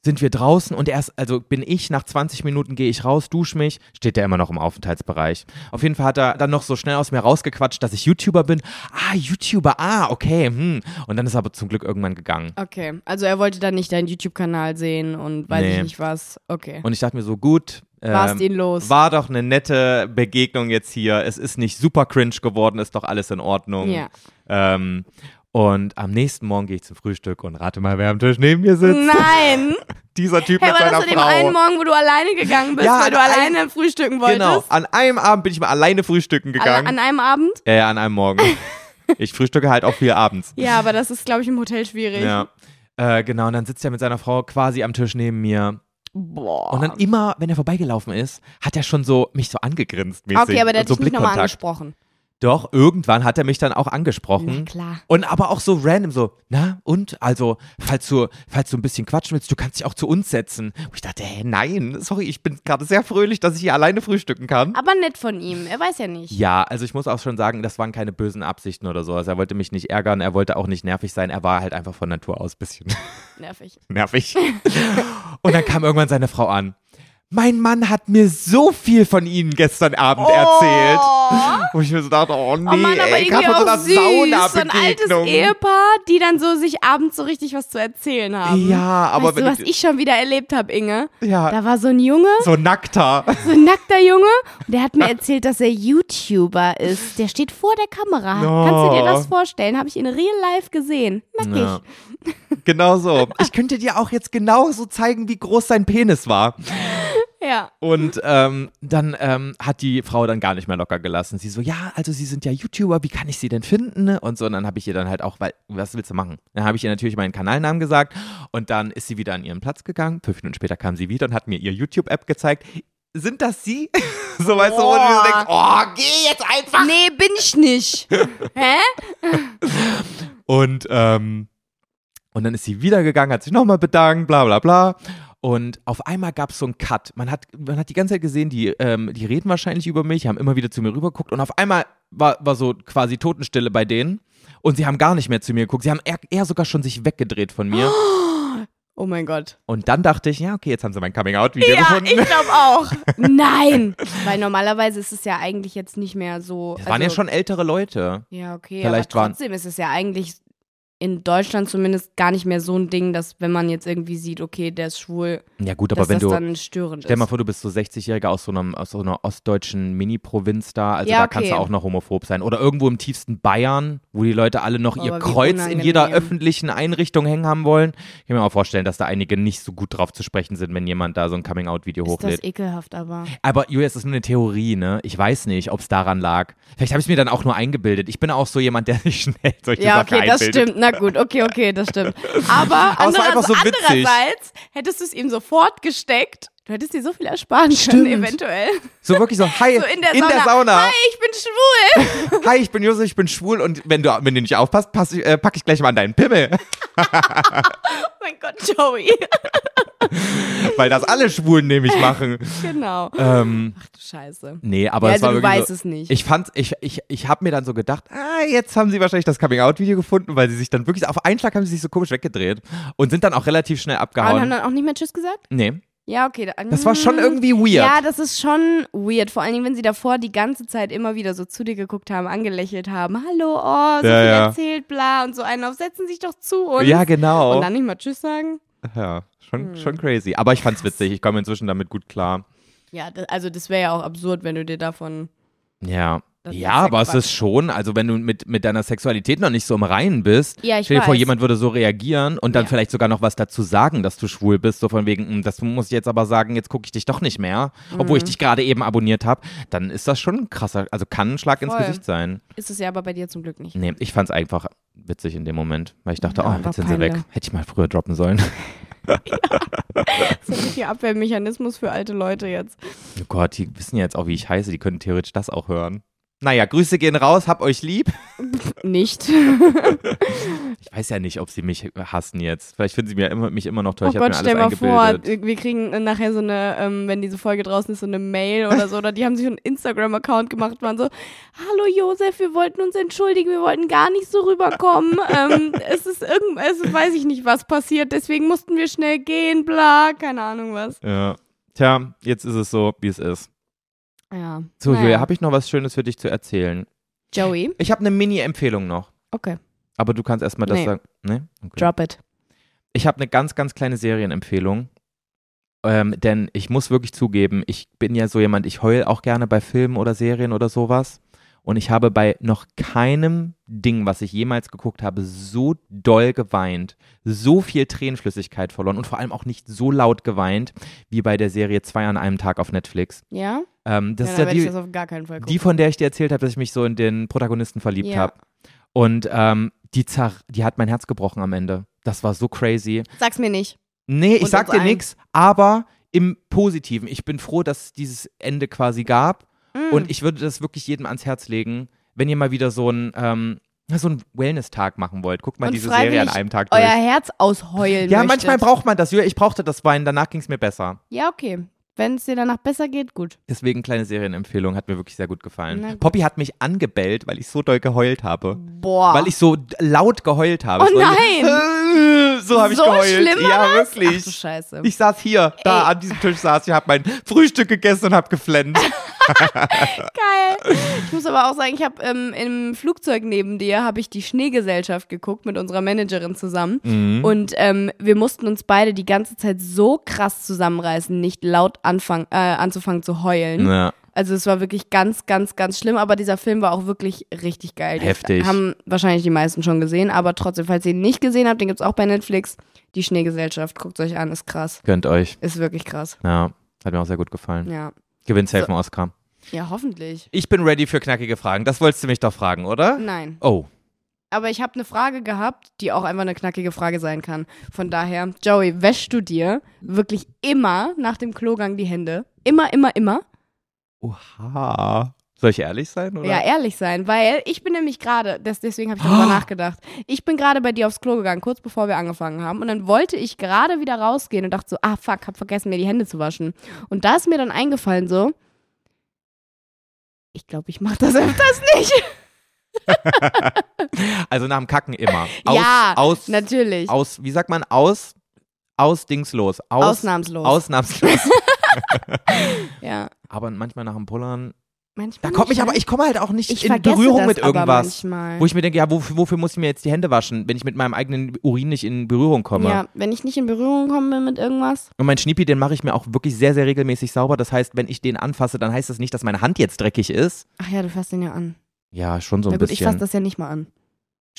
[SPEAKER 2] sind wir draußen und erst, also bin ich, nach 20 Minuten gehe ich raus, dusche mich, steht der immer noch im Aufenthaltsbereich. Auf jeden Fall hat er dann noch so schnell aus mir rausgequatscht, dass ich YouTuber bin. Ah, YouTuber, ah, okay, hm. Und dann ist er aber zum Glück irgendwann gegangen.
[SPEAKER 1] okay, also er wollte dann nicht deinen YouTube-Kanal sehen und weiß
[SPEAKER 2] Nee.
[SPEAKER 1] ich nicht was. Okay.
[SPEAKER 2] Und ich dachte mir so, gut.
[SPEAKER 1] War's
[SPEAKER 2] ähm,
[SPEAKER 1] den los?
[SPEAKER 2] War doch eine nette Begegnung jetzt hier. Es ist nicht super cringe geworden, ist doch alles in Ordnung.
[SPEAKER 1] Ja.
[SPEAKER 2] Ähm, und am nächsten Morgen gehe ich zum Frühstück und rate mal, wer am Tisch neben mir sitzt.
[SPEAKER 1] Nein!
[SPEAKER 2] Dieser Typ
[SPEAKER 1] Hey,
[SPEAKER 2] mit
[SPEAKER 1] war
[SPEAKER 2] seiner
[SPEAKER 1] das an dem
[SPEAKER 2] Frau.
[SPEAKER 1] einen Morgen, wo du alleine gegangen bist,
[SPEAKER 2] Ja,
[SPEAKER 1] weil
[SPEAKER 2] an
[SPEAKER 1] du
[SPEAKER 2] einem-
[SPEAKER 1] alleine frühstücken wolltest?
[SPEAKER 2] genau. An einem Abend bin ich mal alleine frühstücken
[SPEAKER 1] Alle,
[SPEAKER 2] gegangen.
[SPEAKER 1] an einem Abend?
[SPEAKER 2] ja, ja, an einem Morgen. ich frühstücke halt auch viel abends.
[SPEAKER 1] Ja, aber das ist, glaube ich, im Hotel schwierig.
[SPEAKER 2] Ja. Äh, genau, und dann sitzt er mit seiner Frau quasi am Tisch neben mir.
[SPEAKER 1] Boah.
[SPEAKER 2] Und dann immer, wenn er vorbeigelaufen ist, hat er schon so mich so angegrinst. Mäßig.
[SPEAKER 1] okay, aber der hat
[SPEAKER 2] und so
[SPEAKER 1] dich nicht nochmal
[SPEAKER 2] Blickkontakt.
[SPEAKER 1] angesprochen.
[SPEAKER 2] Doch, irgendwann hat er mich dann auch
[SPEAKER 1] Na
[SPEAKER 2] angesprochen.
[SPEAKER 1] klar.
[SPEAKER 2] Und aber auch so random, so, na und? Also, falls du, falls du ein bisschen quatschen willst, du kannst dich auch zu uns setzen. Und ich dachte, hä, nein, sorry, ich bin gerade sehr fröhlich, dass ich hier alleine frühstücken kann.
[SPEAKER 1] Aber nett von ihm. Er weiß ja nicht.
[SPEAKER 2] Ja, also ich muss auch schon sagen, das waren keine bösen Absichten oder so. Also er wollte mich nicht ärgern, er wollte auch nicht nervig sein, er war halt einfach von Natur aus ein bisschen
[SPEAKER 1] Nervig.
[SPEAKER 2] nervig. Und dann kam irgendwann seine Frau an. Mein Mann hat mir so viel von Ihnen gestern Abend erzählt. Wo ich mir so dachte, oh nee,
[SPEAKER 1] Oh Mann, aber
[SPEAKER 2] ey,
[SPEAKER 1] irgendwie
[SPEAKER 2] gerade von so
[SPEAKER 1] auch
[SPEAKER 2] einer
[SPEAKER 1] süß. So ein altes
[SPEAKER 2] Saunabegegnung.
[SPEAKER 1] Ehepaar, die dann so sich abends so richtig was zu erzählen haben.
[SPEAKER 2] Ja, aber
[SPEAKER 1] weißt du,
[SPEAKER 2] wenn
[SPEAKER 1] was
[SPEAKER 2] du-
[SPEAKER 1] ich schon wieder erlebt habe, Inge?
[SPEAKER 2] Ja.
[SPEAKER 1] Da war so ein Junge,
[SPEAKER 2] So nackter.
[SPEAKER 1] so ein nackter Junge, und der hat mir erzählt, dass er YouTuber ist. Der steht vor der Kamera.
[SPEAKER 2] No.
[SPEAKER 1] Kannst du dir das vorstellen? Habe ich in real life gesehen. Nackig.
[SPEAKER 2] Ja. Genau so. Ich könnte dir auch jetzt genau so zeigen, wie groß sein Penis war.
[SPEAKER 1] Ja.
[SPEAKER 2] Und ähm, dann ähm, hat die Frau dann gar nicht mehr locker gelassen. Sie so, ja, also Sie sind ja YouTuber, wie kann ich Sie denn finden? ne? Und so, und dann habe ich ihr dann halt auch, weil, was willst du machen? Dann habe ich ihr natürlich meinen Kanalnamen gesagt und dann ist sie wieder an ihren Platz gegangen. Fünf Minuten später kam sie wieder und hat mir ihr YouTube-App gezeigt. Sind das Sie? so weißt du, wo du
[SPEAKER 1] Boah.
[SPEAKER 2] so denkst, oh, geh jetzt einfach.
[SPEAKER 1] Nee, bin ich nicht. Hä?
[SPEAKER 2] Und, ähm, und dann ist sie wiedergegangen, hat sich nochmal bedankt, bla bla bla. Und auf einmal gab es so einen Cut. Man hat, man hat die ganze Zeit gesehen, die, ähm, die reden wahrscheinlich über mich, haben immer wieder zu mir rübergeguckt. Und auf einmal war, war so quasi Totenstille bei denen. Und sie haben gar nicht mehr zu mir geguckt. Sie haben eher, eher sogar schon sich weggedreht von mir.
[SPEAKER 1] Oh mein Gott.
[SPEAKER 2] Und dann dachte ich, ja, okay, jetzt haben sie mein Coming-out-Video
[SPEAKER 1] Ja, ich
[SPEAKER 2] gefunden.
[SPEAKER 1] glaube auch. Nein. Weil normalerweise ist es ja eigentlich jetzt nicht mehr so.
[SPEAKER 2] Das waren ja
[SPEAKER 1] also-
[SPEAKER 2] schon ältere Leute.
[SPEAKER 1] Ja, okay.
[SPEAKER 2] Vielleicht
[SPEAKER 1] aber
[SPEAKER 2] waren-
[SPEAKER 1] trotzdem ist es ja eigentlich in Deutschland zumindest gar nicht mehr so ein Ding, dass wenn man jetzt irgendwie sieht, okay, der ist schwul,
[SPEAKER 2] Ja, gut, aber
[SPEAKER 1] dass
[SPEAKER 2] wenn
[SPEAKER 1] das
[SPEAKER 2] du.
[SPEAKER 1] dann störend
[SPEAKER 2] Stell
[SPEAKER 1] ist.
[SPEAKER 2] mal vor, du bist so 60-Jähriger aus, so einem- aus so einer ostdeutschen Mini-Provinz da. Also
[SPEAKER 1] Ja,
[SPEAKER 2] da
[SPEAKER 1] okay.
[SPEAKER 2] kannst du auch noch homophob sein. Oder irgendwo im tiefsten Bayern, wo die Leute alle noch ihr
[SPEAKER 1] Oh, Aber wie
[SPEAKER 2] Kreuz in jeder
[SPEAKER 1] unangenehm.
[SPEAKER 2] öffentlichen Einrichtung hängen haben wollen. Ich kann mir auch vorstellen, dass da einige nicht so gut drauf zu sprechen sind, wenn jemand da so ein Coming-out-Video
[SPEAKER 1] ist das
[SPEAKER 2] hochlädt.
[SPEAKER 1] ekelhaft, aber.
[SPEAKER 2] Aber Julia, es ist nur eine Theorie, ne? Ich weiß nicht, ob es daran lag. Vielleicht habe ich es mir dann auch nur eingebildet. Ich bin auch so jemand, der sich schnell solche
[SPEAKER 1] Ja,
[SPEAKER 2] Sachen
[SPEAKER 1] okay, das
[SPEAKER 2] einbildet.
[SPEAKER 1] stimmt. Na gut, okay, okay, das stimmt. Aber,
[SPEAKER 2] Aber es war
[SPEAKER 1] andererseits,
[SPEAKER 2] einfach so witzig.
[SPEAKER 1] andererseits hättest du es ihm sofort gesteckt. Du hättest dir so viel ersparen können,
[SPEAKER 2] Stimmt.
[SPEAKER 1] eventuell.
[SPEAKER 2] So wirklich so, hi,
[SPEAKER 1] So in der
[SPEAKER 2] in
[SPEAKER 1] Sauna.
[SPEAKER 2] der Sauna.
[SPEAKER 1] Hi, ich bin schwul.
[SPEAKER 2] Hi, ich bin Josef, ich bin schwul und wenn du, wenn du nicht aufpasst, pass ich, äh, pack ich gleich mal an deinen Pimmel.
[SPEAKER 1] Oh mein Gott, Joey.
[SPEAKER 2] Weil das alle Schwulen nämlich machen.
[SPEAKER 1] genau.
[SPEAKER 2] ähm,
[SPEAKER 1] Ach du Scheiße.
[SPEAKER 2] nee, aber
[SPEAKER 1] Ja,
[SPEAKER 2] es war
[SPEAKER 1] also du
[SPEAKER 2] wirklich
[SPEAKER 1] weißt
[SPEAKER 2] so,
[SPEAKER 1] es nicht.
[SPEAKER 2] Ich fand, ich, ich, ich habe mir dann so gedacht, ah, jetzt haben sie wahrscheinlich das Coming-out-Video gefunden, weil sie sich dann wirklich, auf einen Schlag haben sie sich so komisch weggedreht und sind dann auch relativ schnell
[SPEAKER 1] Aber und haben
[SPEAKER 2] abgehauen.
[SPEAKER 1] dann auch nicht mehr Tschüss gesagt?
[SPEAKER 2] Nee,
[SPEAKER 1] Ja, okay. da-
[SPEAKER 2] das war schon
[SPEAKER 1] mm.
[SPEAKER 2] irgendwie weird.
[SPEAKER 1] Ja, das ist schon weird. Vor allen Dingen, wenn sie davor die ganze Zeit immer wieder so zu dir geguckt haben, angelächelt haben. Hallo, oh, so
[SPEAKER 2] Ja,
[SPEAKER 1] viel
[SPEAKER 2] ja.
[SPEAKER 1] erzählt, bla. Und so einen auf, setzen sich doch zu uns.
[SPEAKER 2] Ja, genau.
[SPEAKER 1] Und Hm. dann nicht mal Tschüss sagen.
[SPEAKER 2] ja, schon, schon crazy. Aber ich fand's witzig, ich komme inzwischen damit gut klar.
[SPEAKER 1] Ja, da- also das wäre ja auch absurd, wenn du dir davon
[SPEAKER 2] Ja,
[SPEAKER 1] Das
[SPEAKER 2] Ja, aber es
[SPEAKER 1] Quatsch.
[SPEAKER 2] ist schon, also wenn du mit, mit deiner Sexualität noch nicht so im Reinen bist,
[SPEAKER 1] Ja, ich
[SPEAKER 2] stell dir vor,
[SPEAKER 1] weiß.
[SPEAKER 2] jemand würde so reagieren und dann
[SPEAKER 1] Ja.
[SPEAKER 2] vielleicht sogar noch was dazu sagen, dass du schwul bist, so von wegen, "Hm, das muss ich jetzt aber sagen, jetzt gucke ich dich doch nicht mehr, obwohl
[SPEAKER 1] Mhm.
[SPEAKER 2] ich dich gerade eben abonniert habe, dann ist das schon ein krasser, also kann ein Schlag
[SPEAKER 1] Voll.
[SPEAKER 2] ins Gesicht sein.
[SPEAKER 1] Ist es ja aber bei dir zum Glück nicht.
[SPEAKER 2] Nee, ich fand's einfach witzig in dem Moment, weil ich dachte,
[SPEAKER 1] Ja,
[SPEAKER 2] oh,
[SPEAKER 1] war
[SPEAKER 2] jetzt sind sie weg.
[SPEAKER 1] Peile.
[SPEAKER 2] Hätte ich mal früher droppen sollen.
[SPEAKER 1] Das ist ein richtiger Abwehrmechanismus für alte Leute jetzt.
[SPEAKER 2] Oh Gott, die wissen ja jetzt auch, wie ich heiße, die können theoretisch das auch hören. Naja, Grüße gehen raus, hab euch lieb.
[SPEAKER 1] Nicht.
[SPEAKER 2] Ich weiß ja nicht, ob sie mich hassen jetzt. Vielleicht finden sie mir immer, mich immer noch toll.
[SPEAKER 1] oh
[SPEAKER 2] ich hab
[SPEAKER 1] Gott,
[SPEAKER 2] mir
[SPEAKER 1] stell mal
[SPEAKER 2] alles
[SPEAKER 1] vor,
[SPEAKER 2] eingebildet.
[SPEAKER 1] wir kriegen äh, nachher so eine, ähm, wenn diese Folge draußen ist, so eine Mail oder so. Oder die haben sich einen Instagram-Account gemacht, waren so, hallo Josef, wir wollten uns entschuldigen, wir wollten gar nicht so rüberkommen. ähm, es ist irgend, es ist, weiß ich nicht, was passiert, deswegen mussten wir schnell gehen, bla, keine Ahnung was.
[SPEAKER 2] Ja. Tja, jetzt ist es so, wie es ist.
[SPEAKER 1] Ja.
[SPEAKER 2] So,
[SPEAKER 1] Naja.
[SPEAKER 2] Julia, habe ich noch was Schönes für dich zu erzählen?
[SPEAKER 1] Joey,
[SPEAKER 2] Ich habe eine Mini-Empfehlung noch.
[SPEAKER 1] okay,
[SPEAKER 2] Aber du kannst erstmal das
[SPEAKER 1] Nee.
[SPEAKER 2] sagen. Nee? Okay.
[SPEAKER 1] drop it.
[SPEAKER 2] Ich habe eine ganz, ganz kleine Serienempfehlung. Ähm, denn ich muss wirklich zugeben, ich bin ja so jemand, ich heul auch gerne bei Filmen oder Serien oder sowas. Und ich habe bei noch keinem Ding, was ich jemals geguckt habe, so doll geweint, so viel Tränenflüssigkeit verloren und vor allem auch nicht so laut geweint wie bei der Serie Zwei an einem Tag auf Netflix.
[SPEAKER 1] Ja?
[SPEAKER 2] Ähm, das
[SPEAKER 1] ja, dann
[SPEAKER 2] ist ja
[SPEAKER 1] werde ich
[SPEAKER 2] die,
[SPEAKER 1] das auf gar keinen Fall gucken.
[SPEAKER 2] die, von der ich dir erzählt habe, dass ich mich so in den Protagonisten verliebt
[SPEAKER 1] Ja.
[SPEAKER 2] habe. Und ähm, die, zer die hat mein Herz gebrochen am Ende. Das war so crazy.
[SPEAKER 1] Sag's mir nicht.
[SPEAKER 2] Nee, ich
[SPEAKER 1] Und
[SPEAKER 2] sag
[SPEAKER 1] uns
[SPEAKER 2] dir
[SPEAKER 1] allen.
[SPEAKER 2] nix, aber im Positiven. Ich bin froh, dass es dieses Ende quasi gab.
[SPEAKER 1] Hm. Mm.
[SPEAKER 2] Und ich würde das wirklich jedem ans Herz legen, wenn ihr mal wieder so ein ähm, so einen Wellness-Tag machen wollt. Guckt mal
[SPEAKER 1] Und
[SPEAKER 2] diese Serie an
[SPEAKER 1] freiwillig
[SPEAKER 2] einem Tag
[SPEAKER 1] Euer
[SPEAKER 2] durch.
[SPEAKER 1] Herz ausheulen.
[SPEAKER 2] ja,
[SPEAKER 1] möchtet.
[SPEAKER 2] manchmal braucht man das. Julia, Ich brauchte das Weinen, danach ging es mir besser.
[SPEAKER 1] Ja, okay. Wenn es dir danach besser geht, gut.
[SPEAKER 2] Deswegen kleine Serienempfehlung, hat mir wirklich sehr gut
[SPEAKER 1] Na
[SPEAKER 2] gefallen.
[SPEAKER 1] gut.
[SPEAKER 2] Poppy hat mich angebellt, weil ich so doll geheult habe.
[SPEAKER 1] Boah.
[SPEAKER 2] Weil ich so d- laut geheult habe.
[SPEAKER 1] Oh
[SPEAKER 2] Es war irgendwie- So habe ich
[SPEAKER 1] So
[SPEAKER 2] geheult.
[SPEAKER 1] schlimm war
[SPEAKER 2] ja,
[SPEAKER 1] das?
[SPEAKER 2] wirklich.
[SPEAKER 1] Ach du Scheiße.
[SPEAKER 2] Ich saß hier, da an diesem Tisch saß ich, habe mein Frühstück gegessen und habe geflennt.
[SPEAKER 1] Geil. Ich muss aber auch sagen, ich habe ähm, im Flugzeug neben dir habe ich die Schneegesellschaft geguckt mit unserer Managerin zusammen
[SPEAKER 2] Mhm.
[SPEAKER 1] und ähm, wir mussten uns beide die ganze Zeit so krass zusammenreißen, nicht laut anfang, äh, anzufangen zu heulen.
[SPEAKER 2] Ja.
[SPEAKER 1] Also es war wirklich ganz, ganz, ganz schlimm, aber dieser Film war auch wirklich richtig geil. Den
[SPEAKER 2] Heftig.
[SPEAKER 1] Haben wahrscheinlich die meisten schon gesehen, aber trotzdem, falls ihr ihn nicht gesehen habt, den gibt's auch bei Netflix. Die Schneegesellschaft, guckt euch an, ist krass.
[SPEAKER 2] Gönnt euch.
[SPEAKER 1] Ist wirklich krass.
[SPEAKER 2] Ja, hat mir auch sehr gut gefallen.
[SPEAKER 1] Ja.
[SPEAKER 2] Gewinnt safe einen Oscar.
[SPEAKER 1] Ja, hoffentlich.
[SPEAKER 2] Ich bin ready für knackige Fragen. Das wolltest du mich doch fragen, oder?
[SPEAKER 1] Nein.
[SPEAKER 2] Oh,
[SPEAKER 1] Aber ich habe eine Frage gehabt, die auch einfach eine knackige Frage sein kann. Von daher, Joey, wäschst du dir wirklich immer nach dem Klogang die Hände? Immer, immer, immer?
[SPEAKER 2] oha. Soll ich ehrlich sein, oder? Oh.
[SPEAKER 1] Ja, ehrlich sein, weil ich bin nämlich gerade, das- deswegen habe ich darüber nachgedacht. Ich bin gerade bei dir aufs Klo gegangen, kurz bevor wir angefangen haben. Und dann wollte ich gerade wieder rausgehen und dachte so, ah fuck, hab vergessen, mir die Hände zu waschen. Und da ist mir dann eingefallen so, ich glaube, ich mache das öfters nicht.
[SPEAKER 2] Also nach dem Kacken immer. Aus,
[SPEAKER 1] ja,
[SPEAKER 2] aus,
[SPEAKER 1] natürlich.
[SPEAKER 2] aus, wie sagt man, aus, aus Dingslos. Aus,
[SPEAKER 1] Ausnahmslos.
[SPEAKER 2] Ausnahmslos.
[SPEAKER 1] ja.
[SPEAKER 2] aber manchmal nach dem Pullern. Da
[SPEAKER 1] Manchmal
[SPEAKER 2] kommt mich
[SPEAKER 1] nicht,
[SPEAKER 2] aber,
[SPEAKER 1] ne?
[SPEAKER 2] ich komme halt auch nicht
[SPEAKER 1] ich
[SPEAKER 2] in
[SPEAKER 1] vergesse
[SPEAKER 2] Berührung
[SPEAKER 1] das
[SPEAKER 2] mit
[SPEAKER 1] aber
[SPEAKER 2] irgendwas.
[SPEAKER 1] Manchmal.
[SPEAKER 2] Wo ich mir denke, ja, wofür, wofür muss ich mir jetzt die Hände waschen, wenn ich mit meinem eigenen Urin nicht in Berührung komme?
[SPEAKER 1] ja, wenn ich nicht in Berührung komme mit irgendwas.
[SPEAKER 2] Und mein Schniepi, den mache ich mir auch wirklich sehr, sehr regelmäßig sauber. Das heißt, wenn ich den anfasse, dann heißt das nicht, dass meine Hand jetzt dreckig ist.
[SPEAKER 1] Ach ja, du fasst den ja an.
[SPEAKER 2] Ja, schon so ein
[SPEAKER 1] Na gut, ich fass
[SPEAKER 2] bisschen.
[SPEAKER 1] das ja nicht mal an.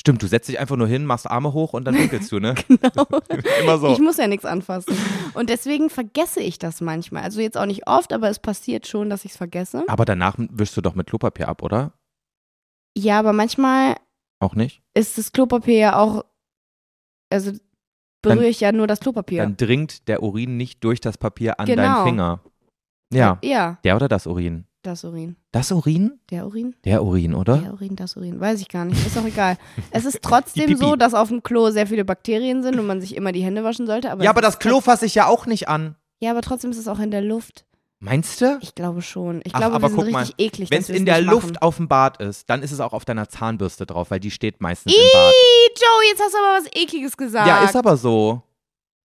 [SPEAKER 2] Stimmt, du setzt dich einfach nur hin, machst Arme hoch und dann winkelst du, ne?
[SPEAKER 1] Genau.
[SPEAKER 2] Immer so.
[SPEAKER 1] Ich muss ja nichts anfassen. Und deswegen vergesse ich das manchmal. Also jetzt auch nicht oft, aber es passiert schon, dass ich es vergesse.
[SPEAKER 2] Aber danach wischst du doch mit Klopapier ab, oder?
[SPEAKER 1] Ja, aber manchmal
[SPEAKER 2] Auch nicht?
[SPEAKER 1] ist das Klopapier ja auch. Also berühre ich ja nur das Klopapier.
[SPEAKER 2] Dann dringt der Urin nicht durch das Papier an
[SPEAKER 1] Genau.
[SPEAKER 2] deinen Finger. Ja,
[SPEAKER 1] Ja,
[SPEAKER 2] der oder das Urin?
[SPEAKER 1] das Urin.
[SPEAKER 2] Das Urin?
[SPEAKER 1] Der Urin?
[SPEAKER 2] Der Urin, oder?
[SPEAKER 1] Der Urin, das Urin. Weiß ich gar nicht. Ist auch egal. Es ist
[SPEAKER 2] Die
[SPEAKER 1] trotzdem
[SPEAKER 2] Pipi.
[SPEAKER 1] so, dass auf dem Klo sehr viele Bakterien sind und man sich immer die Hände waschen sollte. Aber
[SPEAKER 2] ja,
[SPEAKER 1] es
[SPEAKER 2] aber das
[SPEAKER 1] ist-
[SPEAKER 2] Klo fasse ich ja auch nicht an.
[SPEAKER 1] Ja, aber trotzdem ist es auch in der Luft.
[SPEAKER 2] Meinst du?
[SPEAKER 1] Ich glaube schon. Ich
[SPEAKER 2] Ach,
[SPEAKER 1] glaube,
[SPEAKER 2] aber
[SPEAKER 1] wir sind
[SPEAKER 2] guck
[SPEAKER 1] richtig
[SPEAKER 2] mal,
[SPEAKER 1] eklig.
[SPEAKER 2] Wenn
[SPEAKER 1] dass
[SPEAKER 2] es
[SPEAKER 1] wir
[SPEAKER 2] in
[SPEAKER 1] es
[SPEAKER 2] der
[SPEAKER 1] nicht
[SPEAKER 2] Luft
[SPEAKER 1] Machen.
[SPEAKER 2] auf dem Bart ist, dann ist es auch auf deiner Zahnbürste drauf, weil die steht meistens im Bad.
[SPEAKER 1] Ih, Joe, jetzt hast du aber was Ekliges gesagt.
[SPEAKER 2] Ja, ist aber so.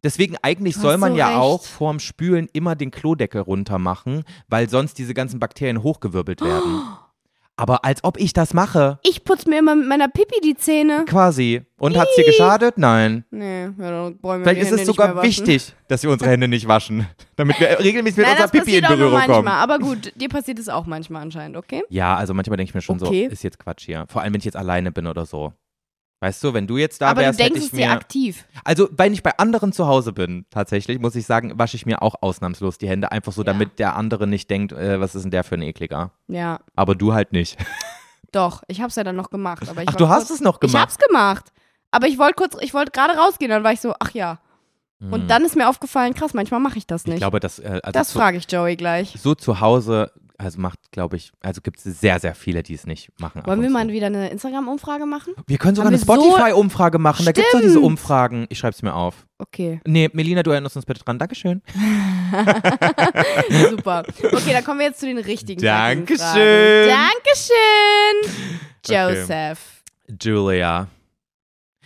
[SPEAKER 2] Deswegen eigentlich
[SPEAKER 1] Du
[SPEAKER 2] soll
[SPEAKER 1] hast
[SPEAKER 2] man
[SPEAKER 1] so
[SPEAKER 2] ja
[SPEAKER 1] recht.
[SPEAKER 2] auch vorm
[SPEAKER 1] Oh.
[SPEAKER 2] Spülen immer den Klodeckel runter machen, weil sonst diese ganzen Bakterien hochgewirbelt werden. Aber als ob ich das mache,
[SPEAKER 1] Ich putze mir immer mit meiner Pipi die Zähne.
[SPEAKER 2] quasi. Und hat's dir geschadet? Nein.
[SPEAKER 1] Nee, ja, dann wollen wir
[SPEAKER 2] Vielleicht ist es sogar wichtig, dass wir unsere Hände nicht waschen, damit wir regelmäßig mit
[SPEAKER 1] Nein,
[SPEAKER 2] unserer
[SPEAKER 1] das
[SPEAKER 2] Pipi in
[SPEAKER 1] passiert auch nur
[SPEAKER 2] Berührung
[SPEAKER 1] manchmal.
[SPEAKER 2] kommen.
[SPEAKER 1] Aber gut, dir passiert es auch manchmal anscheinend, okay?
[SPEAKER 2] Ja, also manchmal denke ich mir schon
[SPEAKER 1] Okay.
[SPEAKER 2] so, ist jetzt Quatsch hier. Vor allem, wenn ich jetzt alleine bin oder so. Weißt du, wenn du jetzt da
[SPEAKER 1] aber
[SPEAKER 2] wärst,
[SPEAKER 1] du denkst
[SPEAKER 2] hätte ich
[SPEAKER 1] es dir
[SPEAKER 2] mir.
[SPEAKER 1] aktiv.
[SPEAKER 2] Also, wenn ich bei anderen zu Hause bin, tatsächlich, muss ich sagen, wasche ich mir auch ausnahmslos die Hände, einfach so,
[SPEAKER 1] Ja.
[SPEAKER 2] damit der andere nicht denkt, äh, was ist denn der für ein Ekliger.
[SPEAKER 1] Ja,
[SPEAKER 2] Aber du halt nicht.
[SPEAKER 1] doch. Ich hab's ja dann noch gemacht. Aber ich
[SPEAKER 2] Ach,
[SPEAKER 1] war
[SPEAKER 2] du hast
[SPEAKER 1] kurz,
[SPEAKER 2] es noch
[SPEAKER 1] Ich
[SPEAKER 2] gemacht.
[SPEAKER 1] hab's gemacht. Aber ich wollte kurz, ich wollte gerade rausgehen, dann war ich so, ach ja. Und dann ist mir aufgefallen, krass, manchmal mache ich das
[SPEAKER 2] Mhm. Ich
[SPEAKER 1] nicht.
[SPEAKER 2] glaube, das, äh, also
[SPEAKER 1] das
[SPEAKER 2] zu,
[SPEAKER 1] frage ich Joey gleich.
[SPEAKER 2] so zu Hause, also macht, glaube ich, also gibt es sehr, sehr viele, die es nicht machen. ab
[SPEAKER 1] Wollen
[SPEAKER 2] und
[SPEAKER 1] wir mal
[SPEAKER 2] zu.
[SPEAKER 1] wieder eine Instagram-Umfrage machen?
[SPEAKER 2] Wir können sogar
[SPEAKER 1] Haben
[SPEAKER 2] eine
[SPEAKER 1] wir so-
[SPEAKER 2] Spotify-Umfrage machen. Da gibt es doch diese
[SPEAKER 1] Stimmt.
[SPEAKER 2] Umfragen. Ich schreibe es mir auf.
[SPEAKER 1] Okay,
[SPEAKER 2] Nee, Melina, du erinnerst uns bitte dran. Dankeschön.
[SPEAKER 1] super. Okay, dann kommen wir jetzt zu den richtigen Fragen.
[SPEAKER 2] Dankeschön.
[SPEAKER 1] Dankeschön.
[SPEAKER 2] Okay.
[SPEAKER 1] Joseph.
[SPEAKER 2] Julia.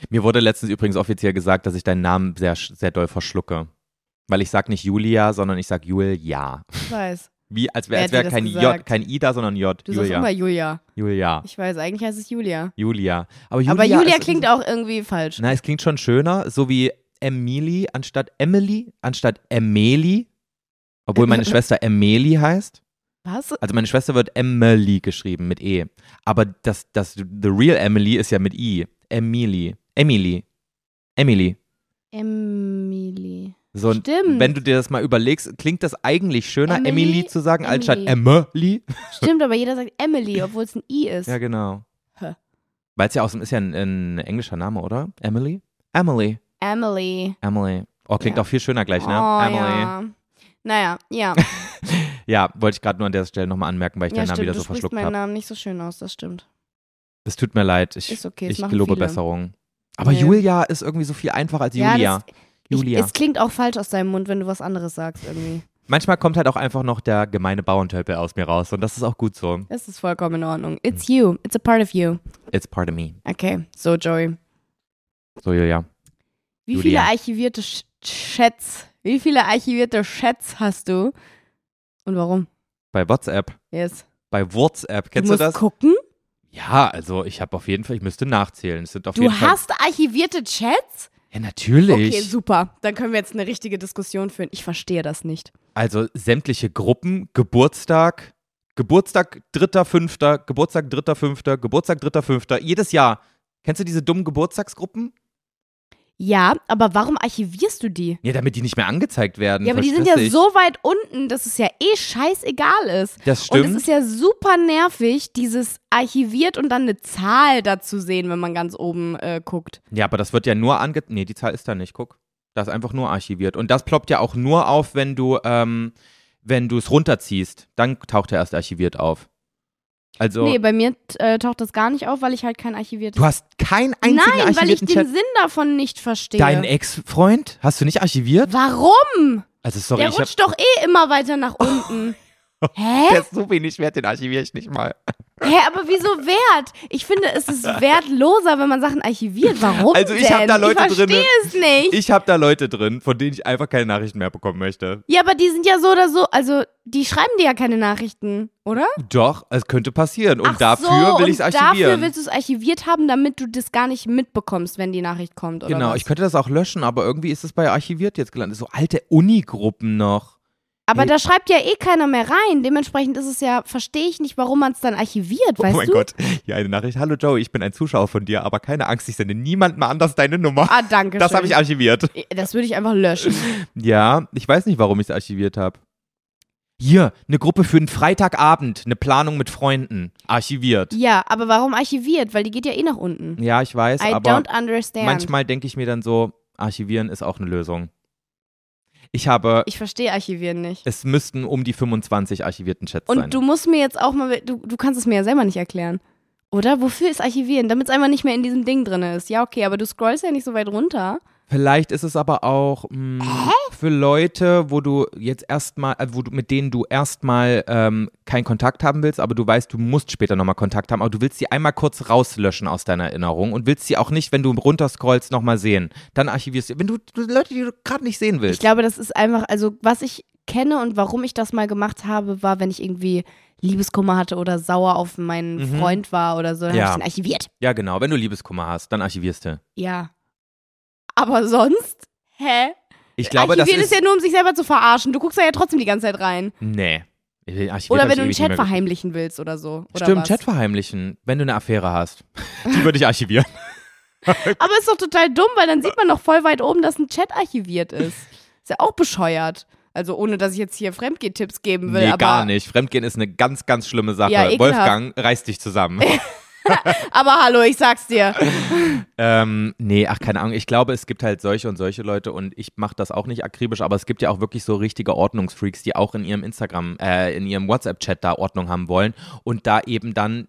[SPEAKER 2] Mir wurde letztens übrigens offiziell gesagt, dass ich deinen Namen sehr, sehr doll verschlucke. Weil ich sag nicht Julia, sondern ich sag Julia.
[SPEAKER 1] Ich weiß.
[SPEAKER 2] Wie, als
[SPEAKER 1] Wer
[SPEAKER 2] wäre
[SPEAKER 1] hat dir
[SPEAKER 2] als wär
[SPEAKER 1] das
[SPEAKER 2] kein J,
[SPEAKER 1] gesagt?
[SPEAKER 2] kein I da, sondern J.
[SPEAKER 1] Du sagst immer
[SPEAKER 2] Julia.
[SPEAKER 1] Julia.
[SPEAKER 2] Julia.
[SPEAKER 1] Ich weiß, eigentlich heißt es Julia.
[SPEAKER 2] Julia. Aber Julia,
[SPEAKER 1] Aber Julia
[SPEAKER 2] ist,
[SPEAKER 1] klingt auch irgendwie falsch.
[SPEAKER 2] Na, es klingt schon schöner, so wie Emily anstatt Emily, anstatt Emily. Obwohl meine Schwester Emily heißt.
[SPEAKER 1] Was?
[SPEAKER 2] Also meine Schwester wird Emily geschrieben mit E. Aber das, das The Real Emily ist ja mit I. Emily. Emily. Emily.
[SPEAKER 1] Emily.
[SPEAKER 2] So, und
[SPEAKER 1] Stimmt.
[SPEAKER 2] Wenn du dir das mal überlegst, klingt das eigentlich schöner, Emily,
[SPEAKER 1] Emily,
[SPEAKER 2] zu sagen, als statt
[SPEAKER 1] Emily.
[SPEAKER 2] Emily.
[SPEAKER 1] Stimmt, aber jeder sagt Emily, obwohl es ein I ist.
[SPEAKER 2] Ja, genau.
[SPEAKER 1] Hä.
[SPEAKER 2] Weil es ja aus dem, ist ja ein, ein englischer Name, oder? Emily? Emily.
[SPEAKER 1] Emily.
[SPEAKER 2] Emily. Oh, klingt
[SPEAKER 1] Ja.
[SPEAKER 2] auch viel schöner gleich,
[SPEAKER 1] oh,
[SPEAKER 2] ne? Emily.
[SPEAKER 1] ja. Naja, ja.
[SPEAKER 2] Ja, wollte ich gerade nur an der Stelle nochmal anmerken, weil ich
[SPEAKER 1] ja,
[SPEAKER 2] deinen Namen
[SPEAKER 1] stimmt,
[SPEAKER 2] wieder
[SPEAKER 1] du
[SPEAKER 2] so
[SPEAKER 1] sprichst
[SPEAKER 2] verschluckt
[SPEAKER 1] meinen
[SPEAKER 2] habe.
[SPEAKER 1] Namen nicht so schön aus, das stimmt.
[SPEAKER 2] Es tut mir leid, ich,
[SPEAKER 1] Ist okay, das
[SPEAKER 2] ich
[SPEAKER 1] machen
[SPEAKER 2] gelobe
[SPEAKER 1] viele.
[SPEAKER 2] Besserung. Aber
[SPEAKER 1] Nee.
[SPEAKER 2] Julia ist irgendwie so viel einfacher als
[SPEAKER 1] Ja,
[SPEAKER 2] Julia.
[SPEAKER 1] das- Ich-
[SPEAKER 2] Julia.
[SPEAKER 1] es klingt auch falsch aus deinem Mund, wenn du was anderes sagst irgendwie.
[SPEAKER 2] Manchmal kommt halt auch einfach noch der gemeine Bauerntölpel aus mir raus und das ist auch gut so.
[SPEAKER 1] Das ist vollkommen in Ordnung. It's you. It's a part of you.
[SPEAKER 2] It's part of me.
[SPEAKER 1] Okay, so Joey.
[SPEAKER 2] So, Julia.
[SPEAKER 1] Wie
[SPEAKER 2] Julia.
[SPEAKER 1] viele archivierte Sch Chats, wie viele archivierte Chats hast du? Und warum?
[SPEAKER 2] Bei WhatsApp.
[SPEAKER 1] Yes.
[SPEAKER 2] Bei WhatsApp. Kennst
[SPEAKER 1] du
[SPEAKER 2] du,
[SPEAKER 1] musst
[SPEAKER 2] das?
[SPEAKER 1] gucken?
[SPEAKER 2] Ja, also ich habe auf jeden Fall, ich müsste nachzählen. Es sind auf
[SPEAKER 1] Du
[SPEAKER 2] jeden Fall-
[SPEAKER 1] hast archivierte Chats?
[SPEAKER 2] Ja, natürlich.
[SPEAKER 1] Okay, super. Dann können wir jetzt eine richtige Diskussion führen. Ich verstehe das nicht.
[SPEAKER 2] Also sämtliche Gruppen, Geburtstag, Geburtstag 3.5., Geburtstag 3.5., Geburtstag 3.5., jedes Jahr. Kennst du diese dummen Geburtstagsgruppen?
[SPEAKER 1] Ja, aber warum archivierst du die?
[SPEAKER 2] Ja, damit die nicht mehr angezeigt werden.
[SPEAKER 1] Ja, aber die sind ja
[SPEAKER 2] Verstehst dich?
[SPEAKER 1] so weit unten, dass es ja eh scheißegal ist.
[SPEAKER 2] Das
[SPEAKER 1] Und
[SPEAKER 2] stimmt.
[SPEAKER 1] es ist ja super nervig, dieses archiviert und dann eine Zahl dazu sehen, wenn man ganz oben äh, guckt.
[SPEAKER 2] ja, aber das wird ja nur ange... Nee, die Zahl ist da nicht, guck. Da ist einfach nur archiviert. Und das ploppt ja auch nur auf, wenn du, ähm, wenn du es runterziehst. Dann taucht er erst archiviert auf. Also,
[SPEAKER 1] Nee, bei mir äh, taucht das gar nicht auf, weil ich halt kein archiviertes.
[SPEAKER 2] du hast keinen einzigen
[SPEAKER 1] Nein, weil ich
[SPEAKER 2] archivierten
[SPEAKER 1] den
[SPEAKER 2] Chat. e-
[SPEAKER 1] Sinn davon nicht verstehe.
[SPEAKER 2] Deinen Ex-Freund? Hast du nicht archiviert?
[SPEAKER 1] warum?
[SPEAKER 2] Also, sorry,
[SPEAKER 1] Der
[SPEAKER 2] ich hab...
[SPEAKER 1] rutscht doch eh immer weiter nach unten. Hä?
[SPEAKER 2] Der ist so wenig wert, den archiviere ich nicht mal.
[SPEAKER 1] Hä, aber wieso wert? Ich finde, es ist wertloser, wenn man Sachen archiviert. Warum
[SPEAKER 2] Also ich
[SPEAKER 1] denn?
[SPEAKER 2] hab da Leute
[SPEAKER 1] ich verstehe
[SPEAKER 2] drinne.
[SPEAKER 1] es nicht.
[SPEAKER 2] Ich habe da Leute drin, von denen ich einfach keine Nachrichten mehr bekommen möchte.
[SPEAKER 1] ja, aber die sind ja so oder so, also die schreiben dir ja keine Nachrichten, oder?
[SPEAKER 2] Doch, es könnte passieren. Und
[SPEAKER 1] Ach
[SPEAKER 2] dafür
[SPEAKER 1] so,
[SPEAKER 2] will ich es
[SPEAKER 1] und
[SPEAKER 2] archivieren.
[SPEAKER 1] Dafür willst du es archiviert haben, damit du das gar nicht mitbekommst, wenn die Nachricht kommt, oder
[SPEAKER 2] genau,
[SPEAKER 1] was?
[SPEAKER 2] ich könnte das auch löschen, aber irgendwie ist es bei archiviert jetzt gelandet. So alte Uni-Gruppen noch.
[SPEAKER 1] aber
[SPEAKER 2] Ey.
[SPEAKER 1] da schreibt ja eh keiner mehr rein. Dementsprechend ist es ja, verstehe ich nicht, warum man es dann archiviert, weißt
[SPEAKER 2] oh mein
[SPEAKER 1] du?
[SPEAKER 2] Gott, hier eine Nachricht. Hallo Joey, ich bin ein Zuschauer von dir, aber keine Angst, ich sende niemandem anders deine Nummer.
[SPEAKER 1] Ah, danke
[SPEAKER 2] das
[SPEAKER 1] schön. Äh,
[SPEAKER 2] habe ich archiviert.
[SPEAKER 1] Das würde ich einfach löschen.
[SPEAKER 2] Ja, ich weiß nicht, warum ich es archiviert habe. Hier, eine Gruppe für den Freitagabend, eine Planung mit Freunden. Archiviert.
[SPEAKER 1] ja, aber warum archiviert? Weil die geht ja eh nach unten.
[SPEAKER 2] Ja, ich weiß,
[SPEAKER 1] I
[SPEAKER 2] aber.
[SPEAKER 1] don't understand.
[SPEAKER 2] Manchmal denke ich mir dann so, archivieren ist auch eine Lösung. Ich habe,
[SPEAKER 1] Ich verstehe Archivieren nicht.
[SPEAKER 2] es müssten um die 25 archivierten Chats
[SPEAKER 1] Und
[SPEAKER 2] sein.
[SPEAKER 1] du musst mir jetzt auch mal, du, du kannst es mir ja selber nicht erklären. Oder? Wofür ist Archivieren? Damit es einfach nicht mehr in diesem Ding drin ist. Ja, okay, aber du scrollst ja nicht so weit runter.
[SPEAKER 2] Vielleicht ist es aber auch mh, für Leute, wo du jetzt erstmal, äh, wo du mit denen du erstmal ähm, keinen Kontakt haben willst, aber du weißt, du musst später nochmal Kontakt haben, aber du willst sie einmal kurz rauslöschen aus deiner Erinnerung und willst sie auch nicht, wenn du runterscrollst, nochmal sehen. Dann archivierst du. Wenn du, du Leute, die du gerade nicht sehen willst.
[SPEAKER 1] Ich glaube, das ist einfach, also was ich kenne und warum ich das mal gemacht habe, war, wenn ich irgendwie Liebeskummer hatte oder sauer auf meinen
[SPEAKER 2] Mhm.
[SPEAKER 1] Freund war oder so, dann
[SPEAKER 2] Ja.
[SPEAKER 1] habe ich den archiviert.
[SPEAKER 2] Ja, genau. Wenn du Liebeskummer hast, dann archivierst du.
[SPEAKER 1] Ja. Aber sonst? Hä?
[SPEAKER 2] Ich glaube, das
[SPEAKER 1] Archivieren
[SPEAKER 2] ist.
[SPEAKER 1] ist ja nur, um sich selber zu verarschen. Du guckst da ja trotzdem die ganze Zeit rein.
[SPEAKER 2] nee. Archiviert
[SPEAKER 1] Oder
[SPEAKER 2] hab
[SPEAKER 1] wenn
[SPEAKER 2] ich
[SPEAKER 1] du einen
[SPEAKER 2] ewig eh nicht
[SPEAKER 1] Chat
[SPEAKER 2] mehr
[SPEAKER 1] verheimlichen willst oder so. Oder
[SPEAKER 2] Stimmt,
[SPEAKER 1] was.
[SPEAKER 2] Chat verheimlichen, wenn du eine Affäre hast. Die würde ich archivieren.
[SPEAKER 1] Aber ist doch total dumm, weil dann sieht man noch voll weit oben, dass ein Chat archiviert ist. Ist ja auch bescheuert. Also ohne, dass ich jetzt hier Fremdgeh-Tipps geben will.
[SPEAKER 2] nee,
[SPEAKER 1] aber,
[SPEAKER 2] gar nicht. Fremdgehen ist eine ganz, ganz schlimme Sache.
[SPEAKER 1] Ja, ekelhaft.
[SPEAKER 2] Wolfgang, reiß dich zusammen.
[SPEAKER 1] Aber hallo, ich sag's dir.
[SPEAKER 2] ähm, nee, ach, keine Ahnung. Ich glaube, es gibt halt solche und solche Leute und ich mache das auch nicht akribisch, aber es gibt ja auch wirklich so richtige Ordnungsfreaks, die auch in ihrem Instagram, äh, in ihrem WhatsApp-Chat da Ordnung haben wollen und da eben dann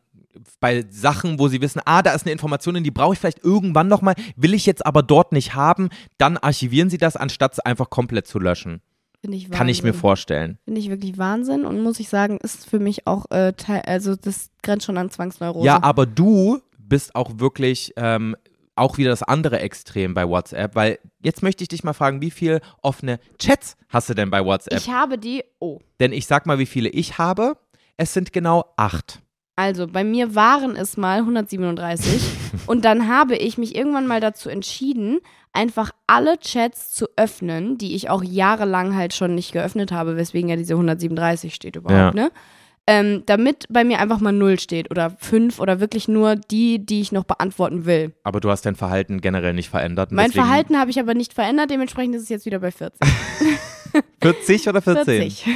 [SPEAKER 2] bei Sachen, wo sie wissen, ah, da ist eine Information, in die brauche ich vielleicht irgendwann nochmal, will ich jetzt aber dort nicht haben, dann archivieren sie das, anstatt es einfach komplett zu löschen.
[SPEAKER 1] Finde ich Wahnsinn.
[SPEAKER 2] Kann ich mir vorstellen.
[SPEAKER 1] Finde ich wirklich Wahnsinn und muss ich sagen, ist für mich auch äh, Teil, also das grenzt schon an Zwangsneurose.
[SPEAKER 2] Ja, aber du bist auch wirklich ähm, auch wieder das andere Extrem bei WhatsApp, weil jetzt möchte ich dich mal fragen, wie viele offene Chats hast du denn bei WhatsApp?
[SPEAKER 1] ich habe die, oh,
[SPEAKER 2] denn ich sag mal, wie viele ich habe. Es sind genau acht.
[SPEAKER 1] Also, bei mir waren es mal 137 und dann habe ich mich irgendwann mal dazu entschieden, einfach alle Chats zu öffnen, die ich auch jahrelang halt schon nicht geöffnet habe, weswegen ja diese 137 steht überhaupt, ne? Ähm, damit bei mir einfach mal null steht oder fünf oder wirklich nur die, die ich noch beantworten will.
[SPEAKER 2] Aber du hast dein Verhalten generell nicht verändert. und
[SPEAKER 1] Mein
[SPEAKER 2] deswegen-
[SPEAKER 1] Verhalten habe ich aber nicht verändert, dementsprechend ist es jetzt wieder bei 40.
[SPEAKER 2] 40 oder 14?
[SPEAKER 1] 40.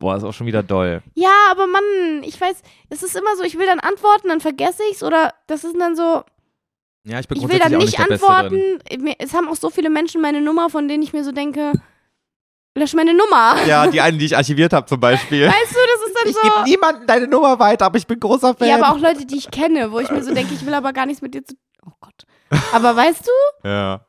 [SPEAKER 2] Boah, ist auch schon wieder doll.
[SPEAKER 1] Ja, aber Mann, ich weiß, es ist immer so, ich will dann antworten, dann vergesse ich's oder das ist dann so,
[SPEAKER 2] Ja, ich bin
[SPEAKER 1] ich will
[SPEAKER 2] grundsätzlich
[SPEAKER 1] dann
[SPEAKER 2] auch
[SPEAKER 1] nicht
[SPEAKER 2] nicht der Beste drin.
[SPEAKER 1] antworten. Mir- Es haben auch so viele Menschen meine Nummer, von denen ich mir so denke, lösch meine Nummer.
[SPEAKER 2] Ja, die eine, die ich archiviert habe zum Beispiel.
[SPEAKER 1] Weißt du, das ist dann
[SPEAKER 2] Ich gebe
[SPEAKER 1] so.
[SPEAKER 2] niemandem deine Nummer weiter, aber ich bin großer Fan.
[SPEAKER 1] Ja, aber auch Leute, die Also ich kenne, wo ich mir so denke, ich will aber gar nichts mit dir zu. Oh Gott. Aber weißt du?
[SPEAKER 2] Ja.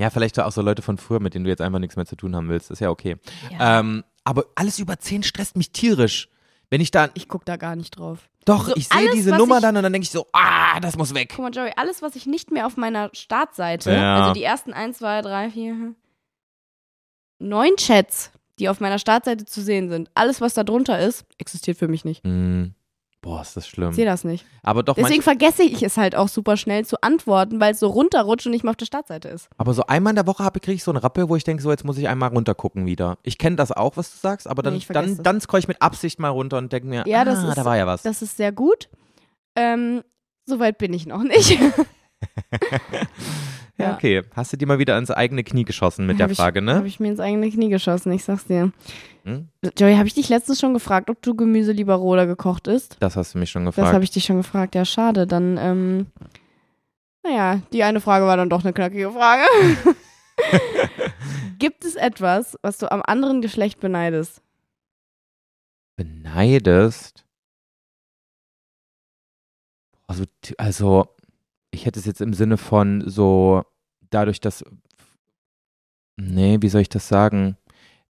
[SPEAKER 2] Ja, vielleicht auch so Leute von früher, mit denen du jetzt einfach nichts mehr zu tun haben willst. Ist ja okay. Ähm, aber alles über 10 stresst mich tierisch. Wenn ich da,
[SPEAKER 1] Ich guck da gar nicht drauf.
[SPEAKER 2] doch,
[SPEAKER 1] so
[SPEAKER 2] ich sehe
[SPEAKER 1] alles,
[SPEAKER 2] diese
[SPEAKER 1] was
[SPEAKER 2] Nummer
[SPEAKER 1] ich-
[SPEAKER 2] dann und dann denke ich so, ah, das muss weg.
[SPEAKER 1] Guck mal, Joey, alles, was ich nicht mehr auf meiner Startseite,
[SPEAKER 2] Ja.
[SPEAKER 1] also die ersten 1, 2, 3, 4, neun Chats, die auf meiner Startseite zu sehen sind, alles, was da drunter ist, existiert für mich nicht.
[SPEAKER 2] Hm. Boah, ist das schlimm.
[SPEAKER 1] Ich sehe das nicht.
[SPEAKER 2] Aber doch, manch,
[SPEAKER 1] Deswegen vergesse ich es halt auch super schnell zu antworten, weil es so runterrutscht und nicht mehr auf der Startseite ist.
[SPEAKER 2] aber so einmal in der Woche kriege ich so einen Rappel, wo ich denke, so jetzt muss ich einmal runtergucken wieder. Ich kenne das auch, was du sagst, aber dann,
[SPEAKER 1] Nee, ich vergesse
[SPEAKER 2] dann,
[SPEAKER 1] es.
[SPEAKER 2] dann scroll ich mit Absicht mal runter und denke mir,
[SPEAKER 1] Ja,
[SPEAKER 2] ah,
[SPEAKER 1] das ist-
[SPEAKER 2] da war ja was.
[SPEAKER 1] Das ist sehr gut. Ähm, Soweit bin ich noch nicht.
[SPEAKER 2] ja, okay. Hast du dir mal wieder ins eigene Knie geschossen mit
[SPEAKER 1] Hab
[SPEAKER 2] der
[SPEAKER 1] ich-
[SPEAKER 2] Frage,
[SPEAKER 1] Habe
[SPEAKER 2] ne?
[SPEAKER 1] ich mir ins eigene Knie geschossen, ich sag's dir.
[SPEAKER 2] Hm?
[SPEAKER 1] Joey, habe ich dich letztens schon gefragt, ob du Gemüse lieber roh oder gekocht isst?
[SPEAKER 2] Das hast du mich schon
[SPEAKER 1] Das
[SPEAKER 2] gefragt.
[SPEAKER 1] habe ich dich schon gefragt. Ja, schade. Dann, ähm, naja, die eine Frage war dann doch eine knackige Frage. Gibt es etwas, was du am anderen Geschlecht beneidest?
[SPEAKER 2] beneidest. Also, t- also ich hätte es jetzt im Sinne von so, dadurch, dass. Nee, wie soll ich das sagen?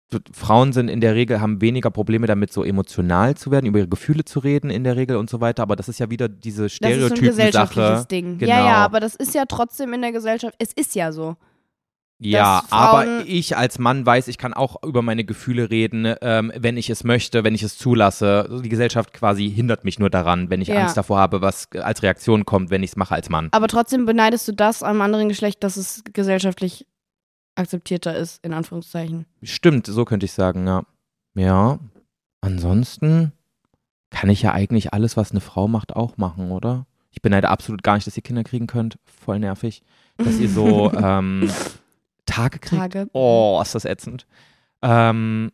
[SPEAKER 2] So, Frauen sind in der Regel, haben weniger Probleme damit, so emotional zu werden, über ihre Gefühle zu reden in der Regel und so weiter, aber das ist ja wieder diese
[SPEAKER 1] Das ist so ein
[SPEAKER 2] Stereotypen-Sache.
[SPEAKER 1] gesellschaftliches Ding. Ja,
[SPEAKER 2] Genau.
[SPEAKER 1] ja, aber das ist ja trotzdem in der Gesellschaft. Es ist ja so.
[SPEAKER 2] Ja,
[SPEAKER 1] dass
[SPEAKER 2] aber
[SPEAKER 1] Frauen-
[SPEAKER 2] ich als Mann weiß, ich kann auch über meine Gefühle reden, ähm, wenn ich es möchte, wenn ich es zulasse. Also Die Gesellschaft quasi hindert mich nur daran, wenn ich
[SPEAKER 1] Ja.
[SPEAKER 2] Angst davor habe, was als Reaktion kommt, wenn ich es mache als Mann.
[SPEAKER 1] Aber trotzdem beneidest du das am anderen Geschlecht, dass es gesellschaftlich akzeptierter ist, in Anführungszeichen.
[SPEAKER 2] Stimmt, so könnte ich sagen, ja. Ja, ansonsten kann ich ja eigentlich alles, was eine Frau macht, auch machen, oder? Ich beneide absolut gar nicht, dass ihr Kinder kriegen könnt. Voll nervig. Dass ihr so ähm, Tage kriegt.
[SPEAKER 1] Tage.
[SPEAKER 2] Oh, ist das ätzend. Ähm,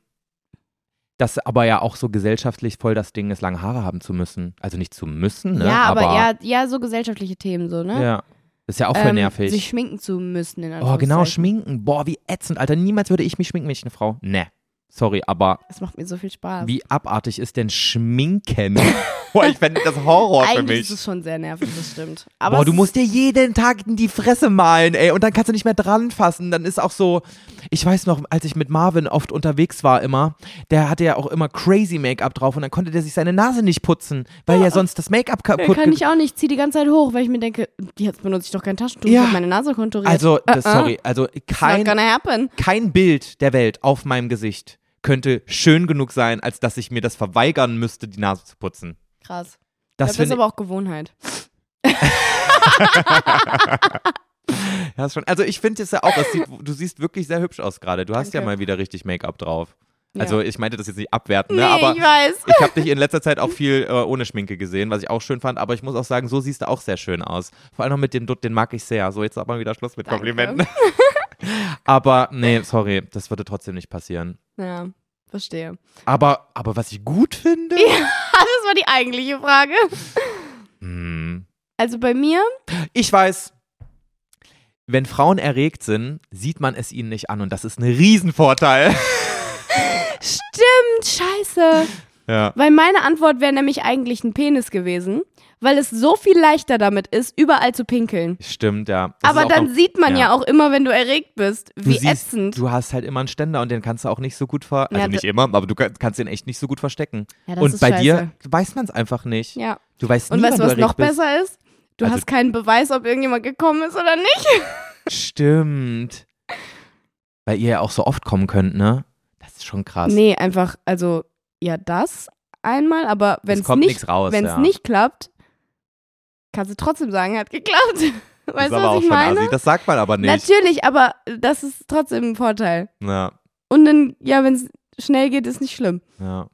[SPEAKER 2] das aber ja auch so gesellschaftlich voll das Ding ist, lange Haare haben zu müssen. Also nicht zu müssen, ne?
[SPEAKER 1] ja, aber, ja, ja, so gesellschaftliche Themen so, ne?
[SPEAKER 2] ja. Ist ja auch voll
[SPEAKER 1] Ähm, Sich
[SPEAKER 2] nervig.
[SPEAKER 1] schminken zu müssen, in
[SPEAKER 2] Oh, genau,
[SPEAKER 1] Anführungszeichen.
[SPEAKER 2] schminken. Boah, wie ätzend, Alter. Niemals würde ich mich schminken, wenn ich eine Frau. Ne. Sorry, aber
[SPEAKER 1] Das macht mir so viel Spaß.
[SPEAKER 2] wie abartig ist denn Schminken? Boah, ich fände das Horror
[SPEAKER 1] Eigentlich ist es schon sehr nervig, das stimmt. Aber
[SPEAKER 2] Boah,
[SPEAKER 1] es
[SPEAKER 2] du
[SPEAKER 1] ist-
[SPEAKER 2] musst dir jeden Tag in die Fresse malen, ey. Und dann kannst du nicht mehr dran fassen. Dann ist auch so, ich weiß noch, als ich mit Marvin oft unterwegs war immer, der hatte ja auch immer crazy Make-up drauf und dann konnte der sich seine Nase nicht putzen, weil ja sonst das Make-up
[SPEAKER 1] Ja,
[SPEAKER 2] kaputt
[SPEAKER 1] kann
[SPEAKER 2] ge-
[SPEAKER 1] ich auch nicht. Zieh die ganze Zeit hoch, weil ich mir denke, jetzt benutze ich doch kein Taschentuch,
[SPEAKER 2] Ja.
[SPEAKER 1] ich hab meine Nase konturiert.
[SPEAKER 2] Also, das,
[SPEAKER 1] Uh-uh.
[SPEAKER 2] sorry, also
[SPEAKER 1] It's not
[SPEAKER 2] kein,
[SPEAKER 1] gonna happen.
[SPEAKER 2] kein Bild der Welt auf meinem Gesicht könnte schön genug sein, als dass ich mir das verweigern müsste, die Nase zu putzen.
[SPEAKER 1] Krass.
[SPEAKER 2] Das
[SPEAKER 1] Das ist
[SPEAKER 2] finde
[SPEAKER 1] aber auch Gewohnheit.
[SPEAKER 2] ich, ja, ist schon. Also ich finde es ja auch, es sieht, du siehst wirklich sehr hübsch aus gerade. Du hast ja
[SPEAKER 1] Danke.
[SPEAKER 2] mal wieder richtig Make-up drauf.
[SPEAKER 1] Ja.
[SPEAKER 2] Also ich meinte das jetzt nicht abwerten,
[SPEAKER 1] Nee,
[SPEAKER 2] ne? aber
[SPEAKER 1] ich weiß.
[SPEAKER 2] ich habe dich in letzter Zeit auch viel äh, ohne Schminke gesehen, was ich auch schön fand. Aber ich muss auch sagen, so siehst du auch sehr schön aus. Vor allem noch mit dem Dutt, den mag ich sehr. So, jetzt aber wieder Schluss mit
[SPEAKER 1] Danke.
[SPEAKER 2] Komplimenten. aber nee, sorry, das würde trotzdem nicht passieren.
[SPEAKER 1] Ja, verstehe.
[SPEAKER 2] Aber, aber was ich gut finde,
[SPEAKER 1] Das war die eigentliche Frage.
[SPEAKER 2] Hm.
[SPEAKER 1] Also bei mir,
[SPEAKER 2] Ich weiß. Wenn Frauen erregt sind, sieht man es ihnen nicht an und das ist ein Riesenvorteil.
[SPEAKER 1] stimmt, scheiße.
[SPEAKER 2] Ja.
[SPEAKER 1] Weil meine Antwort wäre nämlich eigentlich ein Penis gewesen, weil es so viel leichter damit ist, überall zu pinkeln.
[SPEAKER 2] Stimmt, ja. Das ist
[SPEAKER 1] Aber
[SPEAKER 2] auch
[SPEAKER 1] dann
[SPEAKER 2] noch-
[SPEAKER 1] sieht man ja.
[SPEAKER 2] ja.
[SPEAKER 1] auch immer, wenn du erregt bist,
[SPEAKER 2] du
[SPEAKER 1] wie
[SPEAKER 2] siehst,
[SPEAKER 1] ätzend.
[SPEAKER 2] Du hast halt immer einen Ständer und den kannst du auch nicht so gut ver...
[SPEAKER 1] Ja,
[SPEAKER 2] Also nicht immer, aber du kann- kannst den echt nicht so gut verstecken.
[SPEAKER 3] Ja, das
[SPEAKER 2] Und
[SPEAKER 3] ist
[SPEAKER 2] bei
[SPEAKER 3] scheiße.
[SPEAKER 2] dir weiß man es einfach nicht.
[SPEAKER 1] Ja.
[SPEAKER 2] Du weißt
[SPEAKER 1] Und
[SPEAKER 2] nie,
[SPEAKER 1] weißt du,
[SPEAKER 2] wann
[SPEAKER 1] was
[SPEAKER 2] du erregt
[SPEAKER 1] noch
[SPEAKER 2] bist.
[SPEAKER 1] besser ist? Du
[SPEAKER 2] Also-
[SPEAKER 1] hast keinen Beweis, ob irgendjemand gekommen ist oder nicht.
[SPEAKER 2] Stimmt. Weil ihr ja auch so oft kommen könnt, ne? Das ist schon krass.
[SPEAKER 1] Nee, einfach, also, ja, das einmal, aber wenn
[SPEAKER 2] es
[SPEAKER 1] es
[SPEAKER 2] kommt
[SPEAKER 1] nicht,
[SPEAKER 2] nichts raus.
[SPEAKER 1] wenn's
[SPEAKER 2] ja.
[SPEAKER 1] nicht klappt, kannst du trotzdem sagen, hat geklappt. Weißt
[SPEAKER 2] ist
[SPEAKER 1] du,
[SPEAKER 2] aber
[SPEAKER 1] was
[SPEAKER 2] auch
[SPEAKER 1] ich
[SPEAKER 2] schon
[SPEAKER 1] meine?
[SPEAKER 2] Assi. Das sagt man aber nicht.
[SPEAKER 1] Natürlich, aber das ist trotzdem ein Vorteil.
[SPEAKER 2] Ja,
[SPEAKER 1] Und dann, ja, wenn es schnell geht, ist nicht schlimm.
[SPEAKER 2] ja.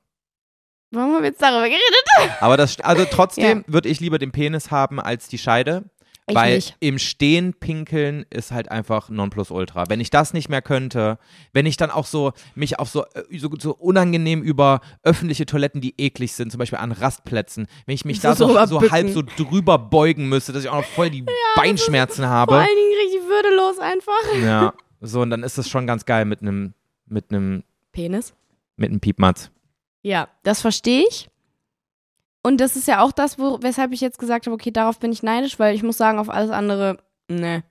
[SPEAKER 1] Warum haben wir jetzt darüber geredet?
[SPEAKER 2] Aber das, also trotzdem würde ich lieber den Penis haben als die Scheide.
[SPEAKER 1] Ich
[SPEAKER 2] weil
[SPEAKER 1] nicht.
[SPEAKER 2] im Stehen pinkeln ist halt einfach Nonplusultra. Wenn ich das nicht mehr könnte, wenn ich dann auch so mich auf so, äh, so, so unangenehm über öffentliche Toiletten, die eklig sind, zum Beispiel an Rastplätzen, wenn ich mich da
[SPEAKER 1] So
[SPEAKER 2] so,
[SPEAKER 1] drüber
[SPEAKER 2] so
[SPEAKER 1] bücken.
[SPEAKER 2] halb so drüber beugen müsste, dass ich auch noch voll die Beinschmerzen
[SPEAKER 1] Vor
[SPEAKER 2] habe.
[SPEAKER 1] allen Dingen richtig würdelos einfach.
[SPEAKER 2] Ja, so und dann ist das schon ganz geil mit einem mit einem
[SPEAKER 1] Penis.
[SPEAKER 2] mit einem Piepmatz.
[SPEAKER 1] Ja, das verstehe ich. Und das ist ja auch das, wo, weshalb ich jetzt gesagt habe, okay, darauf bin ich neidisch, weil ich muss sagen, auf alles andere, ne.